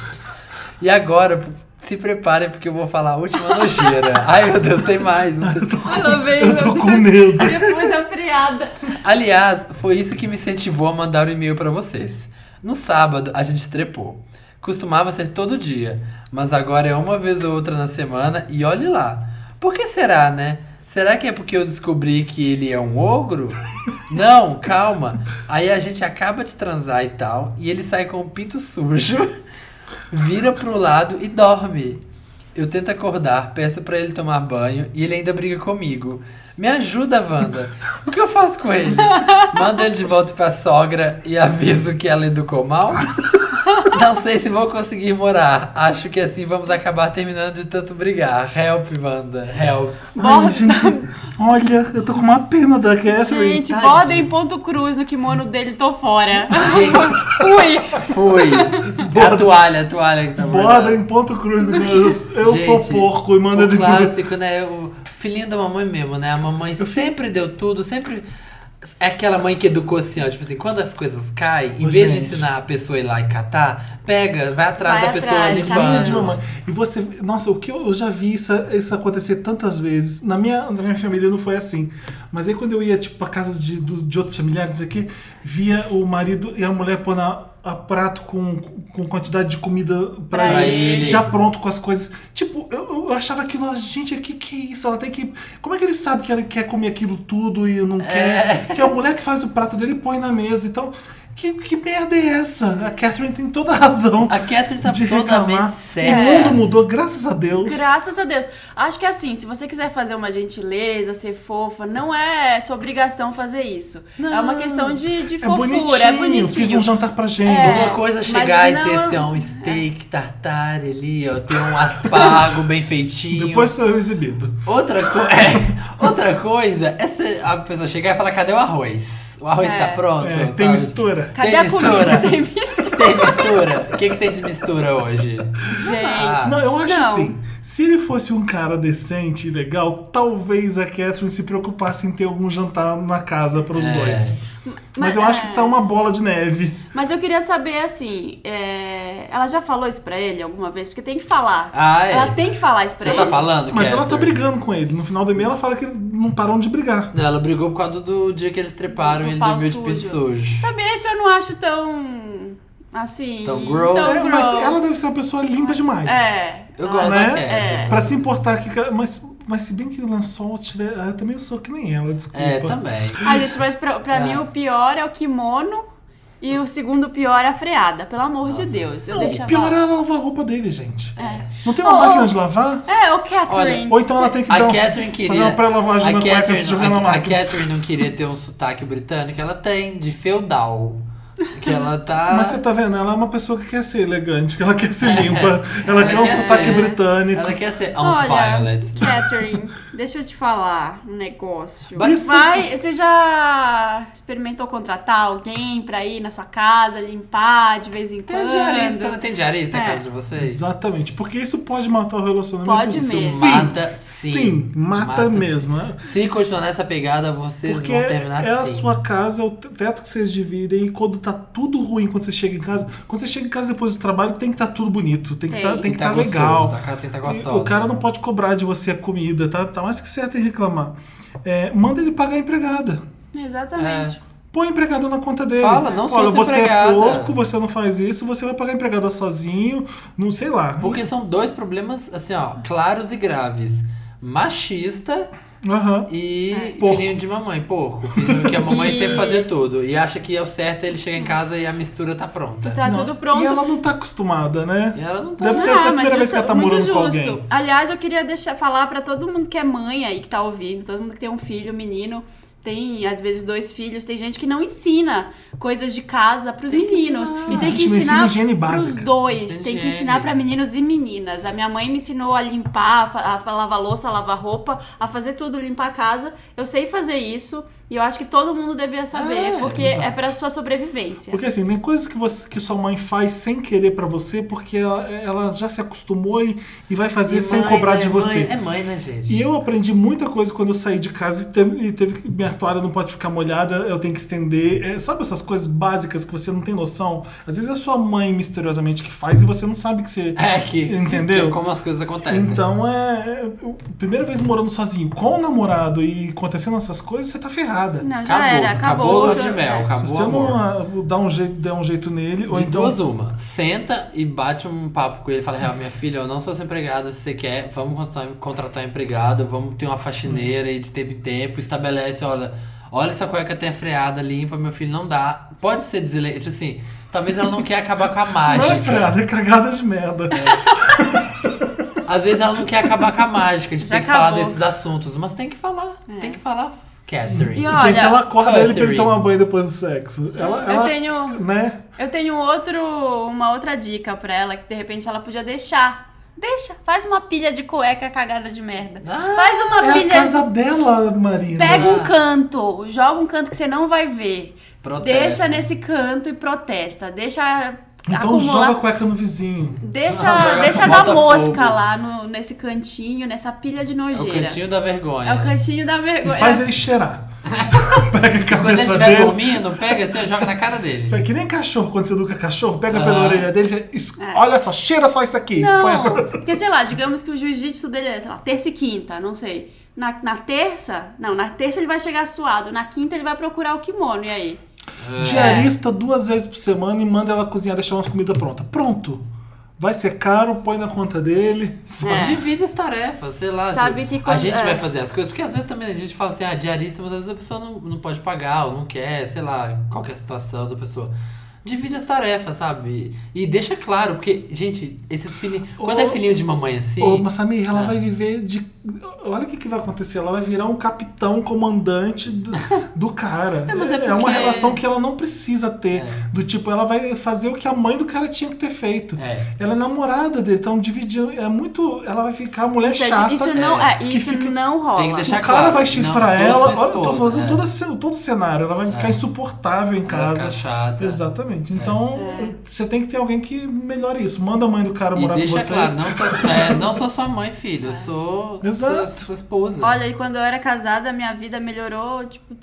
[SPEAKER 3] E agora, p- se preparem, porque eu vou falar a última nojeira. Ai, meu Deus, tem mais.
[SPEAKER 4] Ela veio
[SPEAKER 1] Eu tô
[SPEAKER 4] depois-
[SPEAKER 1] com medo.
[SPEAKER 4] Depois da freada.
[SPEAKER 3] Aliás, foi isso que me incentivou a mandar o e-mail pra vocês. No sábado, a gente trepou. Costumava ser todo dia, mas agora é uma vez ou outra na semana e olhe lá. Por que será, né? Será que é porque eu descobri que ele é um ogro? Não, calma. Aí a gente acaba de transar e tal, e ele sai com o pinto sujo, vira pro lado e dorme. Eu tento acordar, peço pra ele tomar banho e ele ainda briga comigo. Me ajuda, Wanda. O que eu faço com ele? Mando ele de volta pra sogra e aviso que ela educou mal? Não sei se vou conseguir morar. Acho que assim vamos acabar terminando de tanto brigar. Help, Wanda. Help.
[SPEAKER 1] Ai, gente, olha, eu tô com uma pena da Catherine.
[SPEAKER 4] Gente,
[SPEAKER 3] tadinho.
[SPEAKER 4] podem ponto cruz no kimono dele, tô fora.
[SPEAKER 3] Gente,
[SPEAKER 4] Fui.
[SPEAKER 3] fui. A toalha, a toalha. que tá
[SPEAKER 1] Bora em ponto cruz. meu Deus. Eu sou
[SPEAKER 3] Gente,
[SPEAKER 1] porco e manda
[SPEAKER 3] O
[SPEAKER 1] ele
[SPEAKER 3] clássico, né? O filhinho da mamãe mesmo, né? A mamãe sempre deu tudo, sempre. É aquela mãe que educou assim, ó. Tipo assim, quando as coisas caem, em
[SPEAKER 1] Ô,
[SPEAKER 3] vez de
[SPEAKER 1] gente.
[SPEAKER 3] ensinar a pessoa a ir lá e catar, pega, vai atrás
[SPEAKER 4] Vai
[SPEAKER 3] da pessoa
[SPEAKER 4] atrás,
[SPEAKER 1] Carinha
[SPEAKER 3] limpando.
[SPEAKER 1] de mamãe. E você. Nossa, o que eu, eu já vi isso, isso acontecer tantas vezes. Na minha, na minha família não foi assim. Mas aí quando eu ia, tipo, pra casa de, do- de outros familiares aqui, via o marido e a mulher pôr na. A prato com, com quantidade de comida pra,
[SPEAKER 4] Pra
[SPEAKER 1] ele,
[SPEAKER 3] ele.
[SPEAKER 1] já pronto com as coisas. Tipo, eu, eu achava aquilo, ah, gente, que que é isso? Ela tem que. Como é que ele sabe que ela quer comer aquilo tudo e não quer? Que é a mulher que faz o prato dele e põe na mesa. Então, que, que merda é essa? A Catherine tem toda a razão
[SPEAKER 3] A Catherine tá
[SPEAKER 1] de
[SPEAKER 3] totalmente
[SPEAKER 1] reclamar.
[SPEAKER 3] certa.
[SPEAKER 1] O mundo mudou, graças a Deus.
[SPEAKER 4] Graças a Deus. Acho que assim, se você quiser fazer uma gentileza, ser fofa, não é sua obrigação fazer isso. É uma questão de, de
[SPEAKER 1] é
[SPEAKER 4] fofura,
[SPEAKER 1] bonitinho.
[SPEAKER 4] é bonitinho. É.
[SPEAKER 1] Fiz um jantar pra gente.
[SPEAKER 3] Uma coisa
[SPEAKER 4] mas
[SPEAKER 3] chegar e ter
[SPEAKER 4] não- é.
[SPEAKER 3] assim, ó, um steak tartare ali, ó, ter um aspago bem feitinho.
[SPEAKER 1] Depois sou eu exibido.
[SPEAKER 3] Outra, co- é, outra coisa é se a pessoa chegar e falar: cadê o arroz? O arroz
[SPEAKER 4] É.
[SPEAKER 3] tá pronto?
[SPEAKER 1] É, tem
[SPEAKER 3] sabe?
[SPEAKER 1] mistura.
[SPEAKER 4] Cadê
[SPEAKER 3] Tem
[SPEAKER 4] a comida?
[SPEAKER 3] mistura.
[SPEAKER 4] Tem mistura.
[SPEAKER 3] Tem mistura? O que, que tem de mistura hoje?
[SPEAKER 4] Gente.
[SPEAKER 1] Não, eu acho
[SPEAKER 4] Não.
[SPEAKER 1] assim. Se ele fosse um cara decente e legal, talvez a Catherine se preocupasse em ter algum jantar na casa pros dois. Mas eu
[SPEAKER 4] é,
[SPEAKER 1] acho que tá uma bola de neve.
[SPEAKER 4] Mas eu queria saber, assim, é, ela já falou isso pra ele alguma vez? Porque tem que falar.
[SPEAKER 3] Ah, é.
[SPEAKER 4] Ela tem que falar isso pra
[SPEAKER 3] Você
[SPEAKER 4] ele.
[SPEAKER 3] tá falando,
[SPEAKER 1] Mas ela tá
[SPEAKER 3] Catherine?
[SPEAKER 1] brigando com ele. No final do e-mail ela fala que não pararam de brigar.
[SPEAKER 3] Não, ela brigou por causa do dia que eles treparam
[SPEAKER 4] Do
[SPEAKER 3] e ele
[SPEAKER 4] pau
[SPEAKER 3] dormiu de pinto
[SPEAKER 4] sujo.
[SPEAKER 3] sujo.
[SPEAKER 4] Sabe, esse eu não acho tão. Assim.
[SPEAKER 3] Tão gross.
[SPEAKER 4] tão
[SPEAKER 3] Mas
[SPEAKER 1] Mas
[SPEAKER 4] gross.
[SPEAKER 1] ela deve ser uma pessoa limpa demais.
[SPEAKER 4] É.
[SPEAKER 3] Eu
[SPEAKER 4] Ah,
[SPEAKER 3] gosto
[SPEAKER 1] né?
[SPEAKER 3] da Catherine.
[SPEAKER 1] Pra se importar que. Mas, mas se bem que lençol tiver. ah, Eu também sou que nem ela, desculpa.
[SPEAKER 3] É, também.
[SPEAKER 4] Ai, gente, mas pra, pra
[SPEAKER 3] É.
[SPEAKER 4] mim o pior é o kimono e o segundo pior é a freada. Pelo amor de Deus. Eu
[SPEAKER 1] Não,
[SPEAKER 4] deixava.
[SPEAKER 1] o pior era lavar a roupa dele, gente.
[SPEAKER 4] É.
[SPEAKER 1] Não tem uma
[SPEAKER 4] Oh,
[SPEAKER 1] máquina
[SPEAKER 4] oh.
[SPEAKER 1] de lavar?
[SPEAKER 4] É, o Catherine.
[SPEAKER 1] Ou então ela tem que
[SPEAKER 3] A
[SPEAKER 1] dar um-
[SPEAKER 3] Catherine
[SPEAKER 1] fazer
[SPEAKER 3] queria.
[SPEAKER 1] uma pré-lavagem
[SPEAKER 3] a
[SPEAKER 1] na cueca antes de jogar na
[SPEAKER 3] Catherine, a, a
[SPEAKER 1] máquina.
[SPEAKER 3] Catherine não queria ter um sotaque britânico, ela tem, de feudal. Que ela tá.
[SPEAKER 1] Mas você tá vendo? Ela é uma pessoa que quer ser elegante, que ela quer ser limpa, ela,
[SPEAKER 3] É. Ela
[SPEAKER 1] quer um
[SPEAKER 3] quer
[SPEAKER 1] sotaque
[SPEAKER 3] ser-
[SPEAKER 1] britânico.
[SPEAKER 3] Ela quer ser Aunt
[SPEAKER 4] Olha,
[SPEAKER 3] Violet.
[SPEAKER 4] Catherine, deixa eu te falar um negócio.
[SPEAKER 3] Mas
[SPEAKER 1] isso-
[SPEAKER 4] Vai, você já experimentou contratar alguém pra ir na sua casa, limpar de vez em
[SPEAKER 3] Tem
[SPEAKER 1] um
[SPEAKER 4] quando?
[SPEAKER 3] diarista, né? Tem diarista na
[SPEAKER 4] É.
[SPEAKER 3] casa de vocês?
[SPEAKER 1] Exatamente, porque isso pode matar o relacionamento.
[SPEAKER 4] Pode
[SPEAKER 1] Isso
[SPEAKER 4] mesmo.
[SPEAKER 1] Sim,
[SPEAKER 3] Mata, sim.
[SPEAKER 1] Sim, mata mesmo, né?
[SPEAKER 3] Se continuar nessa pegada, vocês
[SPEAKER 1] Porque
[SPEAKER 3] vão terminar assim.
[SPEAKER 1] é a
[SPEAKER 3] sim.
[SPEAKER 1] sua casa, é o teto que vocês dividem, e quando tá tudo ruim, quando você chega em casa, quando você chega em casa depois do trabalho, tem que tá tudo bonito, tem que
[SPEAKER 4] Tem.
[SPEAKER 1] tá, tem
[SPEAKER 3] Tem
[SPEAKER 1] que
[SPEAKER 3] que
[SPEAKER 1] tá,
[SPEAKER 3] tá gostoso,
[SPEAKER 1] legal.
[SPEAKER 3] a casa tem que tá
[SPEAKER 1] E
[SPEAKER 3] gostosa.
[SPEAKER 1] O cara não pode cobrar de você a comida, tá, tá mais que certo em reclamar. É, manda ele pagar a empregada.
[SPEAKER 4] Exatamente.
[SPEAKER 1] Põe a empregada na conta dele.
[SPEAKER 3] Fala, não sou
[SPEAKER 1] Olha,
[SPEAKER 3] sua
[SPEAKER 1] você é
[SPEAKER 3] empregada.
[SPEAKER 1] porco, você não faz isso, você vai pagar a empregada sozinho, não sei lá.
[SPEAKER 3] Porque são dois problemas, assim, ó, claros e graves. Machista
[SPEAKER 1] Aham.
[SPEAKER 4] É.
[SPEAKER 3] e
[SPEAKER 1] Porco.
[SPEAKER 3] filhinho de mamãe, porco. Filhinho que a mamãe
[SPEAKER 4] E-
[SPEAKER 3] sempre fazia tudo. E acha que é o certo, ele chega em casa e a mistura tá pronta.
[SPEAKER 4] Tá
[SPEAKER 1] Não,
[SPEAKER 4] tudo pronto.
[SPEAKER 1] E ela não tá acostumada, né?
[SPEAKER 3] E ela não tá.
[SPEAKER 1] Deve ter sido a primeira vez
[SPEAKER 4] justa-
[SPEAKER 1] que ela tá
[SPEAKER 4] muito
[SPEAKER 1] morando
[SPEAKER 4] justo.
[SPEAKER 1] com alguém.
[SPEAKER 4] Aliás, eu queria deixar falar pra todo mundo que é mãe aí que tá ouvindo, todo mundo que tem um filho, um menino, tem às vezes dois filhos, tem gente que não ensina coisas de casa pros meninos e tem que
[SPEAKER 1] Gente, não ensina
[SPEAKER 4] ensinar
[SPEAKER 1] higiene
[SPEAKER 4] pros
[SPEAKER 1] básica.
[SPEAKER 4] dois,
[SPEAKER 3] Ensina
[SPEAKER 4] tem que
[SPEAKER 3] higiene.
[SPEAKER 4] ensinar pra meninos e meninas. A minha mãe me ensinou a limpar, a fa- a, fa- lavar louça, a lavar roupa, a fazer tudo, limpar a casa. Eu sei fazer isso e eu acho que todo mundo devia saber,
[SPEAKER 3] É,
[SPEAKER 4] porque é pra sua sobrevivência.
[SPEAKER 1] Porque assim, tem coisas que, você, que sua mãe faz sem querer pra você, porque ela, ela já se acostumou e, e vai fazer
[SPEAKER 3] E
[SPEAKER 1] sem
[SPEAKER 3] mãe,
[SPEAKER 1] cobrar
[SPEAKER 3] né?
[SPEAKER 1] de
[SPEAKER 3] Mãe-
[SPEAKER 1] você.
[SPEAKER 3] é mãe, né, gente?
[SPEAKER 1] E eu aprendi muita coisa quando eu saí de casa e teve, e teve que minha toalha não pode ficar molhada, eu tenho que estender. É, sabe essas coisas básicas que você não tem noção? Às vezes é sua mãe misteriosamente que faz e você não sabe que você.
[SPEAKER 3] É que.
[SPEAKER 1] Entendeu?
[SPEAKER 3] que- como as coisas acontecem.
[SPEAKER 1] Então é. é, eu- Primeira vez morando sozinho com o namorado e acontecendo essas coisas, você tá ferrada.
[SPEAKER 4] Não, já
[SPEAKER 3] acabou,
[SPEAKER 4] era,
[SPEAKER 3] acabou.
[SPEAKER 4] acabou.
[SPEAKER 3] o
[SPEAKER 4] já-
[SPEAKER 3] lua de mel, acabou.
[SPEAKER 1] Se
[SPEAKER 3] o
[SPEAKER 1] você
[SPEAKER 3] amor.
[SPEAKER 1] não ah, dá um jeito, der um jeito nele, ou
[SPEAKER 3] De
[SPEAKER 1] então.
[SPEAKER 3] duas, uma. Senta e bate um papo com ele. Fala, real, minha filha, eu não sou essa empregada. Se você quer, vamos contratar, contratar um empregado. Vamos ter uma faxineira aí de tempo em tempo. Estabelece, olha, olha essa cueca tem a freada limpa. Meu filho, não dá. Pode ser deselegante, assim. Talvez ela não quer acabar com a
[SPEAKER 1] Não é
[SPEAKER 3] mágica.
[SPEAKER 1] freada, é cagada de merda.
[SPEAKER 3] Às vezes ela não quer acabar com a mágica. A gente
[SPEAKER 4] Já
[SPEAKER 3] tem que
[SPEAKER 4] acabou. É.
[SPEAKER 3] falar desses assuntos. Mas tem que falar. Tem que falar, Catherine.
[SPEAKER 4] E ó-
[SPEAKER 1] Gente,
[SPEAKER 4] Olha,
[SPEAKER 1] ela acorda ele pra ele
[SPEAKER 3] Catherine.
[SPEAKER 1] tomar banho depois do sexo. Ela,
[SPEAKER 4] Eu
[SPEAKER 1] ela-
[SPEAKER 4] tenho-
[SPEAKER 1] Né?
[SPEAKER 4] Eu tenho outro, uma outra dica pra ela que de repente ela podia deixar. Deixa, faz uma pilha de cueca cagada de merda.
[SPEAKER 3] Ah,
[SPEAKER 4] faz uma
[SPEAKER 1] É a
[SPEAKER 4] pilha.
[SPEAKER 1] casa dela, Marina.
[SPEAKER 4] Pega um canto, joga um canto que você não vai ver.
[SPEAKER 3] Protesta.
[SPEAKER 4] Deixa nesse canto e protesta. Deixa
[SPEAKER 1] Então
[SPEAKER 4] acumular.
[SPEAKER 1] joga a cueca no vizinho.
[SPEAKER 4] Deixa,
[SPEAKER 3] Joga-
[SPEAKER 4] deixa
[SPEAKER 3] bota
[SPEAKER 4] dar mosca
[SPEAKER 3] fogo.
[SPEAKER 4] lá no- nesse cantinho, nessa pilha de
[SPEAKER 3] É o
[SPEAKER 4] nojeira.
[SPEAKER 3] cantinho da vergonha.
[SPEAKER 4] É o cantinho da
[SPEAKER 1] E
[SPEAKER 4] vergonha.
[SPEAKER 1] faz ele cheirar. Pega a
[SPEAKER 3] Quando ele
[SPEAKER 1] cabeça
[SPEAKER 3] estiver
[SPEAKER 1] dele.
[SPEAKER 3] dormindo, pega assim e joga na cara dele.
[SPEAKER 1] É que nem cachorro, quando você educa cachorro, pega pela
[SPEAKER 3] Ah.
[SPEAKER 1] orelha dele e fala, "Es- olha só, cheira só isso aqui. Põe a-
[SPEAKER 4] É. Não, porque sei lá, digamos que o jiu-jitsu dele é, sei lá, terça e quinta, não sei. Na, na terça, não, na terça ele vai chegar suado, na quinta ele vai procurar o kimono, e aí?
[SPEAKER 3] É.
[SPEAKER 1] Diarista duas vezes por semana e manda ela cozinhar, deixar uma comida pronta. Pronto. Vai ser caro, põe na conta dele.
[SPEAKER 4] É.
[SPEAKER 3] Divide as tarefas, sei lá.
[SPEAKER 4] Sabe
[SPEAKER 3] se-
[SPEAKER 4] que
[SPEAKER 3] a
[SPEAKER 4] quando-
[SPEAKER 3] gente
[SPEAKER 4] é.
[SPEAKER 3] vai fazer as coisas, porque às vezes também a gente fala assim, ah, diarista, mas às vezes a pessoa não, não pode pagar ou não quer, sei lá, qualquer situação da pessoa. Divide as tarefas, sabe? E deixa claro, porque, gente, esses filhinhos. Quando é
[SPEAKER 1] Ô,
[SPEAKER 3] filhinho de mamãe assim.
[SPEAKER 1] Ô, mas Samir, ela vai viver de. Olha o que, que vai acontecer. Ela vai virar um capitão comandante do, do cara.
[SPEAKER 3] É, mas é
[SPEAKER 1] uma
[SPEAKER 3] porque-
[SPEAKER 1] relação que ela não precisa ter.
[SPEAKER 3] É.
[SPEAKER 1] Do tipo, ela vai fazer o que a mãe do cara tinha que ter feito.
[SPEAKER 3] É.
[SPEAKER 1] Ela é namorada dele, então dividindo. É muito. Ela vai ficar a mulher
[SPEAKER 4] Isso, é-
[SPEAKER 1] chata.
[SPEAKER 4] isso não,
[SPEAKER 3] é,
[SPEAKER 4] é, isso
[SPEAKER 1] fica-
[SPEAKER 4] não rola.
[SPEAKER 3] Tem que
[SPEAKER 1] O
[SPEAKER 3] deixar-
[SPEAKER 1] cara
[SPEAKER 3] claro,
[SPEAKER 1] vai
[SPEAKER 3] não
[SPEAKER 1] chifrar
[SPEAKER 3] sou
[SPEAKER 1] ela.
[SPEAKER 3] sua
[SPEAKER 1] Olha, eu tô
[SPEAKER 3] esposa,
[SPEAKER 1] falando
[SPEAKER 3] é.
[SPEAKER 1] todo, o cen- todo o cenário. Ela vai ficar insuportável em
[SPEAKER 3] Ela vai ficar
[SPEAKER 1] casa.
[SPEAKER 3] chata. É.
[SPEAKER 1] Exatamente. Então, você tem que ter alguém que melhore isso. Manda a mãe do cara
[SPEAKER 3] E
[SPEAKER 1] morar com
[SPEAKER 3] deixa
[SPEAKER 1] vocês.
[SPEAKER 3] claro, não sou, é, não sou sua mãe, filho. Eu sou sua,
[SPEAKER 1] Exato.
[SPEAKER 3] sua esposa.
[SPEAKER 4] Olha, e quando eu era casada, minha vida melhorou, tipo,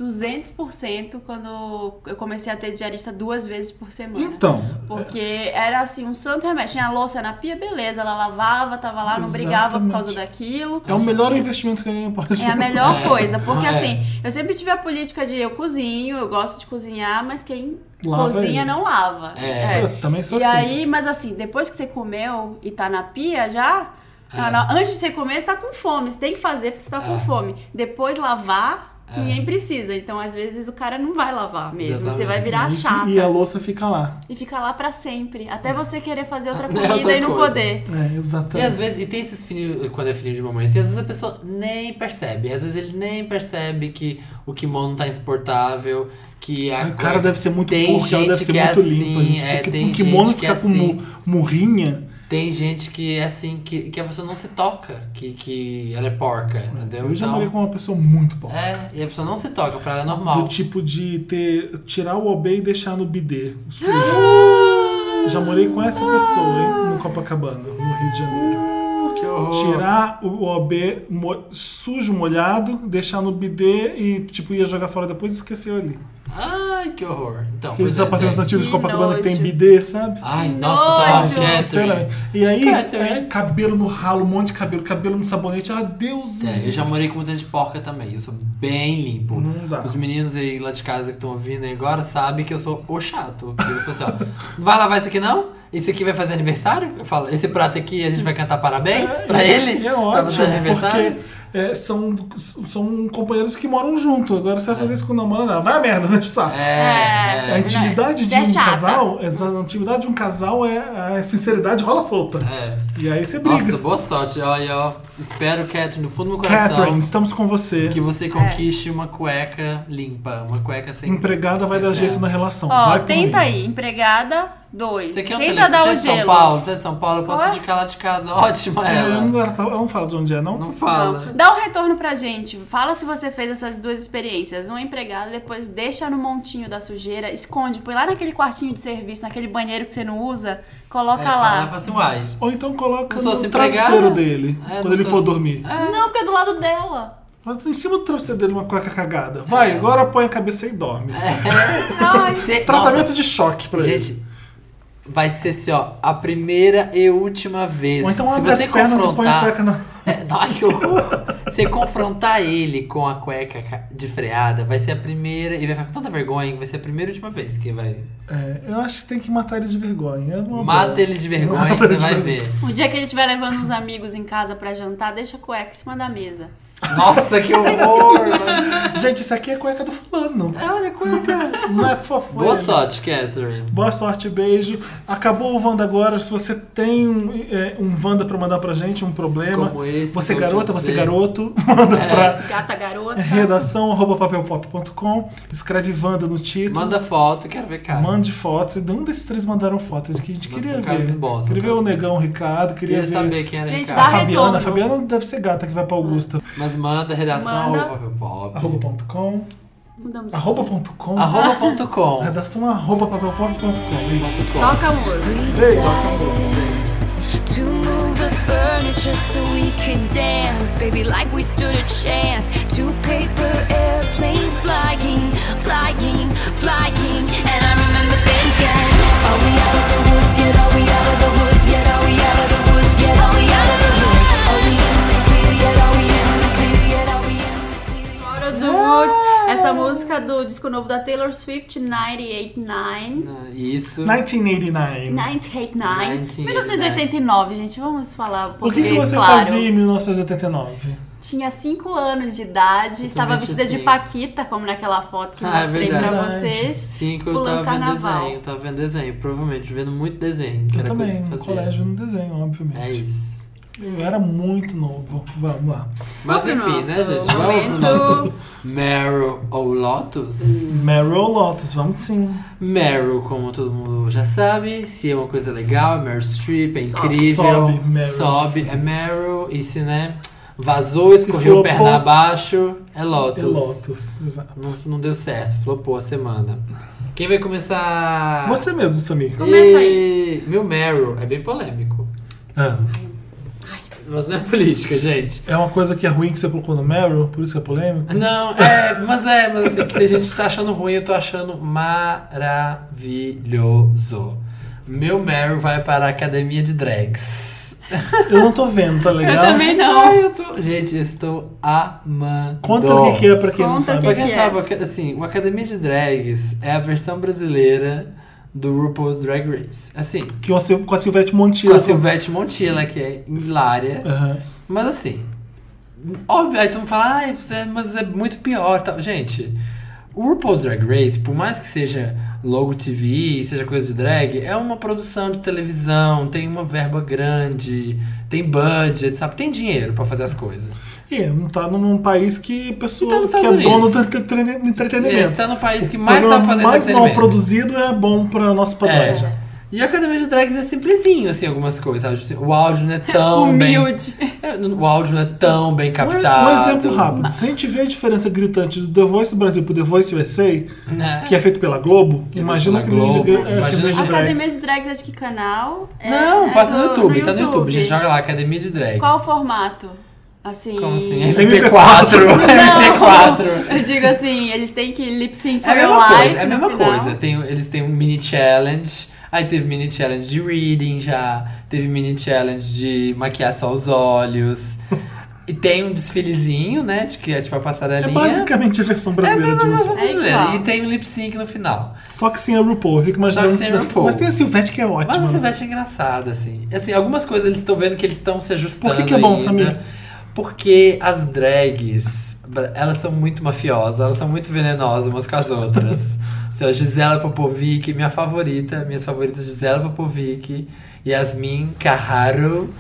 [SPEAKER 4] 200% quando eu comecei a ter diarista duas vezes por semana.
[SPEAKER 1] Então,
[SPEAKER 4] Porque era assim, um santo remédio. Tinha a louça na pia, beleza, ela lavava, tava lá, não brigava por
[SPEAKER 1] Exatamente.
[SPEAKER 4] causa daquilo.
[SPEAKER 1] é o melhor investimento que alguém pode
[SPEAKER 4] É a melhor
[SPEAKER 3] É,
[SPEAKER 4] coisa, porque
[SPEAKER 3] é.
[SPEAKER 4] assim, eu sempre tive a política de eu cozinho, eu gosto de cozinhar, mas quem
[SPEAKER 1] Lava
[SPEAKER 4] cozinha
[SPEAKER 1] ele.
[SPEAKER 4] não lava.
[SPEAKER 3] É.
[SPEAKER 1] Eu também sou
[SPEAKER 4] E
[SPEAKER 1] assim.
[SPEAKER 4] aí, mas assim, depois que você comeu e tá na pia já,
[SPEAKER 3] É.
[SPEAKER 4] ah, não, antes de você comer, você tá com fome, você tem que fazer porque você tá com fome. Depois lavar,
[SPEAKER 3] É.
[SPEAKER 4] ninguém precisa. Então, às vezes, o cara não vai lavar mesmo, você
[SPEAKER 3] Exatamente.
[SPEAKER 4] vai virar chata.
[SPEAKER 1] E a louça fica lá.
[SPEAKER 4] E fica lá pra sempre, até você querer fazer outra
[SPEAKER 3] É
[SPEAKER 4] comida
[SPEAKER 3] outra
[SPEAKER 4] e não
[SPEAKER 3] coisa.
[SPEAKER 4] poder.
[SPEAKER 1] É,
[SPEAKER 3] E às
[SPEAKER 1] exatamente.
[SPEAKER 3] vezes, e tem esses fininhos, quando é fininho de mamãe, assim, às vezes a pessoa nem percebe. Às vezes ele nem percebe que o kimono tá exportável, que a
[SPEAKER 1] Ai, o cara deve ser muito
[SPEAKER 3] Tem
[SPEAKER 1] porco, ela
[SPEAKER 3] gente
[SPEAKER 1] deve ser
[SPEAKER 3] que é
[SPEAKER 1] muito
[SPEAKER 3] assim,
[SPEAKER 1] limpa, gente.
[SPEAKER 3] é,
[SPEAKER 1] porque
[SPEAKER 3] tem
[SPEAKER 1] um kimono
[SPEAKER 3] gente que é
[SPEAKER 1] ficar com mu- murrinha,
[SPEAKER 3] Tem gente que é assim, que, que a pessoa não se toca, que, que ela é porca, entendeu?
[SPEAKER 1] eu já
[SPEAKER 3] Então,
[SPEAKER 1] morei com uma pessoa muito porca.
[SPEAKER 3] É, e a pessoa não se toca, pra ela é
[SPEAKER 1] Do
[SPEAKER 3] normal.
[SPEAKER 1] tipo de ter tirar o OB e deixar no bidê sujo. Já morei com essa pessoa, hein? No Copacabana, no Rio de Janeiro.
[SPEAKER 3] Que horror.
[SPEAKER 1] tipo Tirar o OB mo- sujo, molhado, deixar no bidê e, tipo, ia jogar fora depois e esqueceu ali.
[SPEAKER 3] Ai, que horror. Então, pois
[SPEAKER 1] Aqueles
[SPEAKER 3] é,
[SPEAKER 1] apartamentos
[SPEAKER 3] tem.
[SPEAKER 1] antigos de
[SPEAKER 4] Que
[SPEAKER 1] Copacabana que tem
[SPEAKER 4] nojo.
[SPEAKER 1] bidê, sabe?
[SPEAKER 3] Ai,
[SPEAKER 4] Que
[SPEAKER 3] nossa,
[SPEAKER 4] nojo.
[SPEAKER 3] tá
[SPEAKER 1] Gente,
[SPEAKER 3] Catherine.
[SPEAKER 1] sinceramente. E aí,
[SPEAKER 3] Catherine.
[SPEAKER 1] é, cabelo no ralo, um monte de cabelo, cabelo no sabonete. Ah, Deus
[SPEAKER 3] É, eu
[SPEAKER 1] livre.
[SPEAKER 3] já morei com muita gente porca também. Eu sou bem limpo.
[SPEAKER 1] Não dá.
[SPEAKER 3] Os meninos aí lá de casa que estão ouvindo aí agora sabem que eu sou o chato. que Eu sou assim, ó. Vai lavar isso aqui não? Isso aqui vai fazer aniversário? Eu falo, esse prato aqui a gente vai cantar parabéns pra
[SPEAKER 1] É,
[SPEAKER 3] ele?
[SPEAKER 1] É
[SPEAKER 3] Tá
[SPEAKER 1] ótimo,
[SPEAKER 3] fazendo aniversário?
[SPEAKER 1] porque é, são, são companheiros que moram junto. Agora você vai fazer isso com o namorado, vai a merda, deixa o saco.
[SPEAKER 3] É,
[SPEAKER 1] A intimidade
[SPEAKER 4] Você
[SPEAKER 1] de
[SPEAKER 4] é
[SPEAKER 1] um
[SPEAKER 4] chata.
[SPEAKER 1] casal, exa- a intimidade de um casal é a sinceridade rola solta.
[SPEAKER 3] é.
[SPEAKER 1] E aí você briga.
[SPEAKER 3] Nossa, boa sorte. Olha, ó. Espero, Catherine, do fundo do meu coração,
[SPEAKER 1] Catherine, estamos com você.
[SPEAKER 3] que
[SPEAKER 4] É.
[SPEAKER 3] você conquiste uma cueca limpa. Uma cueca sem...
[SPEAKER 1] Empregada vai dar
[SPEAKER 3] sem-
[SPEAKER 1] jeito na relação.
[SPEAKER 4] Ó,
[SPEAKER 1] vai por
[SPEAKER 4] tenta
[SPEAKER 1] mim.
[SPEAKER 4] aí, empregada, dois.
[SPEAKER 3] Você quer um
[SPEAKER 4] Tenta
[SPEAKER 3] telefone?
[SPEAKER 4] dar
[SPEAKER 3] Você
[SPEAKER 4] o
[SPEAKER 3] é de São
[SPEAKER 4] tá gelo.
[SPEAKER 3] Paulo? Você é de São Paulo? Eu posso
[SPEAKER 4] Ué?
[SPEAKER 3] indicar lá de casa. Ótima
[SPEAKER 1] É,
[SPEAKER 3] ela.
[SPEAKER 1] ela, não, ela tá- ela não fala de onde é, não?
[SPEAKER 3] Não fala.
[SPEAKER 4] Dá um retorno pra gente. Fala se você fez essas duas experiências. Uma empregada, depois deixa no montinho da sujeira, esconde, põe lá naquele quartinho de serviço, naquele banheiro que você não usa, coloca
[SPEAKER 3] Aí
[SPEAKER 4] lá.
[SPEAKER 3] fala, fala assim, uai.
[SPEAKER 1] Ou então coloca
[SPEAKER 3] Não sou
[SPEAKER 1] no
[SPEAKER 3] se pregar.
[SPEAKER 1] travesseiro dele,
[SPEAKER 3] É, não
[SPEAKER 1] quando ele
[SPEAKER 3] sou
[SPEAKER 1] for
[SPEAKER 3] se-
[SPEAKER 1] dormir.
[SPEAKER 4] Não, porque é do lado dela.
[SPEAKER 1] Mas em cima do travesseiro dele uma cueca cagada.
[SPEAKER 3] É.
[SPEAKER 1] Vai, agora põe a cabeça e dorme.
[SPEAKER 4] Ai.
[SPEAKER 3] Cê-
[SPEAKER 1] Tratamento de choque pra
[SPEAKER 3] É. nossa,
[SPEAKER 1] ele.
[SPEAKER 3] gente, vai ser assim, ó, a primeira e última vez.
[SPEAKER 1] Ou então
[SPEAKER 3] Se
[SPEAKER 1] abre
[SPEAKER 3] você
[SPEAKER 1] as pernas e põe a
[SPEAKER 3] confrontar.
[SPEAKER 1] cueca na.
[SPEAKER 3] É, ai, que horror. Você confrontar ele com a cueca ca- de freada, vai ser a primeira. E vai ficar com tanta vergonha que vai ser a primeira e última vez que vai.
[SPEAKER 1] É, eu acho que tem que matar ele de vergonha. É uma
[SPEAKER 3] Mata
[SPEAKER 1] boa.
[SPEAKER 3] ele de vergonha,
[SPEAKER 1] Mata
[SPEAKER 3] você
[SPEAKER 1] ele de
[SPEAKER 3] vai
[SPEAKER 1] vergonha.
[SPEAKER 3] ver.
[SPEAKER 4] O dia que ele estiver levando uns amigos em casa pra jantar, deixa a cueca em cima da mesa.
[SPEAKER 3] Nossa, que horror! mano.
[SPEAKER 1] Gente, isso aqui é cueca do fulano.
[SPEAKER 3] Olha a cueca.
[SPEAKER 1] Não é fofo.
[SPEAKER 3] Boa
[SPEAKER 1] ele.
[SPEAKER 3] sorte, Catherine.
[SPEAKER 1] Boa sorte, beijo. Acabou o Wanda agora. Se você tem um, é, um Wanda pra mandar pra gente, um problema.
[SPEAKER 3] Como esse,
[SPEAKER 1] você
[SPEAKER 3] como
[SPEAKER 1] garota,
[SPEAKER 3] você.
[SPEAKER 1] você garoto, manda
[SPEAKER 3] É.
[SPEAKER 1] pra
[SPEAKER 4] Gata, garota.
[SPEAKER 1] redação arroba papelpop.com. Escreve Wanda no título.
[SPEAKER 3] Manda foto, quero ver cara.
[SPEAKER 1] Mande fotos. E nenhum desses três mandaram fotos de que a gente
[SPEAKER 3] Mas
[SPEAKER 1] queria
[SPEAKER 3] são casos
[SPEAKER 1] ver.
[SPEAKER 3] bons, são
[SPEAKER 1] queria ver
[SPEAKER 3] casos
[SPEAKER 1] o Negão Ricardo, queria,
[SPEAKER 3] Queria
[SPEAKER 1] ver
[SPEAKER 3] saber Hum. quem era
[SPEAKER 4] Gente,
[SPEAKER 3] em
[SPEAKER 1] a
[SPEAKER 3] casa.
[SPEAKER 4] dá-
[SPEAKER 1] Fabiana.
[SPEAKER 4] retorno.
[SPEAKER 1] A Fabiana deve ser gata que vai pra Augusta.
[SPEAKER 3] Mas manda redação
[SPEAKER 4] Manda.
[SPEAKER 3] arroba pop.
[SPEAKER 1] Arroba.com.
[SPEAKER 4] Mudamos.
[SPEAKER 1] Arroba.com.
[SPEAKER 3] Arroba.com.
[SPEAKER 1] Redação arroba papelpop.com.
[SPEAKER 4] Toca a música.
[SPEAKER 5] We decided to move the furniture so we could dance, baby, like we stood a chance. Two paper airplanes flying, flying, flying. And I remember thinking, Are we out of the woods yet? Are we out of the woods yet? Are we out of the woods yet? Are we out of the woods? Are we in the clear yet? Are we in the clear yet? Are we in the clear yet?
[SPEAKER 4] Out of the Woods, essa música do disco novo da Taylor Swift, 989.
[SPEAKER 3] Né, Isso.
[SPEAKER 1] 1989.
[SPEAKER 4] 989. 1989, gente, vamos
[SPEAKER 1] né?
[SPEAKER 4] falar
[SPEAKER 1] O que,
[SPEAKER 4] português,
[SPEAKER 1] que você
[SPEAKER 4] claro.
[SPEAKER 1] fazia em 1989?
[SPEAKER 4] Tinha 5 anos de idade, estava vestida de
[SPEAKER 3] assim.
[SPEAKER 4] Paquita, como naquela foto que eu
[SPEAKER 3] Ah, é
[SPEAKER 4] mostrei pra
[SPEAKER 1] verdade.
[SPEAKER 4] vocês.
[SPEAKER 3] Cinco, eu tava vendo
[SPEAKER 4] Pulando carnaval.
[SPEAKER 3] desenho, tava vendo desenho, provavelmente, vendo muito desenho. Que
[SPEAKER 1] Eu
[SPEAKER 3] era coisa
[SPEAKER 1] também,
[SPEAKER 3] que
[SPEAKER 1] no
[SPEAKER 3] fazia.
[SPEAKER 1] colégio no desenho, obviamente.
[SPEAKER 3] É isso.
[SPEAKER 1] Eu era muito novo. Vamos lá.
[SPEAKER 3] Mas
[SPEAKER 4] Vamos pro
[SPEAKER 3] enfim, né,
[SPEAKER 4] nosso
[SPEAKER 3] gente? Vamos pro
[SPEAKER 4] momento.
[SPEAKER 3] nosso Meryl ou Lotus?
[SPEAKER 1] Hum. Meryl Lotus, vamos sim.
[SPEAKER 3] Meryl, como todo mundo já sabe, se é uma coisa legal, é Meryl Streep, é
[SPEAKER 1] Só
[SPEAKER 3] incrível.
[SPEAKER 1] sobe, Meryl.
[SPEAKER 3] sobe, é Meryl, e se né, vazou, escorreu
[SPEAKER 1] flopou,
[SPEAKER 3] perna abaixo, é
[SPEAKER 1] É
[SPEAKER 3] Lotus.
[SPEAKER 1] Lotus, exato.
[SPEAKER 3] Não, não deu certo, flopou a semana. Quem vai começar?
[SPEAKER 1] Você mesmo, Samir.
[SPEAKER 4] Começa
[SPEAKER 3] aí. Meu Meryl é bem polêmico.
[SPEAKER 1] Ah,
[SPEAKER 3] Mas não é política, gente.
[SPEAKER 1] É uma coisa que é ruim que você colocou no Meryl, por isso que é polêmico.
[SPEAKER 3] Não, é, mas é, mas assim, que tem gente que tá achando ruim, eu tô achando maravilhoso. Meu Meryl vai para a academia de drags.
[SPEAKER 1] Eu não tô vendo, tá legal?
[SPEAKER 4] Eu também não.
[SPEAKER 3] Ai, eu tô- Gente, eu estou amando.
[SPEAKER 1] Conta o que que é pra quem não
[SPEAKER 4] Conta
[SPEAKER 1] sabe.
[SPEAKER 4] o
[SPEAKER 3] Pra
[SPEAKER 4] que
[SPEAKER 3] quem
[SPEAKER 4] é?
[SPEAKER 3] sabe, aca- assim, o Academia de Drags é a versão brasileira do RuPaul's Drag Race. Assim,
[SPEAKER 1] Que uma Sil- com a Silvete Montilla.
[SPEAKER 3] com a Silvete Montilla, que é hilária.
[SPEAKER 1] Aham.
[SPEAKER 3] Mas assim, óbvio, aí tu me fala, "Ai, Zé, mas é muito pior. Tal. Gente, o RuPaul's Drag Race, por mais que seja logo TV, seja coisa de drag, é uma produção de televisão, tem uma verba grande, tem budget, sabe? Tem dinheiro pra fazer as coisas.
[SPEAKER 1] E não tá num país que pessoa
[SPEAKER 3] E tá nos
[SPEAKER 1] que é
[SPEAKER 3] Estados
[SPEAKER 1] dono do
[SPEAKER 3] Unidos.
[SPEAKER 1] entre-
[SPEAKER 3] É,
[SPEAKER 1] entretenimento.
[SPEAKER 3] você tá no país que mais
[SPEAKER 1] Programa
[SPEAKER 3] sabe fazer
[SPEAKER 1] mais mal
[SPEAKER 3] entretenimento.
[SPEAKER 1] produzido é bom para nossos
[SPEAKER 3] É.
[SPEAKER 1] padrões. já.
[SPEAKER 3] E a Academia de Drags é simplesinho, assim, algumas coisas, sabe? Assim, O áudio não é tão
[SPEAKER 4] Humilde.
[SPEAKER 3] bem... É, O áudio não é tão bem
[SPEAKER 1] Um-
[SPEAKER 3] captado.
[SPEAKER 1] Um exemplo rápido. Se a gente vê a diferença gritante do The Voice Brasil pro The Voice USA,
[SPEAKER 3] Né?
[SPEAKER 1] que é feito pela Globo,
[SPEAKER 3] Que é
[SPEAKER 1] imagina
[SPEAKER 3] feito
[SPEAKER 1] que
[SPEAKER 3] pela
[SPEAKER 1] não
[SPEAKER 3] Globo,
[SPEAKER 1] é,
[SPEAKER 3] imagina
[SPEAKER 1] que
[SPEAKER 3] que-
[SPEAKER 4] Academia de Drags é de que canal? É-
[SPEAKER 3] Não,
[SPEAKER 4] é
[SPEAKER 3] passa no, YouTube, tá no YouTube, gente. Joga lá, Academia de Drags.
[SPEAKER 4] Qual o formato? Assim...
[SPEAKER 3] Como assim?
[SPEAKER 1] MP4.
[SPEAKER 3] MP4. MP4.
[SPEAKER 4] Não, eu digo assim, eles têm que lip sync
[SPEAKER 3] É a
[SPEAKER 4] for your
[SPEAKER 3] mesma
[SPEAKER 4] life
[SPEAKER 3] coisa, é a
[SPEAKER 4] no
[SPEAKER 3] mesma
[SPEAKER 4] final.
[SPEAKER 3] coisa. Tem, eles têm um mini challenge. Aí teve mini challenge de reading já. Teve mini challenge de maquiar só os olhos. e tem um desfilezinho, né? De que é tipo a
[SPEAKER 1] É
[SPEAKER 3] passarelinha.
[SPEAKER 1] basicamente a versão
[SPEAKER 3] É
[SPEAKER 1] brasileira de
[SPEAKER 3] mesmo,
[SPEAKER 1] um.
[SPEAKER 3] mesmo, mesmo.
[SPEAKER 4] É igual.
[SPEAKER 3] E tem um lip sync no final.
[SPEAKER 1] Só que sem a RuPaul, eu fico imaginando.
[SPEAKER 3] sem a RuPaul.
[SPEAKER 1] Mas tem a Silvete que é
[SPEAKER 3] Mas
[SPEAKER 1] ótima.
[SPEAKER 3] o
[SPEAKER 1] né?
[SPEAKER 3] Silvestre é engraçado, assim. Assim, algumas coisas eles estão vendo que eles estão se ajustando.
[SPEAKER 1] Por que que é bom,
[SPEAKER 3] ainda.
[SPEAKER 1] Samir?
[SPEAKER 3] Porque as drags, bra- elas são muito mafiosas, elas são muito venenosas umas com as outras. assim, a Gisela Popovic, minha favorita, minhas favoritas Gisela Popovic, Yasmin Carraro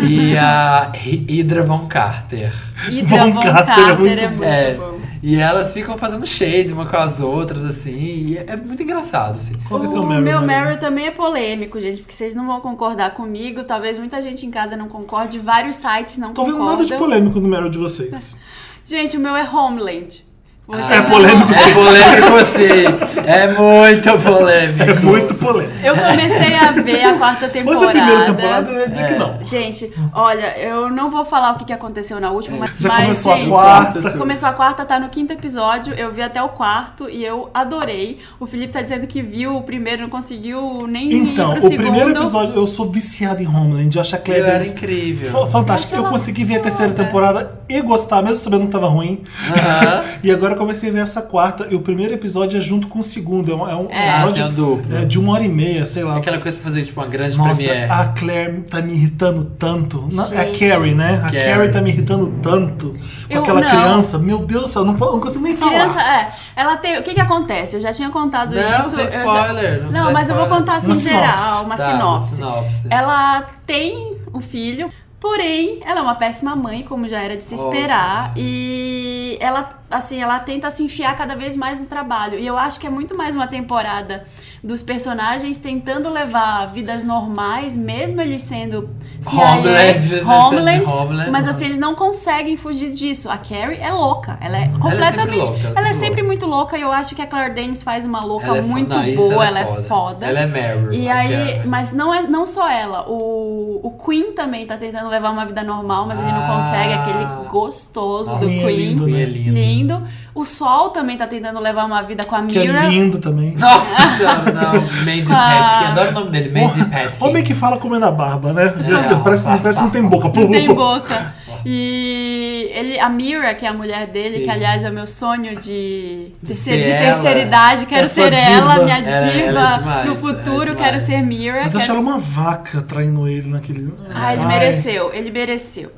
[SPEAKER 3] e a Hi- Hydra Von Carter.
[SPEAKER 4] Hydra
[SPEAKER 1] Von
[SPEAKER 4] Von
[SPEAKER 1] Carter é
[SPEAKER 4] Carter
[SPEAKER 1] muito
[SPEAKER 4] é muito
[SPEAKER 3] É,
[SPEAKER 4] bom.
[SPEAKER 3] e elas ficam fazendo shade uma com as outras, assim, e é é muito engraçado, assim.
[SPEAKER 1] Qual que é o seu
[SPEAKER 4] o
[SPEAKER 1] Meryl?
[SPEAKER 4] meu
[SPEAKER 1] Meryl?
[SPEAKER 4] Meryl também é polêmico, gente, porque vocês não vão concordar comigo, talvez muita gente em casa não concorde, vários sites não
[SPEAKER 1] Tô vendo
[SPEAKER 4] concordam.
[SPEAKER 1] nada de polêmico no Meryl de vocês.
[SPEAKER 4] Gente, o meu é Homeland. Vocês
[SPEAKER 1] Ah, é
[SPEAKER 4] não-
[SPEAKER 1] polêmico.
[SPEAKER 3] É polêmico sim. É muito polêmico.
[SPEAKER 1] É muito polêmico.
[SPEAKER 4] Eu comecei a ver a quarta
[SPEAKER 1] Se
[SPEAKER 4] temporada.
[SPEAKER 1] fosse a primeira temporada, é. eu ia dizer que não.
[SPEAKER 4] Gente, olha, eu não vou falar o que que aconteceu na última, mas,
[SPEAKER 1] É. Já
[SPEAKER 4] mas,
[SPEAKER 1] começou a
[SPEAKER 4] gente,
[SPEAKER 1] quarta.
[SPEAKER 4] começou a quarta, tá no quinto episódio, eu vi até o quarto e eu adorei. O Felipe tá dizendo que viu o primeiro, não conseguiu nem ir
[SPEAKER 1] Então,
[SPEAKER 4] pro
[SPEAKER 1] o
[SPEAKER 4] segundo.
[SPEAKER 1] primeiro episódio, eu sou viciado em Homeland. Eu acho a Claire
[SPEAKER 3] Eu era
[SPEAKER 1] Danes
[SPEAKER 3] incrível.
[SPEAKER 1] fa- fantástica.
[SPEAKER 4] Eu acho
[SPEAKER 1] Eu
[SPEAKER 4] ela
[SPEAKER 1] consegui ver a terceira
[SPEAKER 4] foda.
[SPEAKER 1] temporada e gostar, mesmo sabendo que tava ruim.
[SPEAKER 3] Aham.
[SPEAKER 1] E agora eu comecei a ver essa quarta. E o primeiro episódio é junto com o segundo. É um, é um
[SPEAKER 4] É.
[SPEAKER 3] Ah,
[SPEAKER 1] episódio
[SPEAKER 3] assim, é um duplo.
[SPEAKER 1] é, de uma hora e meia, sei lá.
[SPEAKER 3] Aquela coisa pra fazer tipo uma grande
[SPEAKER 1] Nossa,
[SPEAKER 3] premiere.
[SPEAKER 1] a Claire tá me irritando tanto. Na- é a
[SPEAKER 4] Gente.
[SPEAKER 1] Carrie, né? A
[SPEAKER 3] Carrie.
[SPEAKER 1] Carrie tá me irritando tanto. Com
[SPEAKER 4] Eu-
[SPEAKER 1] aquela
[SPEAKER 4] não.
[SPEAKER 1] criança. Meu Deus do céu, eu não, po- eu não consigo nem falar.
[SPEAKER 4] Criança, é, ela tem. O que que acontece? Eu já tinha contado
[SPEAKER 3] Não,
[SPEAKER 4] isso.
[SPEAKER 3] sem
[SPEAKER 4] eu já-
[SPEAKER 3] spoiler, não
[SPEAKER 4] Não,
[SPEAKER 3] dá
[SPEAKER 4] mas eu vou
[SPEAKER 3] spoiler.
[SPEAKER 4] contar assim
[SPEAKER 1] Uma
[SPEAKER 4] em geral,
[SPEAKER 1] sinopse.
[SPEAKER 4] uma
[SPEAKER 3] Tá,
[SPEAKER 4] sinopse.
[SPEAKER 3] sinopse.
[SPEAKER 4] Ela é tem o filho, porém, ela é uma péssima mãe, como já era de se
[SPEAKER 3] Oh.
[SPEAKER 4] esperar. E ela, assim, ela tenta se enfiar cada vez mais no trabalho. E eu acho que é muito mais uma temporada dos personagens tentando levar vidas normais, mesmo eles sendo CIA,
[SPEAKER 3] Homeland, mesmo eles sendo de
[SPEAKER 4] Homeland,
[SPEAKER 3] Homeland.
[SPEAKER 4] mas assim, eles não conseguem fugir disso. A Carrie é louca, ela é
[SPEAKER 3] sempre
[SPEAKER 4] completamente,
[SPEAKER 3] louca, ela é
[SPEAKER 4] ela é
[SPEAKER 3] sempre
[SPEAKER 4] sempre muito louca e eu acho que a Claire Danes faz uma louca
[SPEAKER 3] Ela é fo-
[SPEAKER 4] muito
[SPEAKER 3] não, isso
[SPEAKER 4] boa,
[SPEAKER 3] ela
[SPEAKER 4] ela
[SPEAKER 3] é
[SPEAKER 4] é
[SPEAKER 3] foda.
[SPEAKER 4] foda.
[SPEAKER 3] Ela é Meryl,
[SPEAKER 4] E
[SPEAKER 3] a
[SPEAKER 4] aí,
[SPEAKER 3] Carrie.
[SPEAKER 4] mas não é não só ela, o, o Queen também tá tentando levar uma vida normal, mas ele não
[SPEAKER 3] Ah.
[SPEAKER 4] consegue aquele gostoso
[SPEAKER 3] Nossa,
[SPEAKER 4] do
[SPEAKER 1] Queen é
[SPEAKER 4] Queen.
[SPEAKER 1] lindo, né?
[SPEAKER 3] Queen é
[SPEAKER 4] lindo.
[SPEAKER 3] lindo.
[SPEAKER 4] O Sol também tá tentando levar uma vida com a
[SPEAKER 1] que
[SPEAKER 4] Mira.
[SPEAKER 1] é lindo também.
[SPEAKER 3] Nossa senhora, não. Mandy
[SPEAKER 4] Ah.
[SPEAKER 3] Patkin. Adoro o nome dele, Mandy Patkin.
[SPEAKER 1] Homem que fala comendo a barba, né? Meu
[SPEAKER 3] É.
[SPEAKER 1] Deus, parece, parece que não tem boca.
[SPEAKER 4] Não tem boca. E ele, a Mira, que é a mulher dele,
[SPEAKER 3] Sim.
[SPEAKER 4] que aliás é o meu sonho de, de,
[SPEAKER 3] De
[SPEAKER 4] ser,
[SPEAKER 3] ser
[SPEAKER 4] de
[SPEAKER 3] ela.
[SPEAKER 4] terceira idade, quero
[SPEAKER 1] É sua
[SPEAKER 4] ser ela,
[SPEAKER 1] diva.
[SPEAKER 4] minha
[SPEAKER 3] Ela- ela é
[SPEAKER 4] diva
[SPEAKER 3] demais,
[SPEAKER 4] no
[SPEAKER 3] ela é
[SPEAKER 4] futuro,
[SPEAKER 3] demais.
[SPEAKER 4] quero ser Mira.
[SPEAKER 1] Mas
[SPEAKER 4] quero-
[SPEAKER 1] acharam uma vaca traindo ele naquele.
[SPEAKER 4] Ah, ele mereceu, ele mereceu.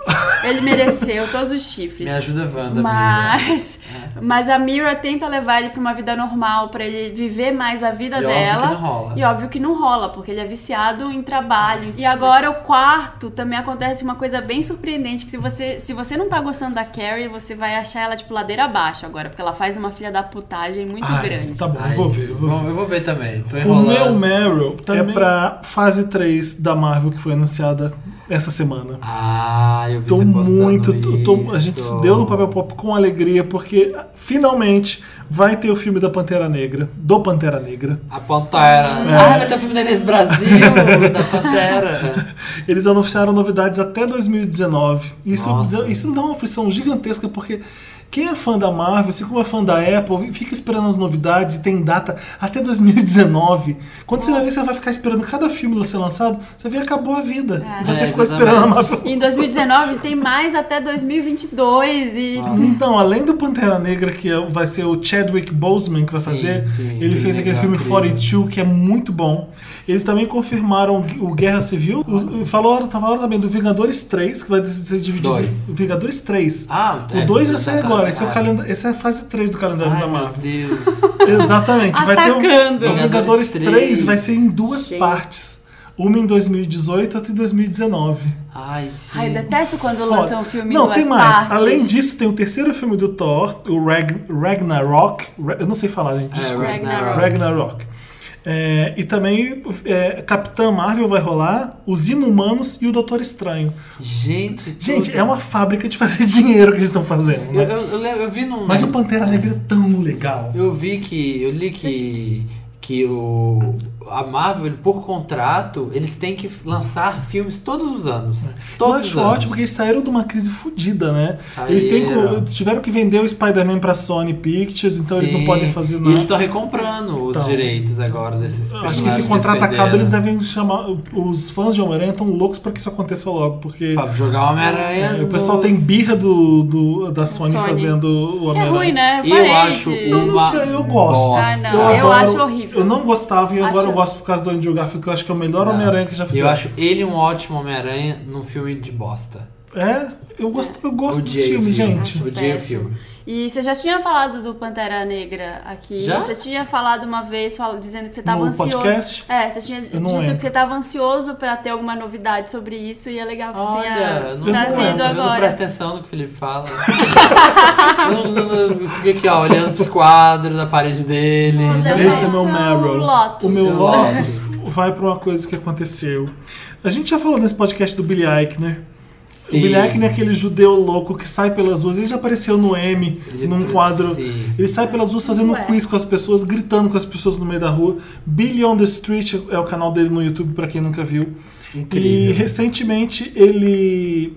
[SPEAKER 4] Ele mereceu todos os chifres.
[SPEAKER 3] Me ajuda, Wanda. amiga.
[SPEAKER 4] Mas, mas a Mira tenta levar ele pra uma vida normal, pra ele viver mais a vida
[SPEAKER 3] E óbvio
[SPEAKER 4] dela.
[SPEAKER 3] que não rola.
[SPEAKER 4] E óbvio que não rola, porque ele é viciado em trabalho. E agora o quarto também acontece uma coisa bem surpreendente, que se você, se você não tá gostando da Carrie, você vai achar ela tipo ladeira abaixo agora, porque ela faz uma filha da putagem muito
[SPEAKER 1] Ai,
[SPEAKER 4] grande.
[SPEAKER 1] Tá bom,
[SPEAKER 3] Ai,
[SPEAKER 1] eu vou ver. eu vou ver.
[SPEAKER 3] bom, eu vou ver também. Tô
[SPEAKER 1] O
[SPEAKER 3] enrolando.
[SPEAKER 1] meu Meryl
[SPEAKER 2] Também.
[SPEAKER 1] é pra fase 3 da Marvel que foi anunciada essa semana.
[SPEAKER 3] Ah, eu vi
[SPEAKER 1] Tô
[SPEAKER 3] você postando
[SPEAKER 1] muito. tô- tô- a
[SPEAKER 3] isso.
[SPEAKER 1] gente se deu no papel pop com alegria, porque ah, finalmente vai ter o filme da Pantera Negra, do Pantera Negra.
[SPEAKER 3] A Pantera.
[SPEAKER 1] É.
[SPEAKER 3] Ah, vai ter o filme da Inês Brasil, da Pantera.
[SPEAKER 1] Eles anunciaram novidades até 2019. Isso,
[SPEAKER 3] Nossa.
[SPEAKER 1] isso dá uma aflição gigantesca, porque quem é fã da Marvel, assim como é fã da Apple, fica esperando as novidades e tem data até 2019. Quando você vai ver, você vai ficar esperando cada filme ser lançado, você vê acabou a vida. E você
[SPEAKER 3] É,
[SPEAKER 1] ficou
[SPEAKER 3] exatamente.
[SPEAKER 1] esperando a Marvel.
[SPEAKER 4] Em 2019 tem mais até 2022 e
[SPEAKER 3] Nossa.
[SPEAKER 1] Então, além do Pantera Negra, que é- vai ser o Chadwick Boseman que vai
[SPEAKER 3] Sim,
[SPEAKER 1] fazer,
[SPEAKER 3] sim,
[SPEAKER 1] ele
[SPEAKER 3] que
[SPEAKER 1] fez aquele
[SPEAKER 3] legal,
[SPEAKER 1] filme
[SPEAKER 3] incrível.
[SPEAKER 1] 42, que é muito bom. Eles também confirmaram o Guerra Civil. O- Falaram, falaram também do Vingadores 3, que vai ser dividido.
[SPEAKER 3] Dois.
[SPEAKER 1] em Vingadores 3.
[SPEAKER 3] Ah,
[SPEAKER 1] o 2 vai sair agora. Esse é, o
[SPEAKER 3] calendário
[SPEAKER 1] calenda- esse é a fase 3 do calendário da
[SPEAKER 3] Ai, meu
[SPEAKER 1] Marvel.
[SPEAKER 3] Deus.
[SPEAKER 1] Exatamente. Vai
[SPEAKER 4] Atacando.
[SPEAKER 1] ter um o, o
[SPEAKER 3] Vingadores
[SPEAKER 1] Vingadores 3 vai ser em duas
[SPEAKER 4] Gente.
[SPEAKER 1] partes. Uma em 2018, outra em 2019.
[SPEAKER 3] Ai,
[SPEAKER 4] Ai, eu
[SPEAKER 3] gente.
[SPEAKER 4] detesto quando
[SPEAKER 1] Foda.
[SPEAKER 4] lançam um filme
[SPEAKER 1] Não,
[SPEAKER 4] em duas
[SPEAKER 1] tem mais.
[SPEAKER 4] partes.
[SPEAKER 1] Além disso, tem o terceiro filme do Thor, o Rag- Ragnarok. Ra- Eu não sei falar, gente.
[SPEAKER 3] É,
[SPEAKER 1] Desculpa.
[SPEAKER 4] Ragnarok.
[SPEAKER 1] Ragnarok. É, e também é, Capitã Marvel vai rolar, os Inumanos e o Doutor Estranho.
[SPEAKER 3] Gente, tudo.
[SPEAKER 1] Gente, é uma fábrica de fazer dinheiro que eles estão fazendo,
[SPEAKER 3] Eu,
[SPEAKER 1] né?
[SPEAKER 3] eu, eu lembro- eu vi num. né?
[SPEAKER 1] Mas o Pantera Negra é tão legal.
[SPEAKER 3] Eu vi que. Eu li que. Que o. A Marvel, por contrato, eles têm que lançar filmes todos os anos.
[SPEAKER 1] É. Eu
[SPEAKER 3] Todos os
[SPEAKER 1] acho
[SPEAKER 3] anos.
[SPEAKER 1] ótimo porque eles saíram de uma crise fodida, né? Eles têm
[SPEAKER 3] Saíram.
[SPEAKER 1] co- tiveram que vender o Spider-Man pra Sony Pictures, então eles não
[SPEAKER 3] Sim.
[SPEAKER 1] podem fazer
[SPEAKER 3] E
[SPEAKER 1] nada.
[SPEAKER 3] eles estão recomprando os
[SPEAKER 1] Então.
[SPEAKER 3] direitos agora desses
[SPEAKER 1] Acho que
[SPEAKER 3] personagens
[SPEAKER 1] esse contrato
[SPEAKER 3] eles
[SPEAKER 1] acaba, eles
[SPEAKER 3] perderam.
[SPEAKER 1] devem chamar. Os fãs de Homem-Aranha estão loucos pra que isso aconteça logo, porque
[SPEAKER 3] Pra jogar Homem-Aranha.
[SPEAKER 1] é, o pessoal
[SPEAKER 3] nos-
[SPEAKER 1] tem birra do, do- da Sony,
[SPEAKER 4] Sony.
[SPEAKER 1] fazendo o
[SPEAKER 4] Que é
[SPEAKER 1] Homem-Aranha.
[SPEAKER 4] ruim, né?
[SPEAKER 3] Eu
[SPEAKER 4] Parede.
[SPEAKER 3] acho
[SPEAKER 1] Eu
[SPEAKER 3] uma
[SPEAKER 1] não sei, eu gosto.
[SPEAKER 3] bosta.
[SPEAKER 4] Ah, não. Eu acho horrível.
[SPEAKER 1] Eu não gostava e agora
[SPEAKER 4] Acho-
[SPEAKER 1] eu gosto por causa do Andrew Garfield, que eu acho que é o melhor
[SPEAKER 3] Não.
[SPEAKER 1] Homem-Aranha que já
[SPEAKER 3] Eu
[SPEAKER 1] fizeram.
[SPEAKER 3] acho ele um ótimo Homem-Aranha num filme de bosta.
[SPEAKER 1] É, eu gosto, eu gosto dos
[SPEAKER 3] Odiei o
[SPEAKER 1] filmes,
[SPEAKER 3] filme.
[SPEAKER 1] gente.
[SPEAKER 4] Acho
[SPEAKER 3] Odiei o
[SPEAKER 4] péssimo.
[SPEAKER 3] filme.
[SPEAKER 4] E você já tinha falado do Pantera Negra aqui.
[SPEAKER 3] Já?
[SPEAKER 4] Você tinha falado uma vez fal- dizendo que você estava
[SPEAKER 1] No
[SPEAKER 4] ansioso.
[SPEAKER 1] podcast?
[SPEAKER 4] É, você tinha dito
[SPEAKER 1] não lembro.
[SPEAKER 4] que você estava ansioso pra ter alguma novidade sobre isso e é legal que você
[SPEAKER 3] Olha,
[SPEAKER 4] tenha
[SPEAKER 3] não,
[SPEAKER 4] trazido
[SPEAKER 3] eu não
[SPEAKER 4] agora.
[SPEAKER 3] presto atenção no que o Felipe fala. eu, não- não- não- eu fico aqui, ó, olhando pros quadros da parede dele.
[SPEAKER 4] Você já
[SPEAKER 1] Esse é
[SPEAKER 4] Esse é
[SPEAKER 1] meu
[SPEAKER 4] o
[SPEAKER 1] Meryl.
[SPEAKER 4] Lotus.
[SPEAKER 1] O meu
[SPEAKER 3] Esse é o
[SPEAKER 1] Lotus vai pra uma coisa que aconteceu. A gente já falou nesse podcast do Billy Eichner. O
[SPEAKER 3] Sim.
[SPEAKER 1] Billy Eichner é aquele judeu louco que sai pelas ruas. Ele já apareceu no M,
[SPEAKER 3] Ele
[SPEAKER 1] num
[SPEAKER 3] pre-
[SPEAKER 1] quadro.
[SPEAKER 3] sim.
[SPEAKER 1] Ele sai pelas ruas fazendo
[SPEAKER 4] Ué.
[SPEAKER 1] um quiz com as pessoas, gritando com as pessoas no meio da rua. Billy on the Street é o canal dele no YouTube, pra quem nunca viu. E
[SPEAKER 3] Incrível.
[SPEAKER 1] recentemente ele.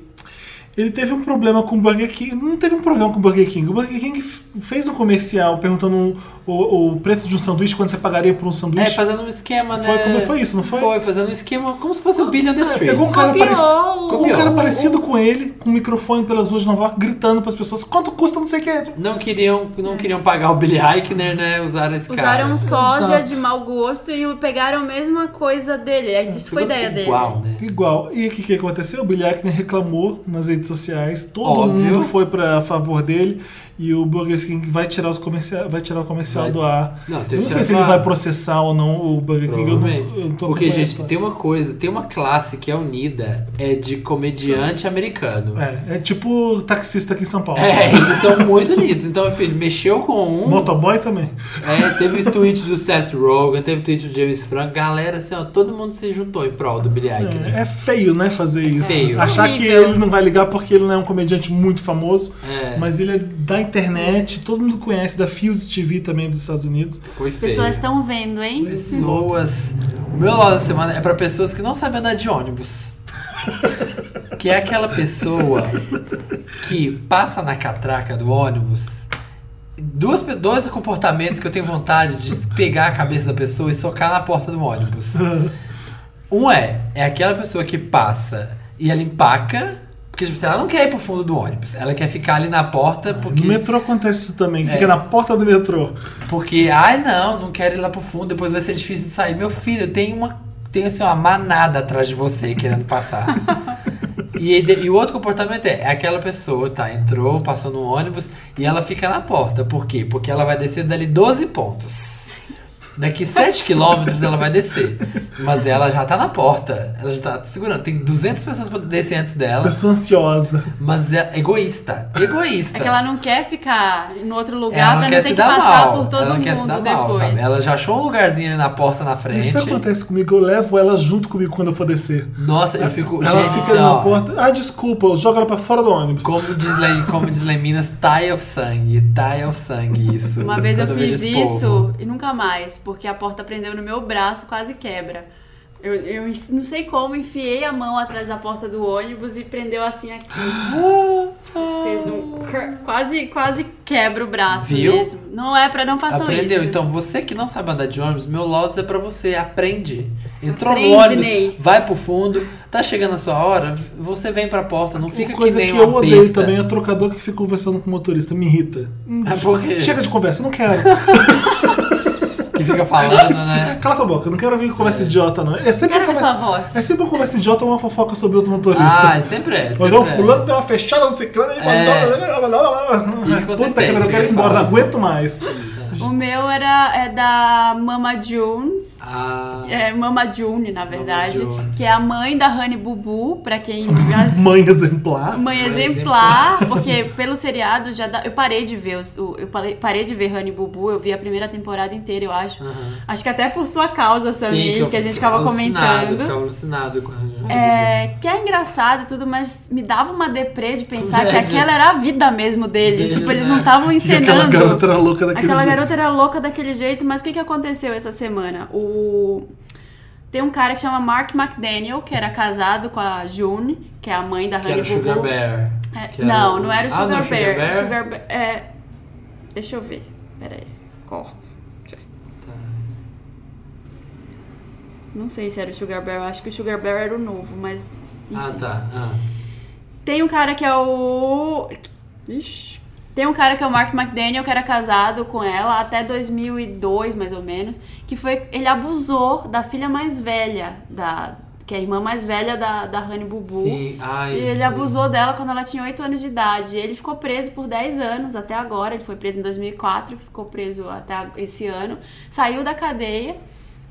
[SPEAKER 1] Ele teve um problema com o Burger King. Não teve um problema com o Burger King. O Burger King f- fez um comercial perguntando o, o preço de um sanduíche, quanto você pagaria por um
[SPEAKER 3] É,
[SPEAKER 1] sanduíche.
[SPEAKER 3] fazendo um esquema, né?
[SPEAKER 1] Foi como foi isso, não foi?
[SPEAKER 3] Foi, fazendo um esquema como se fosse o Billion the Street.
[SPEAKER 1] Pegou um cara,
[SPEAKER 4] Copiou.
[SPEAKER 1] pareci- pegou um
[SPEAKER 3] Copiou.
[SPEAKER 1] cara parecido com ele, com um microfone pelas ruas de Nova York, gritando pras pessoas quanto custa não sei o que.
[SPEAKER 3] Não queriam, não queriam pagar o Billy Eichner, né? Usaram esse cara.
[SPEAKER 4] Usaram um sósia
[SPEAKER 1] Exato.
[SPEAKER 4] de mau gosto e pegaram a mesma coisa dele. É, Isso foi
[SPEAKER 3] Tudo
[SPEAKER 4] ideia dele.
[SPEAKER 3] Igual, né?
[SPEAKER 1] Igual. E o que, que aconteceu? O Billy Eichner reclamou nas redes sociais, todo
[SPEAKER 3] Óbvio.
[SPEAKER 1] mundo foi pra favor dele e o Burger King vai tirar, os comercia... vai tirar o comercial
[SPEAKER 3] Vai.
[SPEAKER 1] do ar.
[SPEAKER 3] Não,
[SPEAKER 1] eu
[SPEAKER 3] teve
[SPEAKER 1] não
[SPEAKER 3] que
[SPEAKER 1] sei se
[SPEAKER 3] tirar
[SPEAKER 1] ele
[SPEAKER 3] do ar.
[SPEAKER 1] vai processar ou não o Burger King. Eu não, eu
[SPEAKER 3] Provavelmente.
[SPEAKER 1] não tô
[SPEAKER 3] Porque,
[SPEAKER 1] acompanhando
[SPEAKER 3] gente,
[SPEAKER 1] a
[SPEAKER 3] tem uma coisa, tem uma classe que é unida, é de comediante americano.
[SPEAKER 1] história. É, é tipo taxista aqui em São Paulo.
[SPEAKER 3] É, eles são muito unidos. Então, filho, mexeu com um.
[SPEAKER 1] Motoboy também.
[SPEAKER 3] É, teve tweet do Seth Rogen, teve tweet do James Franco. Galera, assim, ó, todo mundo se juntou em prol do Billy Eichner.
[SPEAKER 1] É, é feio, né, fazer isso.
[SPEAKER 3] feio.
[SPEAKER 1] Achar que
[SPEAKER 4] Horrível.
[SPEAKER 1] ele não vai ligar porque ele não é um comediante muito famoso,
[SPEAKER 3] É.
[SPEAKER 1] mas ele é da internet, todo mundo conhece, da Fuse TV também dos Estados Unidos.
[SPEAKER 3] Foi
[SPEAKER 4] As
[SPEAKER 3] feio.
[SPEAKER 4] pessoas estão vendo, hein?
[SPEAKER 3] Pessoas. O meu LOL da semana é pra pessoas que não sabem andar de ônibus. que é aquela pessoa que passa na catraca do ônibus. Duas, pe- dois comportamentos que eu tenho vontade de pegar a cabeça da pessoa e socar na porta do ônibus. Um é, é aquela pessoa que passa e ela empaca, porque tipo, assim, ela não quer ir pro fundo do ônibus, ela quer ficar ali na porta porque.
[SPEAKER 1] No metrô acontece isso também, que
[SPEAKER 3] É.
[SPEAKER 1] fica na porta do metrô.
[SPEAKER 3] Porque, ai não, não quero ir lá pro fundo, depois vai ser difícil de sair. Meu filho, tem uma, tem, assim, uma manada atrás de você querendo passar. e, ele- e o outro comportamento é, é aquela pessoa, tá? Entrou, passou no ônibus e ela fica na porta. Por quê? Porque ela vai descer dali 12 pontos. Daqui 7 quilômetros ela vai descer. Mas ela já tá na porta. Ela já tá segurando. Tem 200 pessoas pra descer antes dela.
[SPEAKER 1] Eu sou ansiosa.
[SPEAKER 3] Mas é egoísta. Egoísta.
[SPEAKER 4] É que ela não quer ficar em outro
[SPEAKER 3] Ela
[SPEAKER 4] lugar
[SPEAKER 3] não
[SPEAKER 4] pra
[SPEAKER 3] quer
[SPEAKER 4] não
[SPEAKER 3] se
[SPEAKER 4] ter que
[SPEAKER 3] dar
[SPEAKER 4] passar
[SPEAKER 3] mal.
[SPEAKER 4] por todo
[SPEAKER 3] ela não
[SPEAKER 4] mundo
[SPEAKER 3] quer se dar
[SPEAKER 4] depois.
[SPEAKER 3] mal, sabe? Ela já achou um lugarzinho ali na porta na frente.
[SPEAKER 1] Isso acontece comigo, eu levo ela junto comigo quando eu for descer.
[SPEAKER 3] Nossa, eu fico.
[SPEAKER 1] Ela
[SPEAKER 3] gente, assim,
[SPEAKER 1] fica na
[SPEAKER 3] ó,
[SPEAKER 1] porta. Ah, desculpa, joga ela pra fora do ônibus.
[SPEAKER 3] Como diz, lá, como diz lá em Minas, tie of sangue, tie of sangue, isso.
[SPEAKER 4] Uma vez eu
[SPEAKER 3] Quando
[SPEAKER 4] fiz
[SPEAKER 3] vejo esse
[SPEAKER 4] isso
[SPEAKER 3] povo.
[SPEAKER 4] e nunca mais, porque a porta prendeu no meu braço, quase quebra. Eu, eu enf- não sei como, enfiei a mão atrás da porta do ônibus e prendeu assim aqui. Tipo, Fez um. cr- Quase, quase quebra o braço
[SPEAKER 3] Viu?
[SPEAKER 4] mesmo. Não é pra não façam
[SPEAKER 3] Aprendeu.
[SPEAKER 4] isso.
[SPEAKER 3] Então, você que não sabe andar de ônibus, meu Lotus é pra você. Aprende. Entrou
[SPEAKER 4] Aprende,
[SPEAKER 3] no ônibus,
[SPEAKER 4] Ney.
[SPEAKER 3] vai pro fundo, tá chegando a sua hora, você vem pra porta, não fica
[SPEAKER 1] Uma coisa
[SPEAKER 3] que nem
[SPEAKER 1] que,
[SPEAKER 3] uma
[SPEAKER 1] eu odeio
[SPEAKER 3] besta.
[SPEAKER 1] também é trocador que fica conversando com o motorista. Me irrita. Hum,
[SPEAKER 3] É porque
[SPEAKER 1] Chega de conversa, não quero.
[SPEAKER 3] que fica falando, né?
[SPEAKER 1] Cala tua boca, não quero ouvir conversa idiota, não. É sempre
[SPEAKER 4] Quero
[SPEAKER 1] uma
[SPEAKER 4] ver sua
[SPEAKER 1] conversa,
[SPEAKER 4] voz.
[SPEAKER 1] é sempre uma conversa idiota ou uma fofoca sobre outro motorista.
[SPEAKER 3] Ah, sempre é. Sempre
[SPEAKER 1] Olhou,
[SPEAKER 3] é.
[SPEAKER 1] fulano deu uma fechada no ciclano e
[SPEAKER 3] Isso
[SPEAKER 1] mandou.
[SPEAKER 3] que você
[SPEAKER 1] Puta
[SPEAKER 3] tem,
[SPEAKER 1] que pariu, eu
[SPEAKER 3] que
[SPEAKER 1] quero ir
[SPEAKER 3] ele
[SPEAKER 1] embora,
[SPEAKER 3] fala.
[SPEAKER 1] não aguento mais.
[SPEAKER 4] O meu era é da Mama Jones.
[SPEAKER 3] Ah,
[SPEAKER 4] É Mama June, na verdade.
[SPEAKER 3] June.
[SPEAKER 4] Que é a mãe da Honey Bubu, pra quem
[SPEAKER 1] Ah, Mãe exemplar.
[SPEAKER 4] Mãe exemplar, porque pelo seriado já dá- eu parei de ver os- o, eu parei, parei de ver Honey Bubu, eu vi a primeira temporada inteira, eu acho.
[SPEAKER 3] Aham.
[SPEAKER 4] Acho que até por sua causa, Samir,
[SPEAKER 3] eu
[SPEAKER 4] que, a gente
[SPEAKER 3] ficava
[SPEAKER 4] ficava
[SPEAKER 3] alucinado, Eu
[SPEAKER 4] comentando.
[SPEAKER 3] ficava alucinado com a
[SPEAKER 4] É, que é engraçado e tudo, mas me dava uma deprê de pensar que
[SPEAKER 3] Verdade.
[SPEAKER 4] aquela era a vida mesmo deles.
[SPEAKER 3] Deles,
[SPEAKER 4] tipo, eles
[SPEAKER 3] né?
[SPEAKER 4] não estavam
[SPEAKER 1] E aquela
[SPEAKER 4] encenando.
[SPEAKER 1] garota era louca daquele
[SPEAKER 4] Aquela
[SPEAKER 1] jeito.
[SPEAKER 4] garota era louca daquele jeito, mas o que, que aconteceu essa semana? O... Tem um cara que chama Mark McDaniel, que era casado com a June, que é a mãe da
[SPEAKER 3] Que
[SPEAKER 4] Honey
[SPEAKER 3] era o
[SPEAKER 4] Bubu.
[SPEAKER 3] Sugar Bear.
[SPEAKER 4] É,
[SPEAKER 3] Que
[SPEAKER 4] não, não era o Sugar,
[SPEAKER 3] ah, não,
[SPEAKER 4] Bear. Sugar Bear- é, Deixa eu ver. Pera aí. Corta. Não sei se era o Sugar Bear. Eu acho que o Sugar Bear era o novo, mas. enfim.
[SPEAKER 3] Ah, tá. Ah.
[SPEAKER 4] Tem um cara que é o. Ixi. Tem um cara que é o Mark McDaniel, que era casado com ela até 2002, mais ou menos, que foi. Ele abusou da filha mais velha, da, que é a irmã mais velha da, da Honey Bubu.
[SPEAKER 3] Sim, ah, ai.
[SPEAKER 4] E
[SPEAKER 3] sim.
[SPEAKER 4] Uhum. ele abusou dela quando ela tinha 8 anos de idade. Ele ficou preso por 10 anos até agora. Ele foi preso em 2004, ficou preso até a- esse ano. Saiu da cadeia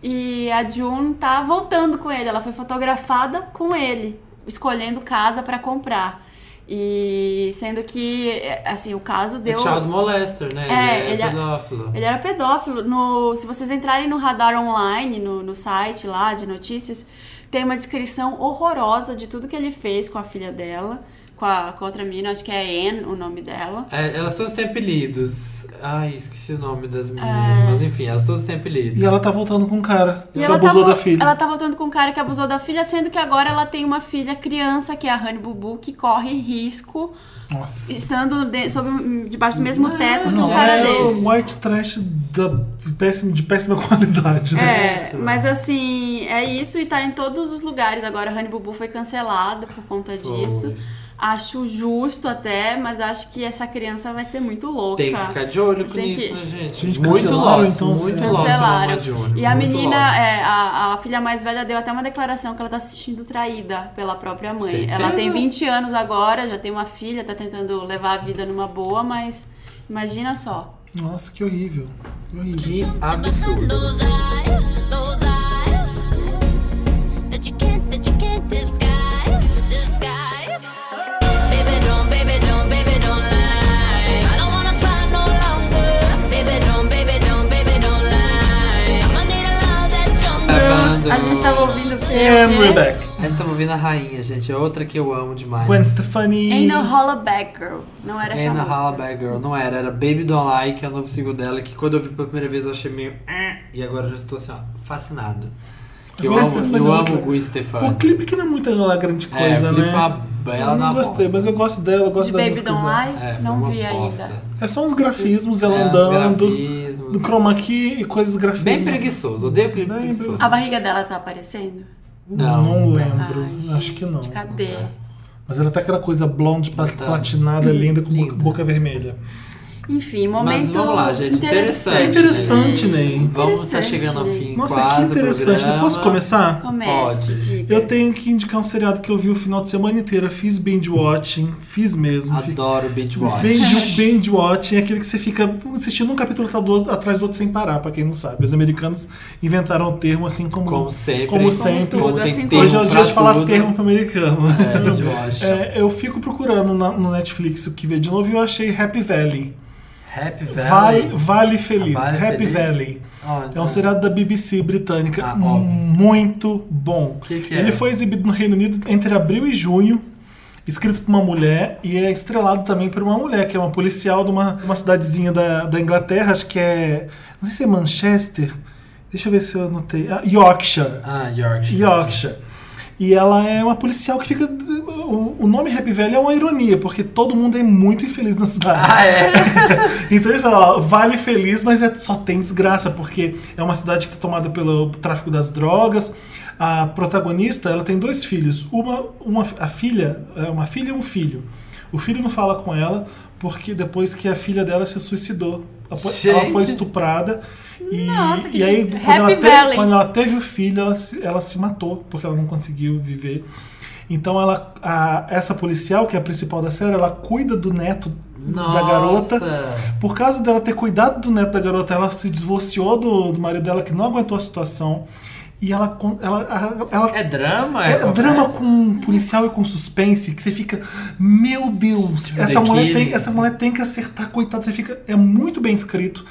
[SPEAKER 4] e a June tá voltando com ele. Ela foi fotografada com ele, escolhendo casa pra comprar. E sendo que, é, assim, o caso
[SPEAKER 3] É
[SPEAKER 4] deu.
[SPEAKER 3] Child molester, né?
[SPEAKER 4] É,
[SPEAKER 3] ele
[SPEAKER 4] ele
[SPEAKER 3] é
[SPEAKER 4] é-
[SPEAKER 3] pedófilo.
[SPEAKER 4] Ele era pedófilo. No, se vocês entrarem no radar online, no, no site lá de notícias, tem uma descrição horrorosa de tudo que ele fez com a filha dela, com a, com a outra menina, acho que é Anne o nome dela.
[SPEAKER 3] É, elas todas têm apelidos. Ai, esqueci o nome
[SPEAKER 4] É.
[SPEAKER 3] das meninas. Mas enfim, elas todas têm apelidos.
[SPEAKER 1] E ela tá voltando com um cara
[SPEAKER 4] E
[SPEAKER 1] que
[SPEAKER 4] ela
[SPEAKER 1] abusou
[SPEAKER 4] tá, vo-
[SPEAKER 1] da filha.
[SPEAKER 4] Ela tá voltando com um cara que abusou da filha, sendo que agora ela tem uma filha criança, que é a Honey Bubu, que corre risco
[SPEAKER 1] Nossa.
[SPEAKER 4] estando de, sob, um, debaixo do mesmo teto que
[SPEAKER 1] Não,
[SPEAKER 4] um cara
[SPEAKER 1] é
[SPEAKER 4] desse.
[SPEAKER 1] o white trash da péssima- de péssima qualidade, né?
[SPEAKER 4] É, mas assim, é isso e tá em todos os lugares. Agora, Honey Bubu foi cancelada por conta
[SPEAKER 3] Tipo,
[SPEAKER 4] disso.
[SPEAKER 3] Foi.
[SPEAKER 4] Acho justo até, mas acho que essa criança vai ser muito louca.
[SPEAKER 3] Tem que ficar de olho com
[SPEAKER 4] Tem
[SPEAKER 3] isso,
[SPEAKER 4] que-
[SPEAKER 3] né, gente?
[SPEAKER 1] Gente,
[SPEAKER 3] muito
[SPEAKER 1] cancelaram,
[SPEAKER 3] Lotus,
[SPEAKER 1] então,
[SPEAKER 3] muito
[SPEAKER 1] será?
[SPEAKER 3] Lotus na
[SPEAKER 4] Cancelaram.
[SPEAKER 3] Mama June,
[SPEAKER 4] um E a
[SPEAKER 3] muito Lotus.
[SPEAKER 4] menina, é, a, a filha mais velha deu até uma declaração que ela tá se sentindo traída pela própria mãe.
[SPEAKER 3] Certeza.
[SPEAKER 4] Ela tem 20 anos agora, já tem uma filha, tá tentando levar a vida numa boa, mas imagina só.
[SPEAKER 1] Nossa, que horrível. Que horrível.
[SPEAKER 3] Que absurdo.
[SPEAKER 2] Those eyes, those eyes that you can't, that you can't disguise, disguise. Baby, don't, baby, don't, baby, don't lie. I don't wanna cry no longer. Baby, don't, baby, don't, baby, don't lie. I'ma need a love that's stronger.
[SPEAKER 3] Abandon.
[SPEAKER 4] A gente tava ouvindo o quê?
[SPEAKER 1] And we're back.
[SPEAKER 3] Essa tá ouvindo a rainha, gente. É outra que eu amo demais.
[SPEAKER 1] Gwen Stefani.
[SPEAKER 4] Ain't no Hollaback Girl. Não era essa
[SPEAKER 3] Anna
[SPEAKER 4] música.
[SPEAKER 3] Hollaback Girl, não era, era Baby Don't Lie, que é o novo single dela, que quando eu vi pela primeira vez eu achei meio. "Ah", E agora eu já estou assim, ó, fascinado. Que eu
[SPEAKER 1] Gwen
[SPEAKER 3] amo,
[SPEAKER 1] Stefani
[SPEAKER 3] eu
[SPEAKER 1] é
[SPEAKER 3] amo
[SPEAKER 1] muito-
[SPEAKER 3] Gwen
[SPEAKER 1] O
[SPEAKER 3] Stefani.
[SPEAKER 1] clipe que não é muita lá grande
[SPEAKER 3] É, o
[SPEAKER 1] coisa,
[SPEAKER 3] clipe
[SPEAKER 1] né?
[SPEAKER 3] foi uma
[SPEAKER 1] Eu
[SPEAKER 3] bela na
[SPEAKER 1] não gostei,
[SPEAKER 3] bosta.
[SPEAKER 1] mas eu gosto dela, eu gosto
[SPEAKER 4] De
[SPEAKER 1] das
[SPEAKER 4] Baby
[SPEAKER 1] músicas
[SPEAKER 4] Don't
[SPEAKER 1] dela.
[SPEAKER 4] Lie?
[SPEAKER 3] É, foi
[SPEAKER 4] não
[SPEAKER 3] uma
[SPEAKER 4] vi
[SPEAKER 3] bosta.
[SPEAKER 4] ainda.
[SPEAKER 1] É só uns grafismos, ela
[SPEAKER 3] É, uns
[SPEAKER 1] andando,
[SPEAKER 3] grafismos.
[SPEAKER 1] do chroma key e coisas grafismos.
[SPEAKER 3] Bem preguiçoso, odeio o clipe
[SPEAKER 1] Bem
[SPEAKER 3] preguiçoso.
[SPEAKER 1] preguiçoso.
[SPEAKER 4] A barriga dela tá aparecendo?
[SPEAKER 1] Não,
[SPEAKER 3] Não.
[SPEAKER 1] lembro,
[SPEAKER 4] Ai,
[SPEAKER 1] acho que não.
[SPEAKER 4] gente, Cadê?
[SPEAKER 3] Não tá.
[SPEAKER 1] Mas ela tá aquela coisa blonde, pla-
[SPEAKER 3] tá.
[SPEAKER 1] platinada, linda, com boca-
[SPEAKER 3] Linda.
[SPEAKER 1] boca vermelha.
[SPEAKER 4] Enfim, momento
[SPEAKER 3] Mas vamos lá, gente. Interessante.
[SPEAKER 1] Interessante, né? Ney.
[SPEAKER 3] Vamos tá
[SPEAKER 4] Interessante,
[SPEAKER 3] chegando ao
[SPEAKER 4] Ney.
[SPEAKER 3] fim
[SPEAKER 1] Nossa,
[SPEAKER 3] quase.
[SPEAKER 1] que interessante.
[SPEAKER 3] Programa.
[SPEAKER 1] Posso começar?
[SPEAKER 4] Comece,
[SPEAKER 3] Pode.
[SPEAKER 4] diga.
[SPEAKER 1] Eu tenho que indicar um seriado que eu vi o final de semana inteira. Fiz binge watching, fiz mesmo. Fiquei-
[SPEAKER 3] Adoro binge watch.
[SPEAKER 1] Binge, binge watching é aquele que você fica assistindo um capítulo tá do- atrás do outro sem parar, pra quem não sabe. Os americanos inventaram o termo assim como.
[SPEAKER 3] Como sempre.
[SPEAKER 1] Como sempre.
[SPEAKER 4] Como tudo,
[SPEAKER 3] tem
[SPEAKER 4] assim
[SPEAKER 3] termo
[SPEAKER 1] Hoje é o dia
[SPEAKER 3] pra
[SPEAKER 1] de falar
[SPEAKER 3] tudo.
[SPEAKER 1] termo pro americano.
[SPEAKER 3] É, binge watch.
[SPEAKER 1] É, eu fico procurando na- no Netflix o que ver de novo e eu achei Happy Valley.
[SPEAKER 3] Happy
[SPEAKER 1] Vale,
[SPEAKER 3] Valley.
[SPEAKER 1] vale Feliz.
[SPEAKER 3] Ah, Vale
[SPEAKER 1] Happy
[SPEAKER 3] Feliz.
[SPEAKER 1] Valley.
[SPEAKER 3] Olha.
[SPEAKER 1] É um seriado da BBC britânica hum,
[SPEAKER 3] Ah, óbvio.
[SPEAKER 1] muito bom.
[SPEAKER 3] Que que é?
[SPEAKER 1] Ele foi exibido no Reino Unido entre abril e junho, escrito por uma mulher e é estrelado também por uma mulher, que é uma policial de uma, uma cidadezinha da, da Inglaterra, acho que é. Não sei se é Manchester. Deixa eu ver se eu anotei. Ah, Yorkshire.
[SPEAKER 3] Ah, Yorkshire.
[SPEAKER 1] Yorkshire. E ela é uma policial que fica. O o nome Rap Velho é uma ironia, porque todo mundo é muito infeliz na cidade.
[SPEAKER 3] Ah, é?
[SPEAKER 1] Então isso, ó, vale feliz, mas é, só tem desgraça, porque é uma cidade que está tomada pelo tráfico das drogas. A protagonista, ela tem dois filhos, uma, uma a filha, é uma filha e um filho. O filho não fala com ela porque depois que a filha dela se suicidou, Ela foi- ela
[SPEAKER 3] Gente.
[SPEAKER 1] foi estuprada e,
[SPEAKER 4] Nossa, que
[SPEAKER 1] e aí
[SPEAKER 4] des-
[SPEAKER 1] quando ela,
[SPEAKER 4] Happy
[SPEAKER 1] teve,
[SPEAKER 4] Valley.
[SPEAKER 1] quando ela teve o filho, ela se, ela se matou porque ela não conseguiu viver. Então ela, a- essa policial que é a principal da série, ela cuida do neto da garota.
[SPEAKER 3] Nossa.
[SPEAKER 1] Por causa dela ter cuidado do neto da garota, ela se divorciou do, do marido dela que não aguentou a situação. E ela. con- ela, ela, ela-
[SPEAKER 3] É drama?
[SPEAKER 1] é
[SPEAKER 3] comédia?
[SPEAKER 1] drama com policial e com suspense que você fica, meu Deus, essa mulher,
[SPEAKER 3] daquele-
[SPEAKER 1] tem, essa mulher tem que acertar, coitado, você fica, é muito bem escrito.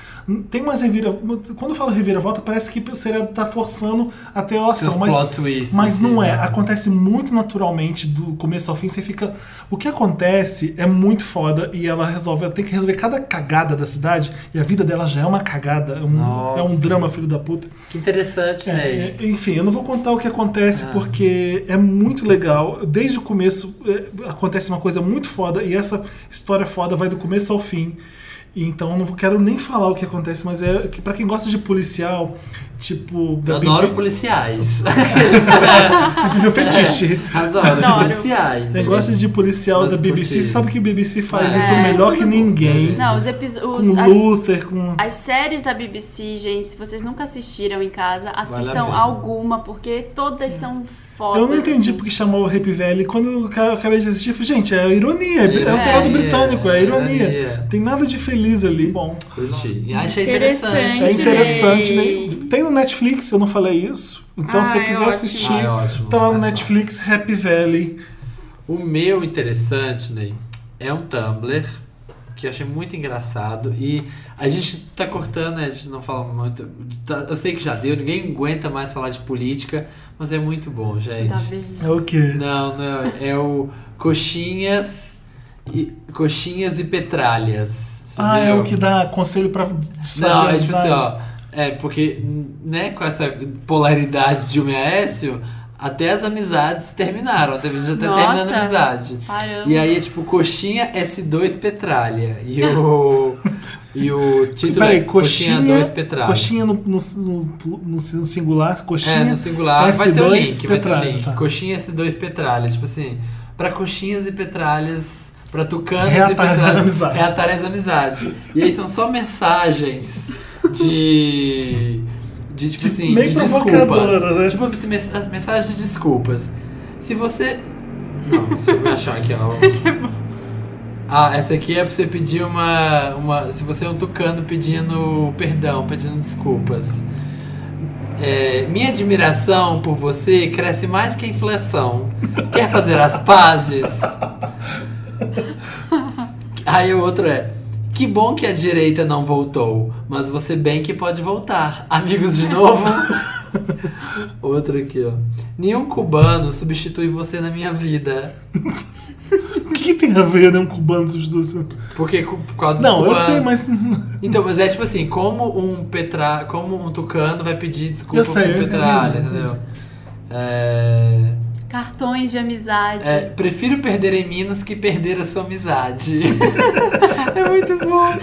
[SPEAKER 1] Tem umas revira, quando eu falo reviravolta, parece que o seriado tá forçando até a ação,
[SPEAKER 3] Seus
[SPEAKER 1] mas
[SPEAKER 3] plot twists,
[SPEAKER 1] mas não
[SPEAKER 3] assim,
[SPEAKER 1] é,
[SPEAKER 3] né?
[SPEAKER 1] acontece muito naturalmente do começo ao fim, você fica, o que acontece é muito foda e ela resolve, ela tem que resolver cada cagada da cidade e a vida dela já é uma cagada, é um,
[SPEAKER 3] Nossa.
[SPEAKER 1] é um drama filho da puta.
[SPEAKER 3] Que interessante,
[SPEAKER 1] É,
[SPEAKER 3] né?
[SPEAKER 1] é, enfim, eu não vou contar o que acontece
[SPEAKER 3] Ah.
[SPEAKER 1] porque é muito legal. Desde o começo é, acontece uma coisa muito foda e essa história foda vai do começo ao fim. Então eu não vou- quero nem falar o que acontece, mas é que para quem gosta de policial, tipo.
[SPEAKER 3] Eu
[SPEAKER 1] da
[SPEAKER 3] adoro
[SPEAKER 1] Bíblia-
[SPEAKER 3] policiais.
[SPEAKER 1] Meu fetiche.
[SPEAKER 3] Adoro,
[SPEAKER 4] Adoro.
[SPEAKER 3] policiais.
[SPEAKER 1] Quem gosta de policial
[SPEAKER 3] Nossa,
[SPEAKER 1] da BBC,
[SPEAKER 3] curti.
[SPEAKER 1] sabe que o BBC faz
[SPEAKER 3] É.
[SPEAKER 1] isso melhor que ninguém.
[SPEAKER 4] Não, os episódios.
[SPEAKER 1] Com Luther, com.
[SPEAKER 4] As séries da BBC, gente, se vocês nunca assistiram em casa, assistam
[SPEAKER 3] a pena.
[SPEAKER 4] alguma, porque todas são fodas.
[SPEAKER 1] É. Eu não entendi
[SPEAKER 4] assim.
[SPEAKER 1] porque chamou o Rap Valley. Quando eu ca- acabei de assistir, eu falei, gente, é ironia. É, é um
[SPEAKER 3] Ironia,
[SPEAKER 1] seriado britânico, é ironia.
[SPEAKER 3] ironia.
[SPEAKER 1] Tem nada de feliz ali. Bom,
[SPEAKER 3] Curti. E achei
[SPEAKER 4] Interessante.
[SPEAKER 3] interessante.
[SPEAKER 1] é
[SPEAKER 4] Gente,
[SPEAKER 1] interessante,
[SPEAKER 4] né?
[SPEAKER 1] né? Tem no Netflix, eu não falei isso. Então, se você
[SPEAKER 4] Ai,
[SPEAKER 1] quiser
[SPEAKER 4] Ah, é ótimo.
[SPEAKER 1] assistir,
[SPEAKER 3] Ai, Ah, é ótimo.
[SPEAKER 1] tá lá no
[SPEAKER 3] Mas não.
[SPEAKER 1] Netflix, Rap Valley.
[SPEAKER 3] O meu interessante, Ney, é um Tumblr que eu achei muito engraçado e a gente tá cortando, né? A gente não fala muito. tá- eu sei que já deu, ninguém aguenta mais falar de política, mas é muito bom, gente.
[SPEAKER 4] Tá bem.
[SPEAKER 1] É o quê?
[SPEAKER 3] Não, não, é o Coxinhas e Coxinhas e Petralhas. você
[SPEAKER 1] Ah, é
[SPEAKER 3] viu?
[SPEAKER 1] o que dá conselho pra desfazer
[SPEAKER 3] um Não, é tipo
[SPEAKER 1] amizade.
[SPEAKER 3] assim, ó. É, porque, né, com essa polaridade de um e Aécio, até as amizades terminaram. Teve gente até
[SPEAKER 4] Nossa.
[SPEAKER 3] terminando a amizade.
[SPEAKER 4] Caramba.
[SPEAKER 3] E aí é tipo coxinha S2 Petralha. E o. e o título é
[SPEAKER 1] Peraí,
[SPEAKER 3] Coxinha
[SPEAKER 1] coxinha,
[SPEAKER 3] 2 Petralha.
[SPEAKER 1] coxinha no, no, no- no singular, coxinha.
[SPEAKER 3] É, no singular. vai
[SPEAKER 1] S2
[SPEAKER 3] ter o link, vai ter
[SPEAKER 1] Petralha,
[SPEAKER 3] o link.
[SPEAKER 1] tá.
[SPEAKER 3] Coxinha S2 Petralha. Tipo assim, pra coxinhas e petralhas. Pra tucanos e
[SPEAKER 1] Reatar
[SPEAKER 3] petralhas. É
[SPEAKER 1] as amizades.
[SPEAKER 3] Reatar as amizades. E aí são só mensagens de. De tipo assim,
[SPEAKER 1] Bem
[SPEAKER 3] de
[SPEAKER 1] provocadora,
[SPEAKER 3] desculpas.
[SPEAKER 1] né?
[SPEAKER 3] Tipo assim, mens- as mensagens de desculpas. Se você. Não, deixa eu achar aqui, ó.
[SPEAKER 1] é
[SPEAKER 3] Ah, essa aqui é pra você pedir uma, uma. Se você é um tucano pedindo perdão, pedindo desculpas. É, minha admiração por você cresce mais que a inflação. Quer fazer as pazes? Aí o outro é. Que bom que a direita não voltou, mas você bem que pode voltar. Amigos de novo? Outra aqui, ó. Nenhum cubano substitui você na minha vida.
[SPEAKER 1] O que, que tem a ver, né? Um cubano substituição?
[SPEAKER 3] Porque cu- por causa dos
[SPEAKER 1] Não, eu
[SPEAKER 3] cubanos.
[SPEAKER 1] sei, mas.
[SPEAKER 3] Então, mas é tipo assim, como um petra... como um tucano vai pedir desculpa
[SPEAKER 1] Eu sei,
[SPEAKER 3] pro
[SPEAKER 1] eu
[SPEAKER 3] petralha,
[SPEAKER 1] entendi,
[SPEAKER 3] entendeu? É...
[SPEAKER 4] Cartões de amizade.
[SPEAKER 3] é, prefiro perder em Minas que perder a sua amizade.
[SPEAKER 4] É muito bom.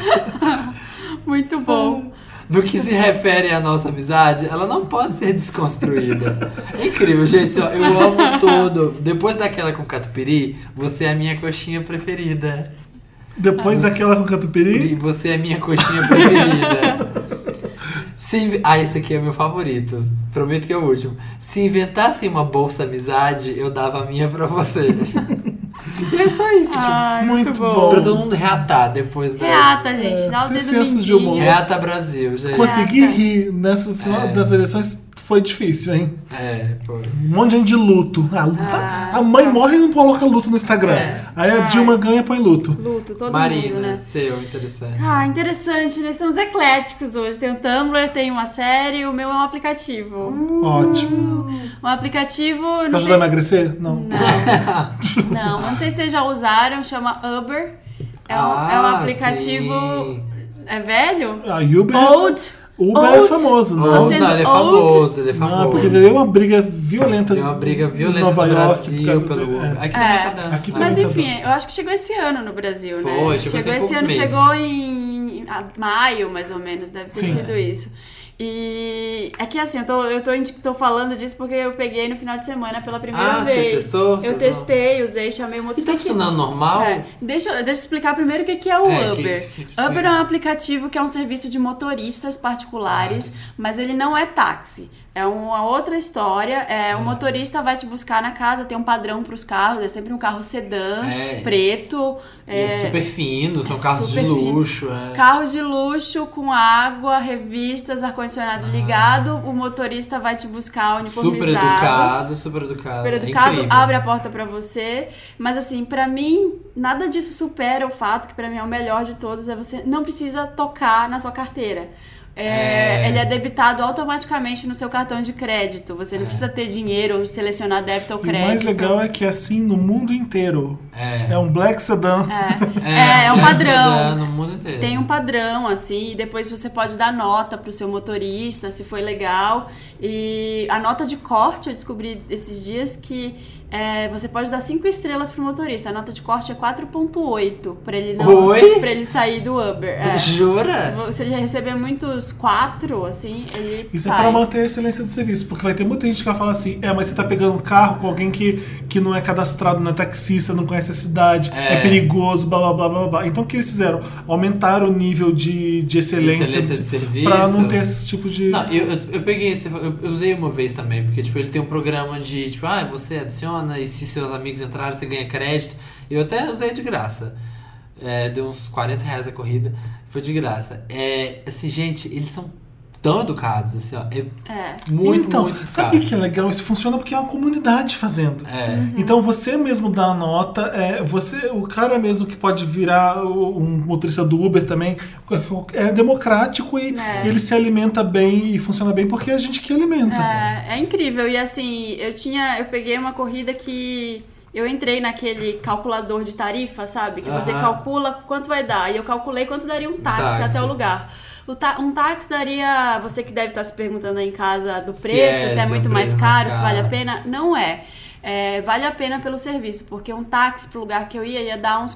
[SPEAKER 4] muito bom.
[SPEAKER 3] No que se refere à nossa amizade, ela não pode ser desconstruída. É incrível, gente. ó, eu amo todo. Depois daquela com catupiry, você é a minha coxinha preferida.
[SPEAKER 1] Depois
[SPEAKER 4] Ah.
[SPEAKER 1] daquela com
[SPEAKER 3] E
[SPEAKER 1] catupiry,
[SPEAKER 3] você é minha coxinha preferida. Se inve- Ah, esse aqui é meu favorito. Prometo que é o último. Se inventassem uma bolsa amizade, eu dava a minha pra você. e é só isso,
[SPEAKER 4] Ai,
[SPEAKER 1] muito
[SPEAKER 3] tipo.
[SPEAKER 1] bom.
[SPEAKER 3] Pra todo mundo reatar depois
[SPEAKER 1] É.
[SPEAKER 3] da.
[SPEAKER 4] Reata, gente. Dá o
[SPEAKER 1] Tem
[SPEAKER 4] dedo
[SPEAKER 1] senso de humor.
[SPEAKER 4] mindinho.
[SPEAKER 3] Reata Brasil, gente.
[SPEAKER 1] conseguir
[SPEAKER 4] Ah, tá.
[SPEAKER 1] rir nessa final
[SPEAKER 3] É.
[SPEAKER 1] das eleições foi difícil, hein?
[SPEAKER 3] É, foi.
[SPEAKER 1] Um monte de gente de luto. Ah, fa- a mãe morre e não coloca luto no Instagram.
[SPEAKER 3] É.
[SPEAKER 1] Aí a Dilma ganha e põe luto.
[SPEAKER 4] Luto, todo
[SPEAKER 3] Marina,
[SPEAKER 4] mundo, né?
[SPEAKER 3] seu, interessante.
[SPEAKER 4] Ah, interessante, nós estamos ecléticos hoje. Tem o Tumblr, tem uma série, o meu é um aplicativo.
[SPEAKER 1] Hum. Ótimo.
[SPEAKER 4] Um aplicativo. eu
[SPEAKER 1] Pra
[SPEAKER 4] Não,
[SPEAKER 1] ajudar
[SPEAKER 4] sei...
[SPEAKER 1] a emagrecer? Não.
[SPEAKER 4] não, não sei se vocês já usaram, chama Uber. É um, é um
[SPEAKER 3] Ah,
[SPEAKER 4] aplicativo.
[SPEAKER 3] sim.
[SPEAKER 4] É velho?
[SPEAKER 1] A Uber,
[SPEAKER 4] Old?
[SPEAKER 1] Uber é
[SPEAKER 4] old.
[SPEAKER 1] famoso, né?
[SPEAKER 4] Tá
[SPEAKER 3] Ou
[SPEAKER 4] sendo
[SPEAKER 3] não, ele é
[SPEAKER 4] old.
[SPEAKER 3] famoso, ele é famoso.
[SPEAKER 1] Ah, porque teve uma briga violenta.
[SPEAKER 3] Deu uma briga violenta
[SPEAKER 1] em Nova
[SPEAKER 3] no
[SPEAKER 1] York
[SPEAKER 3] Brasil
[SPEAKER 1] por causa
[SPEAKER 3] pelo
[SPEAKER 1] dele. É.
[SPEAKER 3] Aqui
[SPEAKER 4] É.
[SPEAKER 3] também tá dando.
[SPEAKER 1] Aqui
[SPEAKER 3] Ah,
[SPEAKER 1] também.
[SPEAKER 4] Mas
[SPEAKER 1] Tá
[SPEAKER 4] enfim, eu acho que chegou esse ano no Brasil, né?
[SPEAKER 3] Foi, chegou tem
[SPEAKER 4] esse
[SPEAKER 3] poucos
[SPEAKER 4] ano,
[SPEAKER 3] meses.
[SPEAKER 4] chegou em ah, maio, mais ou menos, deve ter
[SPEAKER 1] Sim.
[SPEAKER 4] sido isso. E é que assim, eu, tô, eu tô, indi- tô falando disso porque eu peguei no final de semana pela primeira
[SPEAKER 3] Ah, você
[SPEAKER 4] vez.
[SPEAKER 3] testou? Você
[SPEAKER 4] Eu
[SPEAKER 3] usou?
[SPEAKER 4] testei, usei, chamei um outro
[SPEAKER 3] E tá
[SPEAKER 4] que-
[SPEAKER 3] funcionando normal?
[SPEAKER 4] É, deixa, eu- deixa eu explicar primeiro o que, que é o
[SPEAKER 3] É, que-
[SPEAKER 4] Uber.
[SPEAKER 3] que- que-
[SPEAKER 4] Uber é um aplicativo que é um serviço de motoristas
[SPEAKER 3] Ah,
[SPEAKER 4] particulares, mas ele não é táxi. É uma outra história.
[SPEAKER 3] Ah.
[SPEAKER 4] É, o motorista vai te buscar na casa, tem um padrão para os carros, é sempre um carro sedã,
[SPEAKER 3] É.
[SPEAKER 4] preto.
[SPEAKER 3] E é super fino, são
[SPEAKER 4] é
[SPEAKER 3] carros de
[SPEAKER 4] super fino.
[SPEAKER 3] luxo. É.
[SPEAKER 4] Carros de luxo com água, revistas, ar-condicionado ligado. O motorista vai te buscar
[SPEAKER 3] Ah.
[SPEAKER 4] uniformizado.
[SPEAKER 3] Super educado, super educado.
[SPEAKER 4] Super
[SPEAKER 3] é
[SPEAKER 4] educado,
[SPEAKER 3] incrível.
[SPEAKER 4] abre a porta pra você. Mas assim, pra mim, nada disso supera o fato que pra mim é o melhor de todos é você não precisa tocar na sua carteira. É,
[SPEAKER 3] É.
[SPEAKER 4] Ele é debitado automaticamente no seu cartão de crédito. Você
[SPEAKER 3] É.
[SPEAKER 4] não precisa ter dinheiro ou selecionar débito ou
[SPEAKER 1] E o mais
[SPEAKER 4] crédito.
[SPEAKER 1] legal é que é assim no mundo inteiro. É, um black sedan.
[SPEAKER 4] é, é um
[SPEAKER 3] já
[SPEAKER 4] padrão.
[SPEAKER 3] sedã No mundo inteiro.
[SPEAKER 4] Tem um padrão, assim, e depois você pode dar nota pro seu motorista, se foi legal. E a nota de corte, eu descobri esses dias que é, você pode dar cinco estrelas pro motorista. A nota de corte é 4.8 pra ele não
[SPEAKER 3] Oi?
[SPEAKER 4] pra ele sair do Uber. É. Se
[SPEAKER 3] Jura?
[SPEAKER 4] vo- se ele receber muitos quatro, assim, ele
[SPEAKER 1] Isso é
[SPEAKER 4] sai.
[SPEAKER 1] pra manter a excelência do serviço, porque vai ter muita gente que vai falar assim, é, mas você tá pegando um carro com alguém que, que não é cadastrado, não é taxista, não conhece a cidade, é,
[SPEAKER 3] É.
[SPEAKER 1] perigoso, blá blá blá blá blá. Então o que eles fizeram? Aumentaram o nível de, de excelência,
[SPEAKER 3] Excelência
[SPEAKER 1] do-
[SPEAKER 3] de serviço.
[SPEAKER 1] pra não ter esse tipo de.
[SPEAKER 3] Não, eu, eu, eu peguei esse, eu, eu usei uma vez também, porque tipo, ele tem um programa de tipo, ah, você adiciona e se seus amigos entrarem, você ganha crédito. Eu até usei de graça. É, deu uns 40 reais a corrida, foi de graça. É, assim, gente, eles são tão educados, assim, ó. É
[SPEAKER 4] É.
[SPEAKER 3] muito,
[SPEAKER 1] então,
[SPEAKER 3] muito
[SPEAKER 1] sabe o
[SPEAKER 3] educado.
[SPEAKER 1] que é legal? Isso funciona porque é uma comunidade fazendo.
[SPEAKER 4] Hum.
[SPEAKER 3] É.
[SPEAKER 4] Uhum.
[SPEAKER 1] Então você mesmo dá a nota, é, você, o cara mesmo que pode virar o- um motorista do Uber também, é democrático e
[SPEAKER 4] É.
[SPEAKER 1] ele se alimenta bem e funciona bem porque é a gente que alimenta.
[SPEAKER 4] É, é incrível. E assim, eu tinha. Eu peguei uma corrida que. Eu entrei naquele calculador de tarifa, sabe? Que você
[SPEAKER 3] Aham.
[SPEAKER 4] calcula quanto vai dar. E eu calculei quanto daria um táxi,
[SPEAKER 3] táxi.
[SPEAKER 4] até o lugar. O ta- um táxi daria. Você que deve estar se perguntando aí em casa do
[SPEAKER 3] Se
[SPEAKER 4] preço, se é,
[SPEAKER 3] é, se é um
[SPEAKER 4] muito
[SPEAKER 3] preço
[SPEAKER 4] mais
[SPEAKER 3] mais
[SPEAKER 4] caro, se
[SPEAKER 3] caro.
[SPEAKER 4] vale a pena. Não é. É, vale a pena pelo serviço, porque um táxi pro lugar que eu ia ia dar uns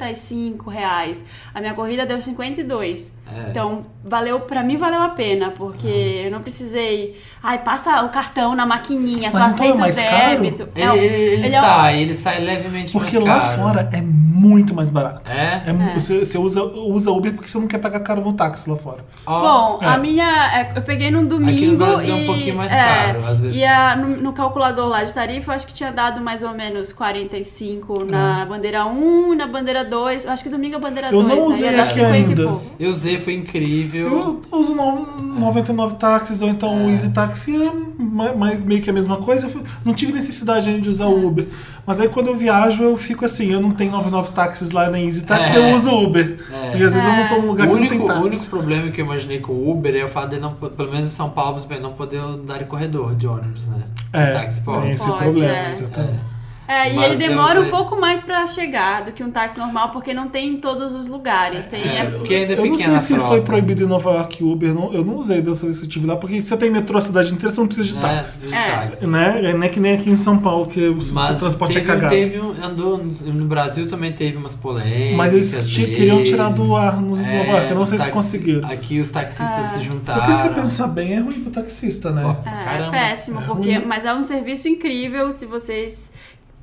[SPEAKER 4] 45 reais. A minha corrida deu 52.
[SPEAKER 3] É.
[SPEAKER 4] Então, valeu, pra mim valeu a pena, porque eu não precisei. Ai, passa o cartão na maquininha, só
[SPEAKER 1] Mas então é
[SPEAKER 4] aceita o
[SPEAKER 1] mais caro?
[SPEAKER 4] débito.
[SPEAKER 3] Ele,
[SPEAKER 4] Não,
[SPEAKER 3] ele- ele
[SPEAKER 4] ele é um-
[SPEAKER 3] sai, ele sai levemente
[SPEAKER 1] Porque
[SPEAKER 3] mais
[SPEAKER 1] lá
[SPEAKER 3] caro.
[SPEAKER 1] fora é muito mais barato.
[SPEAKER 3] É?
[SPEAKER 1] mu-
[SPEAKER 4] É.
[SPEAKER 1] Você, você usa, usa Uber porque você não quer pagar caro no táxi lá fora.
[SPEAKER 3] Ó,
[SPEAKER 4] Bom,
[SPEAKER 1] É.
[SPEAKER 4] a minha. é, Eu peguei num domingo.
[SPEAKER 3] Brasil é um
[SPEAKER 4] e,
[SPEAKER 3] pouquinho mais
[SPEAKER 4] é,
[SPEAKER 3] caro, às vezes.
[SPEAKER 4] E a- no, no calculador lá de tarifa, eu acho que tinha dado mais ou menos 45 na
[SPEAKER 3] É.
[SPEAKER 4] bandeira 1 e na bandeira 2. Eu acho que domingo é a bandeira
[SPEAKER 1] Eu
[SPEAKER 4] 2,
[SPEAKER 1] não
[SPEAKER 4] né?
[SPEAKER 1] usei
[SPEAKER 4] Ia dar
[SPEAKER 1] aqui
[SPEAKER 4] 50
[SPEAKER 1] ainda.
[SPEAKER 4] e pouco.
[SPEAKER 3] eu usei, foi incrível.
[SPEAKER 1] Eu uso no- 99 táxis ou então o Easy Taxi, é ma- ma- meio que a mesma coisa. Eu fui- Não tive necessidade ainda de usar
[SPEAKER 3] É.
[SPEAKER 1] o Uber. Mas aí quando eu viajo, eu fico assim: eu não tenho 99 táxis lá nem Easy Taxi,
[SPEAKER 3] É.
[SPEAKER 1] eu uso Uber.
[SPEAKER 3] É.
[SPEAKER 1] E às vezes eu não tô num lugar
[SPEAKER 3] O
[SPEAKER 1] que
[SPEAKER 3] único,
[SPEAKER 1] não tem
[SPEAKER 3] o
[SPEAKER 1] táxi.
[SPEAKER 3] único problema que eu imaginei com o Uber é o fato de não, po- pelo menos em São Paulo, você não poder andar em corredor de ônibus, né?
[SPEAKER 1] É,
[SPEAKER 3] táxi
[SPEAKER 1] tem
[SPEAKER 3] pode. né?
[SPEAKER 1] esse
[SPEAKER 4] Pode,
[SPEAKER 1] problema,
[SPEAKER 4] é.
[SPEAKER 1] exatamente.
[SPEAKER 4] É, e
[SPEAKER 3] Mas
[SPEAKER 4] ele
[SPEAKER 3] eu
[SPEAKER 4] demora um
[SPEAKER 3] usei-
[SPEAKER 4] pouco mais pra chegar do que um táxi normal, porque não tem em todos os lugares. Tem,
[SPEAKER 3] É,
[SPEAKER 4] é-
[SPEAKER 3] porque ainda é
[SPEAKER 1] Eu não sei
[SPEAKER 3] pequena
[SPEAKER 1] se
[SPEAKER 3] a frota.
[SPEAKER 1] foi proibido em Nova York Uber, não- eu não usei dessa vez que eu estive lá, porque você tem metrô a cidade inteira, você não precisa de
[SPEAKER 3] Né?
[SPEAKER 1] táxi.
[SPEAKER 3] Dos
[SPEAKER 4] É.
[SPEAKER 3] táxis.
[SPEAKER 1] Né? Não é que nem aqui em São Paulo, que o
[SPEAKER 3] Mas
[SPEAKER 1] transporte é
[SPEAKER 3] teve,
[SPEAKER 1] cagado.
[SPEAKER 3] teve um- andou no no Brasil também teve umas polêmicas.
[SPEAKER 1] Mas eles ti-
[SPEAKER 3] deles.
[SPEAKER 1] queriam tirar do ar nos
[SPEAKER 3] É,
[SPEAKER 1] Nova York, eu não
[SPEAKER 3] os
[SPEAKER 1] sei se
[SPEAKER 3] taxi-
[SPEAKER 1] conseguiram.
[SPEAKER 3] Aqui os taxistas
[SPEAKER 4] Ah.
[SPEAKER 3] se juntaram.
[SPEAKER 1] Porque se pensar bem, é ruim pro taxista, né?
[SPEAKER 3] Ó,
[SPEAKER 4] É,
[SPEAKER 3] caramba.
[SPEAKER 4] péssimo, porque, mas é um serviço incrível se vocês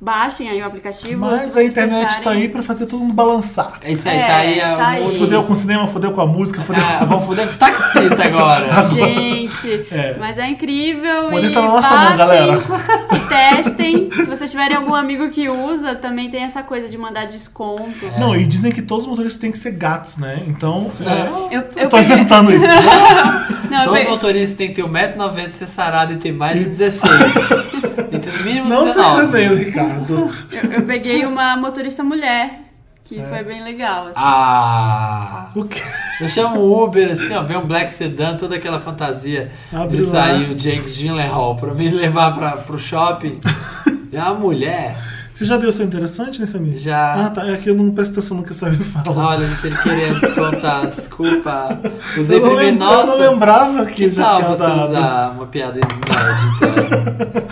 [SPEAKER 4] Baixem aí o aplicativo. se
[SPEAKER 1] Mas a
[SPEAKER 4] vocês
[SPEAKER 1] internet tá
[SPEAKER 4] testarem.
[SPEAKER 1] aí pra fazer todo mundo balançar.
[SPEAKER 3] É isso aí,
[SPEAKER 4] É,
[SPEAKER 3] tá aí a.
[SPEAKER 4] tá aí.
[SPEAKER 1] Fudeu com o cinema, fudeu com a música, fudeu
[SPEAKER 3] Ah, vão foder com os taxistas agora.
[SPEAKER 4] Gente,
[SPEAKER 1] É.
[SPEAKER 4] mas é incrível.
[SPEAKER 1] Poder
[SPEAKER 4] e
[SPEAKER 1] tá na nossa mão,
[SPEAKER 4] e testem. Se vocês tiverem algum amigo que usa, também tem essa coisa de mandar desconto.
[SPEAKER 1] Não, e dizem que todos os motoristas têm que ser gatos, né? Então, é,
[SPEAKER 4] Eu,
[SPEAKER 1] eu
[SPEAKER 4] eu
[SPEAKER 1] tô
[SPEAKER 4] peguei-
[SPEAKER 1] inventando isso.
[SPEAKER 4] Não, eu
[SPEAKER 3] Todo
[SPEAKER 4] peguei-
[SPEAKER 3] motorista tem que ter 1,90m, ser sarado e ter mais de 16. e ter no mínimo
[SPEAKER 1] Não se
[SPEAKER 3] 19.
[SPEAKER 1] enganem, Ricardo.
[SPEAKER 4] Eu, eu peguei uma motorista mulher, que
[SPEAKER 1] É.
[SPEAKER 4] foi bem legal. assim.
[SPEAKER 3] Ah!
[SPEAKER 1] O quê?
[SPEAKER 3] Eu chamo o Uber assim, ó, vem um Black Sedan, toda aquela fantasia
[SPEAKER 1] Abre
[SPEAKER 3] de
[SPEAKER 1] lá.
[SPEAKER 3] sair o Jake Gyllenhaal pra me levar pra, pro shopping. É uma mulher.
[SPEAKER 1] Você já deu o seu interessante nesse amigo?
[SPEAKER 3] Já. Ah,
[SPEAKER 1] Ah, tá. É que eu não presto atenção no que você me fala.
[SPEAKER 3] Olha, gente, ele queria descontar, desculpa. Usei primeiro,
[SPEAKER 1] lembra- eu
[SPEAKER 3] nossa.
[SPEAKER 1] não lembrava que,
[SPEAKER 3] que
[SPEAKER 1] já
[SPEAKER 3] tal
[SPEAKER 1] tinha
[SPEAKER 3] você
[SPEAKER 1] dado.
[SPEAKER 3] usar uma piada inédita?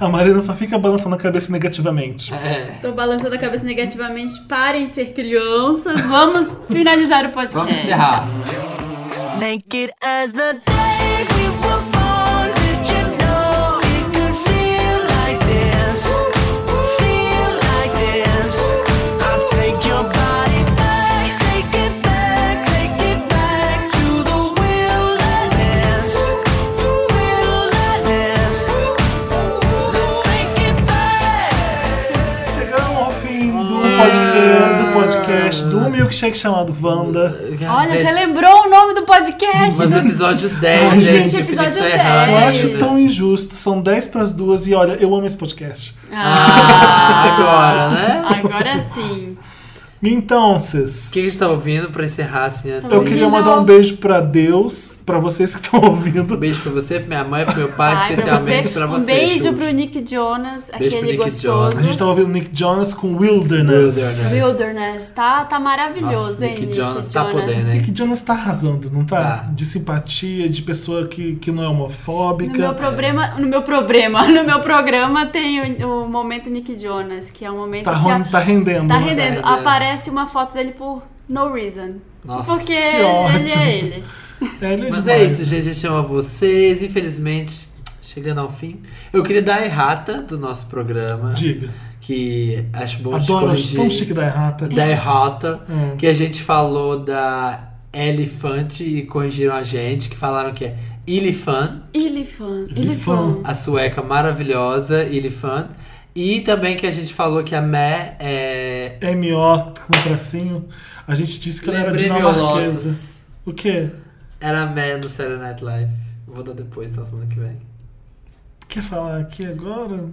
[SPEAKER 1] A Marina só fica balançando a cabeça negativamente.
[SPEAKER 3] é.
[SPEAKER 4] Tô balançando a cabeça negativamente. Parem de ser crianças. Vamos finalizar o
[SPEAKER 3] Vamos
[SPEAKER 4] podcast.
[SPEAKER 3] encerrar.
[SPEAKER 5] Naked as the day we were born. Did you know it could feel like this? Feel like this. I'll take your body back, take it back, take it back to the wilderness. Wilderness. Let's take it back.
[SPEAKER 1] Chegamos ao fim do,
[SPEAKER 3] Ah.
[SPEAKER 1] podcast, do podcast do milkshake chamado Wanda.
[SPEAKER 4] Olha, você
[SPEAKER 3] Gente,
[SPEAKER 4] lembrou o nome do podcast? né?
[SPEAKER 3] Mas episódio 10,
[SPEAKER 1] Ai,
[SPEAKER 3] gente.
[SPEAKER 1] gente,
[SPEAKER 3] o Felipe
[SPEAKER 4] episódio
[SPEAKER 3] tá
[SPEAKER 4] 10.
[SPEAKER 3] errado.
[SPEAKER 1] Eu
[SPEAKER 4] É
[SPEAKER 1] acho
[SPEAKER 4] isso.
[SPEAKER 1] tão injusto. São 10 pras duas e olha, eu amo esse podcast.
[SPEAKER 3] Ah, agora, né?
[SPEAKER 4] Agora sim.
[SPEAKER 1] Então,
[SPEAKER 3] O
[SPEAKER 1] vocês.
[SPEAKER 3] que a gente tá ouvindo pra encerrar assim? a
[SPEAKER 1] Eu
[SPEAKER 4] Beijo.
[SPEAKER 1] queria mandar um beijo pra Deus, pra vocês que estão ouvindo.
[SPEAKER 3] Um beijo pra você, pra minha mãe, pro meu pai,
[SPEAKER 4] Ai, pra
[SPEAKER 3] especialmente pra
[SPEAKER 4] Um
[SPEAKER 3] você.
[SPEAKER 4] beijo
[SPEAKER 3] Xuxa.
[SPEAKER 4] pro Nick Jonas,
[SPEAKER 3] Beijo pro
[SPEAKER 4] aquele
[SPEAKER 3] Nick
[SPEAKER 4] gostoso.
[SPEAKER 1] A gente tá ouvindo Nick Jonas com Wilderness.
[SPEAKER 3] Wilderness.
[SPEAKER 4] Wilderness, tá, tá maravilhoso,
[SPEAKER 3] né? Nossa,
[SPEAKER 4] hein?
[SPEAKER 3] Nick Jonas tá podendo, né?
[SPEAKER 1] Nick Jonas tá arrasando, não tá?
[SPEAKER 3] Tá.
[SPEAKER 1] De simpatia, de pessoa que, que não é
[SPEAKER 4] No meu
[SPEAKER 1] homofóbica.
[SPEAKER 4] problema, no meu problema, no meu programa tem o, o momento Nick Jonas, que é um momento
[SPEAKER 1] Tá,
[SPEAKER 4] que a-
[SPEAKER 1] ron- tá rendendo.
[SPEAKER 4] tá
[SPEAKER 1] né?
[SPEAKER 4] rendendo.
[SPEAKER 3] rendendo.
[SPEAKER 4] Aparece uma foto dele por no reason.
[SPEAKER 3] Nossa,
[SPEAKER 1] que
[SPEAKER 4] porque ele
[SPEAKER 1] ótimo.
[SPEAKER 4] é ele.
[SPEAKER 1] É, ele é
[SPEAKER 3] Mas é
[SPEAKER 1] demais.
[SPEAKER 3] isso, gente. A gente ama vocês. Infelizmente, chegando ao fim. Eu queria dar a errata do nosso programa.
[SPEAKER 1] Diga.
[SPEAKER 3] Que acho bom te
[SPEAKER 1] Adoro, acho tão chique
[SPEAKER 3] corrigir.
[SPEAKER 1] da errata.
[SPEAKER 3] Da errata.
[SPEAKER 1] Hum.
[SPEAKER 3] Que a gente falou da elefante e corrigiram a gente. Que falaram que é ilifan.
[SPEAKER 4] Ilifan,
[SPEAKER 1] Ilifan.
[SPEAKER 4] Ilifan.
[SPEAKER 3] a sueca maravilhosa, Ilifant. E também que a gente falou que a Mé é.
[SPEAKER 1] M.O. com tracinho. A gente disse que ela era
[SPEAKER 3] Lembrei meu
[SPEAKER 1] dinamarquesa.
[SPEAKER 3] Lotus.
[SPEAKER 1] O quê?
[SPEAKER 3] Era a Mé no Saturday Night Live. Vou dar depois, na semana que vem.
[SPEAKER 1] Quer falar aqui agora?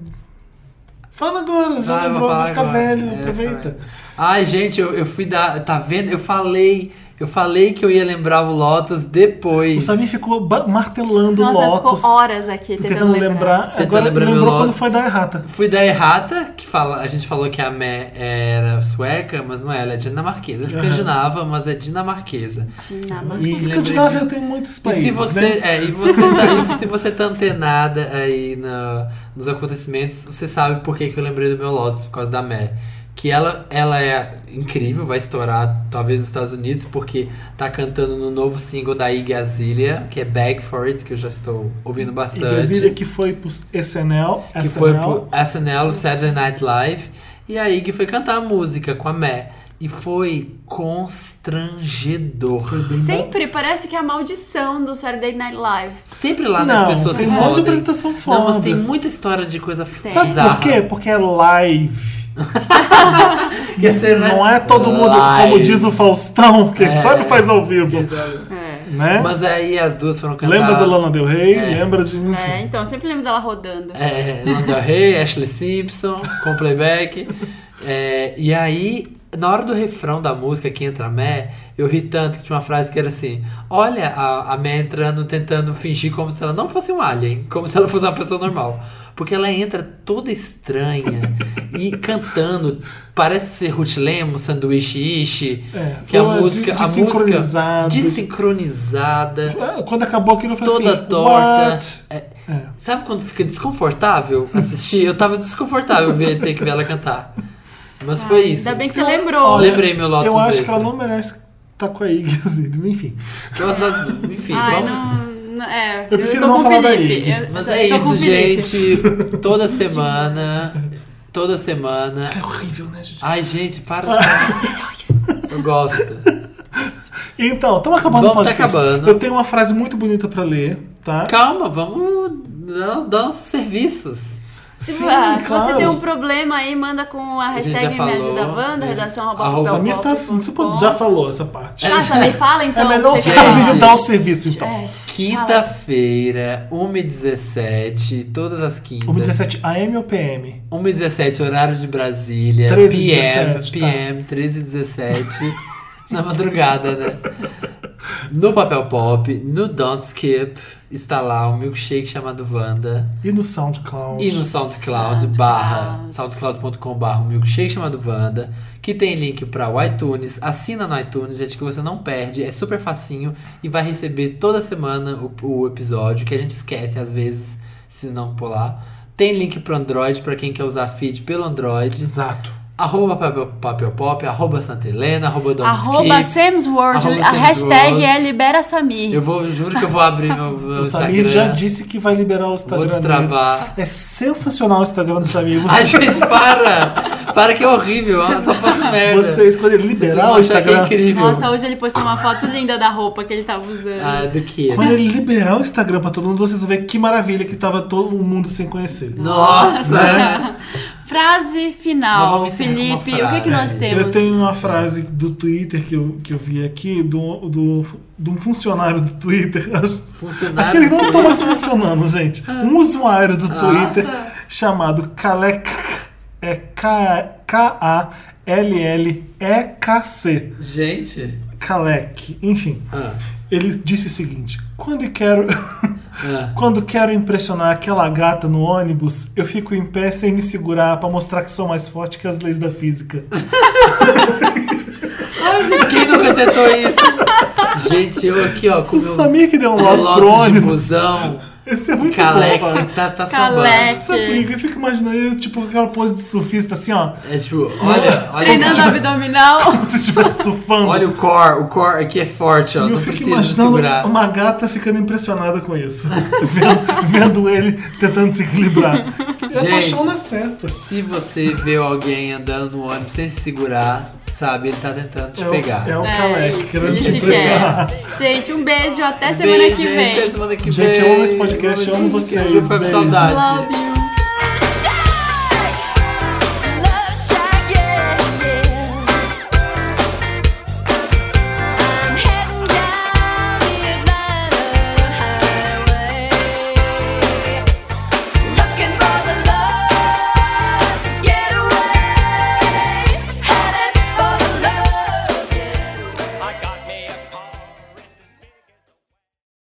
[SPEAKER 1] Fala agora,
[SPEAKER 3] Vai,
[SPEAKER 1] já
[SPEAKER 3] Ah, vou
[SPEAKER 1] lembrou,
[SPEAKER 3] falar
[SPEAKER 1] vai ficar
[SPEAKER 3] agora.
[SPEAKER 1] velho,
[SPEAKER 3] É,
[SPEAKER 1] aproveita.
[SPEAKER 3] Ai, gente, eu, eu fui dar. Tá vendo? Eu falei. Eu falei que eu ia lembrar o Lotus depois.
[SPEAKER 1] O Samir ficou ba- martelando
[SPEAKER 4] Nossa,
[SPEAKER 1] Lotus.
[SPEAKER 4] ficou horas aqui tentando,
[SPEAKER 1] Tentando lembrar.
[SPEAKER 3] Tentando
[SPEAKER 1] Agora
[SPEAKER 3] lembrar meu
[SPEAKER 1] lembrou quando
[SPEAKER 3] Lotus.
[SPEAKER 1] foi da errata.
[SPEAKER 3] Fui da errata, que fala, a gente falou que a Mé era sueca, mas não é, ela é dinamarquesa. Escandinava, mas é dinamarquesa.
[SPEAKER 4] Dinamarca.
[SPEAKER 1] E
[SPEAKER 3] lembrei
[SPEAKER 1] Escandinávia
[SPEAKER 3] disso.
[SPEAKER 1] tem muitos
[SPEAKER 3] E
[SPEAKER 1] países,
[SPEAKER 3] se você,
[SPEAKER 1] né?
[SPEAKER 3] é, e você tá, e se você tá antenada aí na- nos acontecimentos, você sabe por que, que eu lembrei do meu Lotus, por causa da Mé. Que ela, ela é incrível, vai estourar talvez nos Estados Unidos, porque tá cantando no novo single da Iggy Azalea, que é Bag For It, que eu já estou ouvindo
[SPEAKER 1] E
[SPEAKER 3] bastante.
[SPEAKER 1] Brasília que foi pro SNL.
[SPEAKER 3] que
[SPEAKER 1] SNL.
[SPEAKER 3] foi pro SNL, o Saturday Night Live. E a Iggy foi cantar a música com a Mé. E foi constrangedor.
[SPEAKER 1] Foi bem
[SPEAKER 4] Sempre parece que é a maldição do Saturday Night Live.
[SPEAKER 3] Sempre lá
[SPEAKER 1] Não,
[SPEAKER 3] nas pessoas
[SPEAKER 1] tem
[SPEAKER 3] se
[SPEAKER 1] um monte de
[SPEAKER 3] fodem.
[SPEAKER 1] apresentação
[SPEAKER 3] Não,
[SPEAKER 1] foda.
[SPEAKER 3] mas tem muita história de coisa
[SPEAKER 1] Sabe
[SPEAKER 3] bizarra.
[SPEAKER 1] por quê? Porque é live.
[SPEAKER 3] Porque você
[SPEAKER 1] Não é todo mundo, como
[SPEAKER 3] Live.
[SPEAKER 1] diz o Faustão, quem
[SPEAKER 3] É.
[SPEAKER 1] sabe faz ao vivo.
[SPEAKER 4] É.
[SPEAKER 1] Né?
[SPEAKER 3] Mas aí as duas foram cantar.
[SPEAKER 1] Lembra da Lana Del Rey?
[SPEAKER 3] É.
[SPEAKER 1] Lembra de. Enfim.
[SPEAKER 4] É, então, eu sempre lembro dela rodando.
[SPEAKER 3] É, Lana Del Rey, Ashley Simpson, com playback. É, e aí, na hora do refrão da música que entra a Mé, eu ri tanto que tinha uma frase que era assim: Olha a, a Mé entrando, tentando fingir como se ela não fosse um alien, como se ela fosse uma pessoa normal. Porque ela entra toda estranha e cantando, parece ser Ruth Lemos, Sanduíche Ishi,
[SPEAKER 1] É,
[SPEAKER 3] que a
[SPEAKER 1] foi uma
[SPEAKER 3] música, a música
[SPEAKER 1] desincronizada.
[SPEAKER 3] desincronizada,
[SPEAKER 1] Ah, Quando acabou aquilo, eu falei
[SPEAKER 3] toda
[SPEAKER 1] assim:
[SPEAKER 3] torta.
[SPEAKER 1] What?
[SPEAKER 3] É,
[SPEAKER 1] É.
[SPEAKER 3] Sabe quando fica desconfortável assistir? Eu tava desconfortável ver ter que ver ela cantar. Mas foi isso.
[SPEAKER 4] Ainda bem que você lembrou.
[SPEAKER 3] Olha, Lembrei meu Lotus
[SPEAKER 1] Eu acho
[SPEAKER 3] extra.
[SPEAKER 1] que ela não merece estar com a Iggy Azalea, enfim.
[SPEAKER 3] Eu gosto das- Enfim,
[SPEAKER 4] Ai,
[SPEAKER 3] vamos.
[SPEAKER 4] não, não- é,
[SPEAKER 1] prefiro
[SPEAKER 4] tô
[SPEAKER 1] não
[SPEAKER 4] com o
[SPEAKER 1] falar daí.
[SPEAKER 4] Felipe. Eu-
[SPEAKER 3] Mas
[SPEAKER 4] eu
[SPEAKER 3] é
[SPEAKER 4] tô com
[SPEAKER 3] isso,
[SPEAKER 4] o Felipe.
[SPEAKER 3] gente. Toda semana toda semana.
[SPEAKER 1] É horrível, né, gente? Ah.
[SPEAKER 3] Ai, gente, para. Eu gosto.
[SPEAKER 1] Então, estamos acabando o
[SPEAKER 3] Vamos, tá
[SPEAKER 1] podcast.
[SPEAKER 3] acabando.
[SPEAKER 1] Eu tenho uma frase muito bonita pra ler, tá?
[SPEAKER 3] Calma, vamos dar dar nossos serviços.
[SPEAKER 4] Se,
[SPEAKER 1] Sim,
[SPEAKER 4] ah, se
[SPEAKER 1] claro.
[SPEAKER 4] você tem um problema aí, manda com a
[SPEAKER 3] gente
[SPEAKER 4] hashtag
[SPEAKER 3] já
[SPEAKER 4] Me
[SPEAKER 3] falou,
[SPEAKER 4] Ajuda Wanda,
[SPEAKER 3] é.
[SPEAKER 4] redação arroba
[SPEAKER 3] Arroba-
[SPEAKER 4] papel
[SPEAKER 1] Samir tá,
[SPEAKER 4] pop
[SPEAKER 1] você
[SPEAKER 4] ponto com.
[SPEAKER 1] já falou essa parte.
[SPEAKER 4] Ah, Samir, fala
[SPEAKER 1] É
[SPEAKER 4] então.
[SPEAKER 1] melhor
[SPEAKER 4] você
[SPEAKER 1] você
[SPEAKER 4] quer
[SPEAKER 3] saber.
[SPEAKER 1] me
[SPEAKER 4] falar.
[SPEAKER 1] dar o serviço, então.
[SPEAKER 4] É, gente, fala.
[SPEAKER 3] Quinta-feira, 1h17, todas as quintas.
[SPEAKER 1] 1h17 AM ou PM?
[SPEAKER 3] 1h17, horário de Brasília.
[SPEAKER 1] 13 e
[SPEAKER 3] PM,
[SPEAKER 1] 17, tá.
[SPEAKER 3] PM, 13h17. na madrugada, né? No Papel Pop, no Don't Skip, está lá um milkshake chamado Wanda.
[SPEAKER 1] E no SoundCloud?
[SPEAKER 3] E no SoundCloud,
[SPEAKER 4] SoundCloud.
[SPEAKER 3] barra, soundcloud.com barra, um milkshake chamado Wanda, que tem link para o iTunes, assina no iTunes, gente, que você não perde, é super facinho e vai receber toda semana o, o episódio, que a gente esquece às vezes, se não pular. Tem link pro Android, para quem quer usar feed pelo Android,
[SPEAKER 1] Exato.
[SPEAKER 3] arroba papel, papel pop, arroba Santa Helena, arroba Don't
[SPEAKER 4] Arroba
[SPEAKER 3] Skip.
[SPEAKER 4] Sam's World,
[SPEAKER 3] Arroba
[SPEAKER 4] a
[SPEAKER 3] Sam's
[SPEAKER 4] hashtag
[SPEAKER 3] World.
[SPEAKER 4] é Libera Samir.
[SPEAKER 3] Eu vou, juro que eu vou abrir meu, meu
[SPEAKER 1] O Samir já
[SPEAKER 3] Instagram,
[SPEAKER 1] disse que vai liberar o Instagram
[SPEAKER 3] vou
[SPEAKER 1] dele.
[SPEAKER 3] destravar.
[SPEAKER 1] É sensacional o Instagram do Samir.
[SPEAKER 3] Ai, gente, para! Para que é horrível, Ana só posto merda.
[SPEAKER 1] Vocês, quando ele
[SPEAKER 3] Vocês
[SPEAKER 1] liberar
[SPEAKER 3] vão
[SPEAKER 1] o
[SPEAKER 3] achar que é
[SPEAKER 1] Instagram...
[SPEAKER 3] incrível.
[SPEAKER 4] Nossa, hoje ele postou uma foto linda da roupa que ele tava usando.
[SPEAKER 3] Ah, do que?
[SPEAKER 1] Quando ele liberar o Instagram pra todo mundo, vocês vão ver que maravilha que tava todo mundo sem conhecer.
[SPEAKER 3] Nossa!
[SPEAKER 4] Frase
[SPEAKER 3] Mas
[SPEAKER 4] final.
[SPEAKER 3] vamos encerrar com uma
[SPEAKER 4] Felipe, o que, que nós
[SPEAKER 3] frase.
[SPEAKER 4] temos?
[SPEAKER 1] Eu tenho uma frase do Twitter que eu, que eu vi aqui, do, do, de um funcionário do Twitter.
[SPEAKER 3] Funcionário.
[SPEAKER 1] Aquele não tá mais funcionando, gente. Um usuário do Twitter chamado Kalek. É K- K-A-L-L-E-K-C.
[SPEAKER 3] Gente.
[SPEAKER 1] Kalek. Enfim,
[SPEAKER 3] Ah,
[SPEAKER 1] ele disse o seguinte: quando quero.
[SPEAKER 3] ah.
[SPEAKER 1] Quando quero impressionar aquela gata no ônibus, eu fico em pé sem me segurar pra mostrar que sou mais forte que as leis da física.
[SPEAKER 3] Quem nunca tentou isso? Gente, eu aqui, ó, com
[SPEAKER 1] O
[SPEAKER 3] meu
[SPEAKER 1] Samir que deu um
[SPEAKER 3] meu
[SPEAKER 1] lote pro
[SPEAKER 3] Lotus de
[SPEAKER 1] ônibus.
[SPEAKER 3] busão.
[SPEAKER 1] Esse é muito bom, cara.
[SPEAKER 3] Caleca, tá, tá
[SPEAKER 4] Caleca.
[SPEAKER 3] sambando.
[SPEAKER 1] Sabe por quê? Eu fico imaginando ele, tipo, com aquela pose de surfista, assim, ó.
[SPEAKER 3] É tipo, olha, olha,
[SPEAKER 4] Treinando
[SPEAKER 3] esse-
[SPEAKER 4] abdominal.
[SPEAKER 1] Como se estivesse surfando.
[SPEAKER 3] olha o core, o core aqui é forte, ó,
[SPEAKER 1] E eu
[SPEAKER 3] não
[SPEAKER 1] fico
[SPEAKER 3] precisa
[SPEAKER 1] imaginando
[SPEAKER 3] segurar.
[SPEAKER 1] uma gata ficando impressionada com isso. vendo, vendo ele tentando se equilibrar. É a
[SPEAKER 3] Gente.
[SPEAKER 1] paixão na certa.
[SPEAKER 3] Se você vê alguém andando no ônibus sem se segurar, sabe, ele tá tentando te
[SPEAKER 1] É o,
[SPEAKER 3] pegar.
[SPEAKER 1] é o
[SPEAKER 4] É
[SPEAKER 1] Kalec
[SPEAKER 4] isso,
[SPEAKER 1] querendo
[SPEAKER 4] ele
[SPEAKER 1] te
[SPEAKER 4] te
[SPEAKER 1] impressionar.
[SPEAKER 4] quer. Gente, um beijo, até semana
[SPEAKER 3] Beijo,
[SPEAKER 4] que
[SPEAKER 3] gente,
[SPEAKER 4] vem.
[SPEAKER 3] até semana que
[SPEAKER 1] Gente,
[SPEAKER 3] vem.
[SPEAKER 1] eu amo esse podcast, eu amo vocês.
[SPEAKER 3] Foi com
[SPEAKER 1] Beijo.
[SPEAKER 3] saudade.
[SPEAKER 4] Love you.